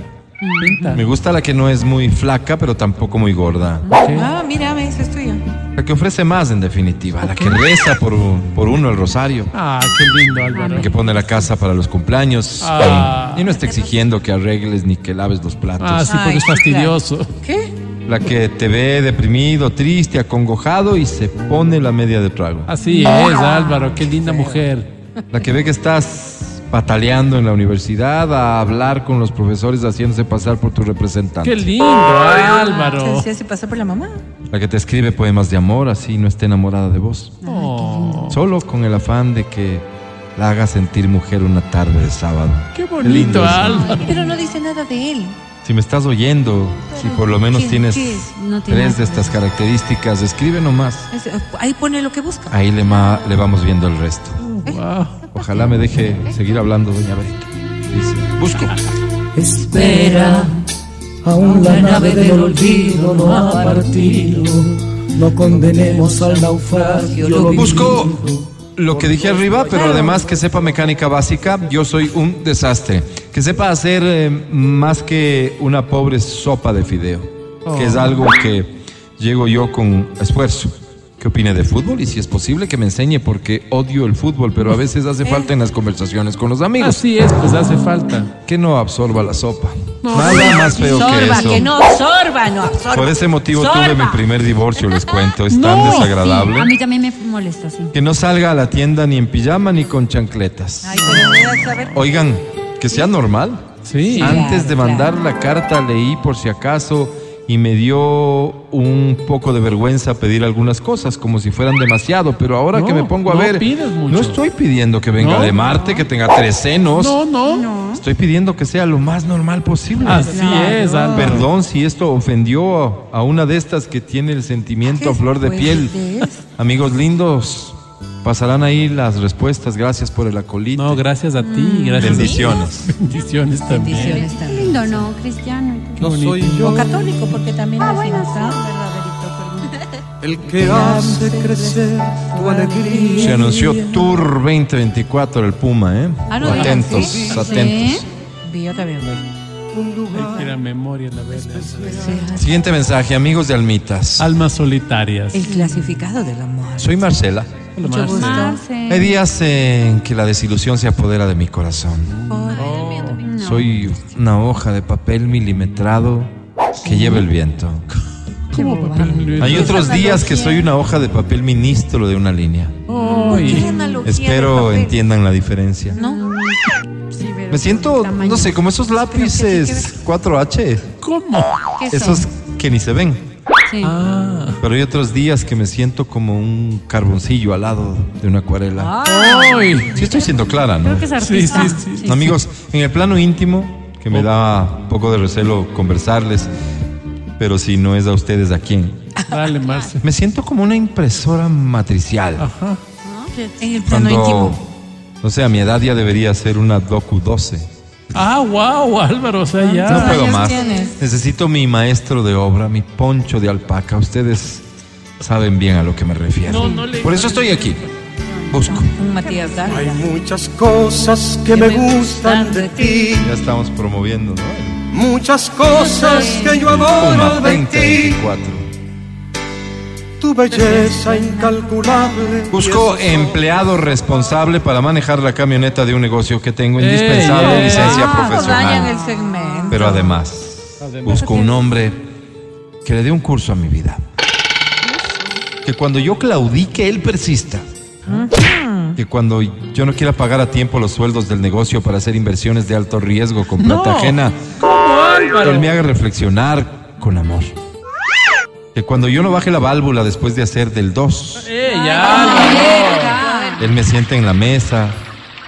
Speaker 3: Pinta.
Speaker 2: Me gusta la que no es muy flaca, pero tampoco muy gorda.
Speaker 4: Ah, mírame, eso es tuyo.
Speaker 2: La que ofrece más, en definitiva. La que reza por, por uno el rosario.
Speaker 3: Ah, qué lindo, Álvaro.
Speaker 2: La que pone la casa para los cumpleaños.
Speaker 3: Ah.
Speaker 2: Y no está exigiendo que arregles ni que laves los platos.
Speaker 3: Ah, sí, porque es fastidioso.
Speaker 4: ¿Qué?
Speaker 2: La que te ve deprimido, triste, acongojado y se pone la media de trago.
Speaker 3: Así es, Álvaro, qué linda mujer.
Speaker 2: La que ve que estás pataleando en la universidad a hablar con los profesores haciéndose pasar por tu representante.
Speaker 3: Qué lindo,
Speaker 4: Se,
Speaker 3: Álvaro.
Speaker 4: se hace pasar por la mamá.
Speaker 2: La que te escribe poemas de amor así no esté enamorada de vos.
Speaker 3: Oh,
Speaker 2: Solo con el afán de que la haga sentir mujer una tarde de sábado.
Speaker 3: qué
Speaker 2: lindo
Speaker 3: bonito, ¿ah?
Speaker 2: eso.
Speaker 3: Álvaro.
Speaker 4: Pero no dice nada de él.
Speaker 2: Si me estás oyendo, si por lo menos
Speaker 4: ¿Qué-
Speaker 2: tienes
Speaker 4: qué es? No tiene
Speaker 2: tres
Speaker 4: nada
Speaker 2: de
Speaker 4: que
Speaker 2: estas características, escribe nomás.
Speaker 4: Es- ahí pone lo que busca.
Speaker 2: Ahí le, ma- le vamos viendo el resto.
Speaker 4: Mm,
Speaker 3: Wow.
Speaker 2: Ojalá me deje seguir hablando, doña Berita. Dice, busco.
Speaker 15: Espera, aún la nave del olvido no ha partido. No condenemos al naufragio. Lo
Speaker 2: Busco lo que dije arriba, pero además que sepa mecánica básica, yo soy un desastre. Que sepa hacer eh, más que una pobre sopa de fideo, que es algo que llego yo con esfuerzo. ¿Qué opine de fútbol? Y si es posible que me enseñe, porque odio el fútbol, pero a veces hace falta en las conversaciones con los amigos.
Speaker 3: Así es, pues hace falta.
Speaker 2: Que no absorba la sopa. Nada más feo que
Speaker 4: absorba,
Speaker 2: eso.
Speaker 4: no absorba, no absorba.
Speaker 2: Por ese motivo
Speaker 4: Absorba.
Speaker 2: tuve mi primer divorcio, les cuento. Es tan desagradable.
Speaker 7: Sí, a mí también me molesta, sí.
Speaker 2: Que no salga a la tienda ni en pijama ni con chancletas.
Speaker 4: Ay, pero voy a saber.
Speaker 2: Oigan, que sea normal.
Speaker 3: Sí.
Speaker 2: Antes de
Speaker 4: Claro,
Speaker 2: mandar la carta leí por si acaso y me dio un poco de vergüenza pedir algunas cosas como si fueran demasiado, pero ahora que
Speaker 3: No,
Speaker 2: me pongo a
Speaker 3: no
Speaker 2: ver,
Speaker 3: pidas mucho.
Speaker 2: no estoy pidiendo que venga
Speaker 3: No.
Speaker 2: de Marte, que tenga tres
Speaker 15: Ah,
Speaker 2: senos.
Speaker 3: No, Ah, no.
Speaker 2: Estoy pidiendo que sea lo más normal posible.
Speaker 3: Así es, Álvaro.
Speaker 2: Perdón si esto ofendió a una de estas que tiene el sentimiento a flor de piel. Amigos lindos, pasarán ahí las respuestas. Gracias por el acolito.
Speaker 3: No, gracias a ti,
Speaker 15: Mm.
Speaker 3: gracias. a-
Speaker 2: Bendiciones.
Speaker 3: Bendiciones también.
Speaker 4: Bendiciones
Speaker 7: Qué
Speaker 4: también.
Speaker 7: lindo, ¿no? Cristiano.
Speaker 3: Qué bonito.
Speaker 4: O católico, porque también
Speaker 7: Ah,
Speaker 4: es
Speaker 7: bueno,
Speaker 4: inocente.
Speaker 10: El que hace crecer tu alegría.
Speaker 2: Se anunció Tour 2024 el Puma, ¿eh?
Speaker 4: Ah, no, ¿eh?
Speaker 2: atentos,
Speaker 4: ¿sí?
Speaker 2: atentos.
Speaker 4: Sí, yo también.
Speaker 3: Ay, que era memoria la verdad.
Speaker 2: Siguiente mensaje, amigos de Almitas.
Speaker 3: Almas solitarias.
Speaker 4: El clasificado del amor.
Speaker 2: Soy Marcela.
Speaker 3: Hola,
Speaker 4: Mucho
Speaker 3: Marce.
Speaker 4: gusto.
Speaker 7: Ah,
Speaker 2: Hay días en que la desilusión se apodera de mi corazón. Soy una hoja de papel milimetrado que lleva el viento.
Speaker 3: ¿Cómo papel milimetrado?
Speaker 2: Hay otros días que soy una hoja de papel ministro de una línea.
Speaker 3: Ay,
Speaker 2: Espero entiendan la diferencia. Me siento, no sé, como esos lápices 4H,
Speaker 3: ¿Cómo?
Speaker 2: esos que ni se ven.
Speaker 3: Ah,
Speaker 2: Pero hay otros días que me siento como un carboncillo al lado de una acuarela.
Speaker 3: ay.
Speaker 2: Sí estoy siendo clara, ¿no?
Speaker 7: que es
Speaker 3: Sí,
Speaker 7: artista.
Speaker 3: sí, sí.
Speaker 2: Amigos, en el plano íntimo, que
Speaker 7: Oh.
Speaker 2: me da un poco de recelo conversarles, pero si no es a ustedes, ¿a quién?
Speaker 3: Dale, Marce.
Speaker 2: Me siento como una impresora matricial.
Speaker 3: Ajá.
Speaker 4: En el plano
Speaker 2: Cuando,
Speaker 4: íntimo.
Speaker 2: no sé, a mi edad ya debería ser una Docu 12.
Speaker 3: Ah, wow, Álvaro, o sea, Ah, ya.
Speaker 2: No puedo
Speaker 4: años
Speaker 2: más.
Speaker 4: tienes?
Speaker 2: Necesito mi maestro de obra, mi poncho de alpaca. Ustedes saben bien a lo que me refiero.
Speaker 3: No, no le-
Speaker 2: Por eso estoy aquí. Busco.
Speaker 4: Un Matías
Speaker 10: Hay
Speaker 4: Dávila.
Speaker 10: muchas cosas que me gustan de ti.
Speaker 2: Ya estamos promoviendo, ¿no?
Speaker 10: Muchas cosas que yo
Speaker 2: Puma
Speaker 10: adoro de ti.
Speaker 2: 2024.
Speaker 10: tu belleza incalculable.
Speaker 2: Busco empleado responsable para manejar la camioneta de un negocio que tengo indispensable licencia
Speaker 4: Ah, Dañan el
Speaker 2: profesional.
Speaker 4: segmento.
Speaker 2: Pero además, busco un hombre que le dé un curso a mi vida. Que cuando yo claudique, él persista. Que cuando yo no quiera pagar a tiempo los sueldos del negocio para hacer inversiones de alto riesgo con plata
Speaker 15: No.
Speaker 2: ajena,
Speaker 15: Álvaro?
Speaker 2: él me haga reflexionar con amor. Que cuando yo no baje la válvula después de hacer del 2,
Speaker 15: ¡Eh, ya! Álvaro.
Speaker 2: él me siente en la mesa,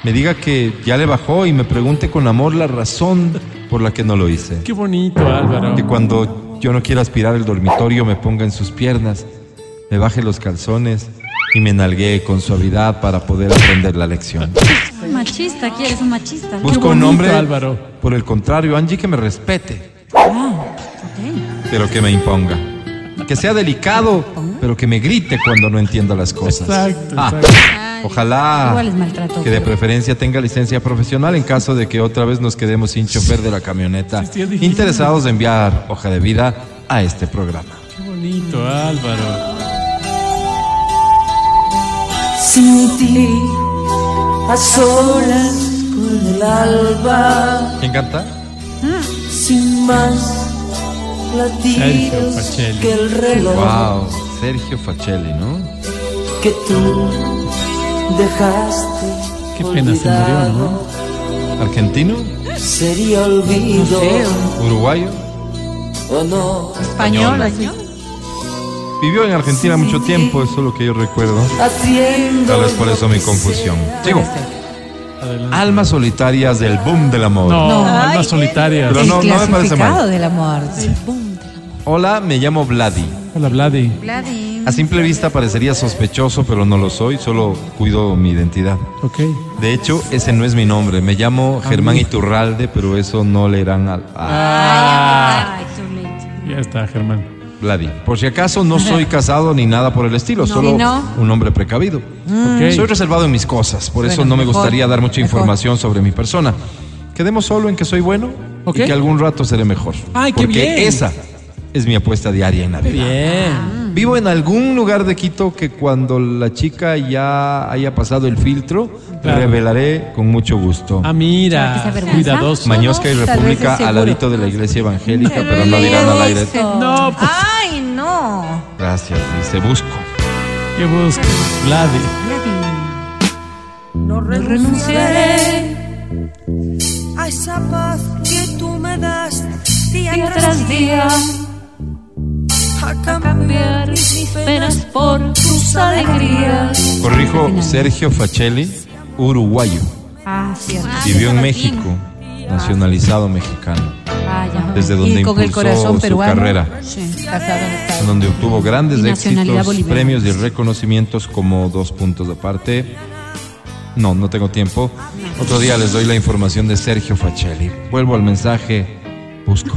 Speaker 2: me diga que ya le bajó y me pregunte con amor la razón por la que no lo hice.
Speaker 3: Qué bonito, Álvaro.
Speaker 2: Que cuando yo no quiera aspirar el dormitorio me ponga en sus piernas, me baje los calzones y me nalguee con suavidad para poder aprender la lección.
Speaker 7: Machista, quieres un machista.
Speaker 2: Busco un hombre, por el contrario, Angie, que me respete,
Speaker 7: Ah,
Speaker 2: pero que me imponga. Que sea delicado, pero que me grite cuando no entienda las cosas.
Speaker 15: Exacto,
Speaker 2: Ah, ojalá
Speaker 7: Igual es maltrato.
Speaker 2: que de preferencia tenga licencia profesional en caso de que otra vez nos quedemos sin chofer de la camioneta. Interesados en enviar hoja de vida a este programa.
Speaker 3: Qué bonito, Álvaro.
Speaker 15: Sin ti, a solas con el alba,
Speaker 2: ¿Quién canta?
Speaker 15: sin más
Speaker 2: Sergio
Speaker 15: latidos
Speaker 2: Facelli.
Speaker 15: que el reloj
Speaker 2: Wow, Sergio Facelli, ¿no?
Speaker 15: que tú dejaste.
Speaker 3: Qué pena se murió, ¿no?
Speaker 2: ¿Argentino?
Speaker 15: Sería olvido
Speaker 2: ¿Uruguayo?
Speaker 15: o no.
Speaker 2: Español, así. Vivió en Argentina mucho tiempo, eso es lo que yo recuerdo.
Speaker 15: Haciendo
Speaker 2: Tal vez por eso mi confusión. Sigo. Almas solitarias del boom del amor.
Speaker 3: No,
Speaker 4: No.
Speaker 3: almas
Speaker 4: Ay,
Speaker 3: solitarias.
Speaker 2: Pero
Speaker 4: el
Speaker 2: no, no me parece
Speaker 4: clasificado
Speaker 2: mal.
Speaker 4: del amor.
Speaker 2: Hola, me llamo Vladi.
Speaker 3: Hola, Vladi.
Speaker 2: A simple vista parecería sospechoso, pero no lo soy, solo cuido mi identidad.
Speaker 3: Ok.
Speaker 2: De hecho, ese no es mi nombre. Me llamo
Speaker 4: Ah,
Speaker 2: Germán Iturralde, pero eso no le irán al- a,
Speaker 3: Ah. Ya está, Germán.
Speaker 2: Vladi. Por si acaso, no soy casado ni nada por el estilo, solo
Speaker 4: ¿Y no?
Speaker 2: un hombre precavido.
Speaker 3: Ok.
Speaker 2: Mm. Soy reservado en mis cosas, por eso
Speaker 4: Bueno,
Speaker 2: no me
Speaker 4: mejor,
Speaker 2: gustaría dar mucha
Speaker 4: mejor.
Speaker 2: información sobre mi persona. Quedemos solo en que soy bueno
Speaker 3: Ok.
Speaker 2: y que algún rato seré mejor.
Speaker 3: Ay, qué
Speaker 2: porque
Speaker 3: bien.
Speaker 2: esa es mi apuesta diaria en la vida.
Speaker 3: Bien. Ah,
Speaker 2: Vivo en algún lugar de Quito que cuando la chica ya haya pasado el filtro,
Speaker 3: Claro.
Speaker 2: revelaré con mucho gusto.
Speaker 3: Ah,
Speaker 7: ¿Será que se
Speaker 3: mira.
Speaker 7: avergüenza?
Speaker 3: Cuidadoso.
Speaker 2: Mañosca y
Speaker 4: Tal vez es
Speaker 2: República
Speaker 4: seguro.
Speaker 2: al ladito de la iglesia evangélica, pero no dirán al aire.
Speaker 3: No, pues,
Speaker 4: Ay, no.
Speaker 2: Gracias, dice, busco.
Speaker 3: ¿qué buscas? Vladi.
Speaker 17: No renunciaré a esa paz que tú me das día, tras día. A cambiar mis penas por tus alegrías.
Speaker 2: Corrijo, Sergio Facelli, uruguayo.
Speaker 7: Ah, cierto.
Speaker 2: Vivió en México, nacionalizado mexicano,
Speaker 7: Ah, ya.
Speaker 2: desde donde
Speaker 4: Ah, Y con el
Speaker 2: impulsó
Speaker 4: corazón
Speaker 2: su
Speaker 4: peruano.
Speaker 2: carrera,
Speaker 4: Sí, casado en Estados
Speaker 2: en donde obtuvo grandes
Speaker 7: Y nacionalidad
Speaker 2: éxitos,
Speaker 7: boliviana.
Speaker 2: premios y reconocimientos como dos puntos aparte. No, no tengo tiempo. Otro día les doy la información de Sergio Facelli. Vuelvo al mensaje, busco.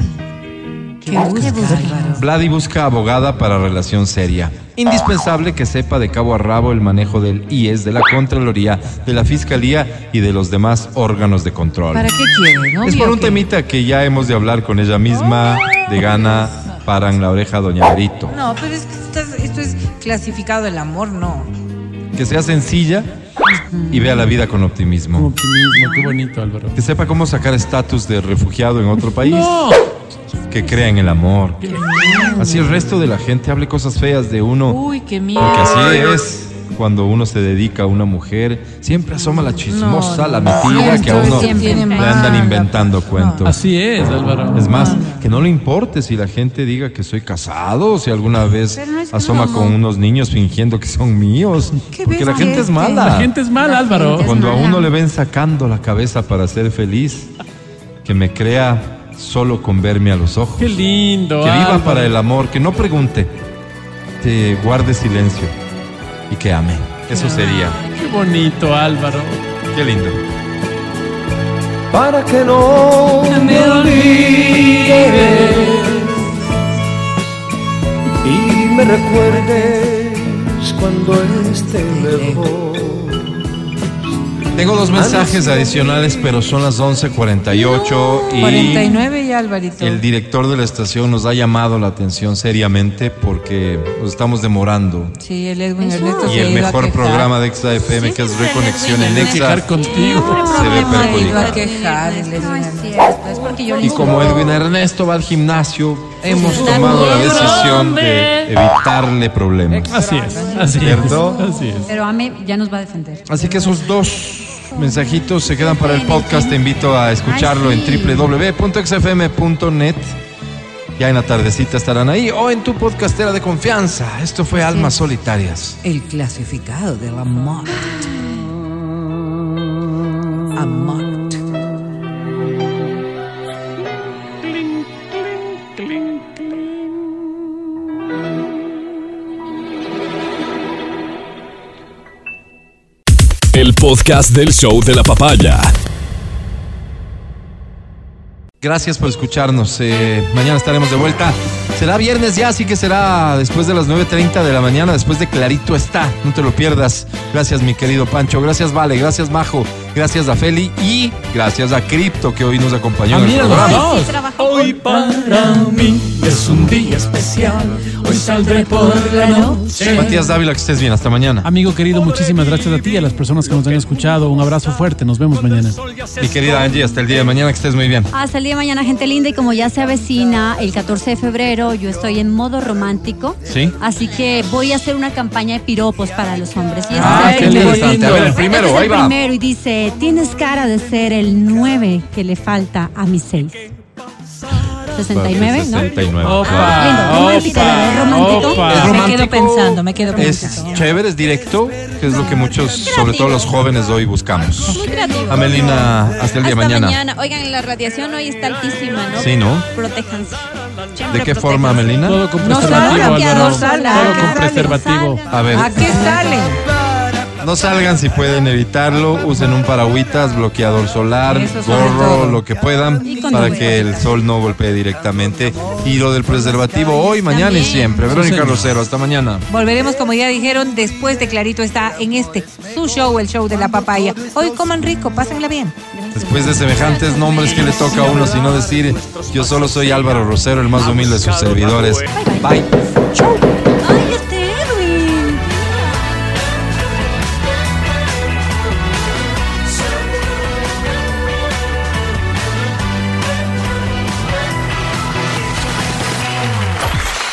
Speaker 4: Qué busca, Álvaro.
Speaker 2: Vladi busca abogada para relación seria. Indispensable que sepa de cabo a rabo el manejo del IES, de la Contraloría, de la Fiscalía y de los demás órganos de control.
Speaker 4: ¿Para qué quiere? No
Speaker 2: Es por
Speaker 4: Vio
Speaker 2: un
Speaker 4: que-
Speaker 2: temita que ya hemos de hablar con ella misma. De gana, paran la oreja a Doña Verito.
Speaker 4: No, pero es que estás- esto es clasificado del amor, no.
Speaker 2: Que sea sencilla y vea la vida con
Speaker 3: Con
Speaker 2: optimismo.
Speaker 3: optimismo, qué bonito, Álvaro.
Speaker 2: Que sepa cómo sacar estatus de refugiado en otro país.
Speaker 3: No.
Speaker 2: Que crea en el amor. Así el resto de la gente hable cosas feas de uno.
Speaker 4: Uy, qué miedo.
Speaker 2: Porque así es. Cuando uno se dedica a una mujer, siempre asoma la chismosa,
Speaker 4: No,
Speaker 2: la
Speaker 4: no,
Speaker 2: metida
Speaker 4: siempre,
Speaker 2: que a uno
Speaker 4: siempre.
Speaker 2: le andan inventando cuentos.
Speaker 3: Así es, Álvaro.
Speaker 2: Es más, que no le importe si la gente diga que soy casado, si alguna vez
Speaker 4: Pero no es
Speaker 2: asoma
Speaker 4: broma.
Speaker 2: con unos niños fingiendo que son míos.
Speaker 4: Qué
Speaker 2: Porque la
Speaker 4: bestia
Speaker 2: gente es
Speaker 4: este.
Speaker 2: mala.
Speaker 3: La gente es mala, Álvaro.
Speaker 7: gente es
Speaker 2: Cuando a
Speaker 7: mala.
Speaker 2: uno le ven sacando la cabeza para ser feliz, que me crea solo con verme a los ojos.
Speaker 3: Qué lindo.
Speaker 2: Que viva
Speaker 3: Álvaro.
Speaker 2: para el amor, que no pregunte, que guarde silencio y que ame. Eso sería.
Speaker 3: Qué bonito, Álvaro.
Speaker 2: Qué lindo.
Speaker 10: Para que no me olvides y me recuerdes cuando esté lejos.
Speaker 2: Tengo dos mensajes adicionales, pero son las 11.48 y
Speaker 4: 49 ya, Alvarito.
Speaker 2: el director de la estación nos ha llamado la atención seriamente porque nos estamos demorando.
Speaker 4: Sí, el Edwin Ernesto
Speaker 2: Y
Speaker 4: se ha
Speaker 2: el
Speaker 4: ido a
Speaker 2: mejor
Speaker 4: quejar.
Speaker 2: programa de Exa FM, que es Reconexión en Exa,
Speaker 4: Quejar
Speaker 2: se ve
Speaker 4: Se ha ido a
Speaker 2: perjudicado.
Speaker 4: quejar el Edwin Ernesto.
Speaker 7: pues,
Speaker 4: Es porque yo le
Speaker 2: Y como
Speaker 4: insisto.
Speaker 2: Edwin Ernesto va al gimnasio, hemos tomado la decisión de evitarle problemas.
Speaker 3: Así es, así es,
Speaker 2: ¿Cierto?
Speaker 3: así es.
Speaker 7: Pero Ame ya nos va a defender.
Speaker 2: Así que esos dos mensajitos se quedan para el podcast. Te invito a escucharlo en www.xfm.net. Ya en la tardecita estarán ahí o en tu podcastera de confianza. Esto fue Almas Solitarias.
Speaker 18: El clasificado de la Mott. Amot.
Speaker 1: El podcast del show de la papaya.
Speaker 2: Gracias por escucharnos. eh, mañana estaremos de vuelta. Será viernes ya, así que será después de las 9.30 de la mañana, después de Clarito está. No te lo pierdas. Gracias, mi querido Pancho. Gracias, Vale. Gracias, Majo. Gracias a Feli. Y gracias a Crypto, que hoy nos acompañó en el programa. Oh.
Speaker 15: Hoy para mí es un día especial. Hoy saldré por la noche.
Speaker 2: Matías Dávila, que estés bien. Hasta mañana.
Speaker 3: Amigo querido, muchísimas gracias a ti y a las personas que nos han escuchado. Un abrazo fuerte. Nos vemos mañana.
Speaker 2: Mi querida Angie, hasta el día de mañana, que estés muy bien.
Speaker 7: Ah, Hasta el día de mañana, gente linda. Y como ya se avecina el 14 de febrero, yo estoy en modo romántico.
Speaker 2: ¿Sí?
Speaker 7: Así que voy a hacer una campaña de piropos para los hombres. Y
Speaker 2: Ah, qué
Speaker 7: este es el primero.
Speaker 2: interesante. A ver, el primero,
Speaker 7: Este es
Speaker 2: ahí
Speaker 7: el
Speaker 2: va.
Speaker 7: primero y dice, tienes cara de ser el 9 que le falta a mi 6. 69, ¿no?
Speaker 2: 69.
Speaker 7: Ah, lindo, romántico, la verdad, romántico.
Speaker 2: Opa.
Speaker 7: Ah, Me
Speaker 2: ¿Es
Speaker 7: quedo
Speaker 2: romántico?
Speaker 7: pensando, me quedo pensando.
Speaker 2: Es chévere, es directo, que es lo que muchos, sobre todo los jóvenes de hoy, buscamos.
Speaker 6: Muy creativo.
Speaker 2: Amelina, hasta el día de
Speaker 6: Hasta
Speaker 2: mañana.
Speaker 6: Oigan, la radiación hoy está altísima, ¿no?
Speaker 2: Sí, ¿no?
Speaker 6: Protéjanse.
Speaker 2: ¿De qué forma, Amelina?
Speaker 3: Todo con
Speaker 6: No
Speaker 3: preservativo,
Speaker 6: salgan,
Speaker 3: Álvaro.
Speaker 6: no salgan.
Speaker 3: Todo con preservativo.
Speaker 2: A ver,
Speaker 4: ¿A qué salen?
Speaker 2: no salgan si pueden evitarlo, usen un paragüitas, bloqueador solar,
Speaker 4: Eso sobre
Speaker 2: gorro,
Speaker 4: todo.
Speaker 2: lo que puedan,
Speaker 4: Y con
Speaker 2: para
Speaker 4: tu
Speaker 2: que el sol no golpee directamente. Y lo del preservativo hoy, mañana y siempre. Verónica Rosero, hasta mañana.
Speaker 4: Volveremos, como ya dijeron, después de Clarito está en este, su show, el show de la papaya. Hoy coman rico, pásenla bien.
Speaker 2: Después de semejantes nombres que le toca a uno, sino decir, yo solo soy Álvaro Rosero, el más humilde de sus servidores. Bye.
Speaker 7: Ay, este Edwin.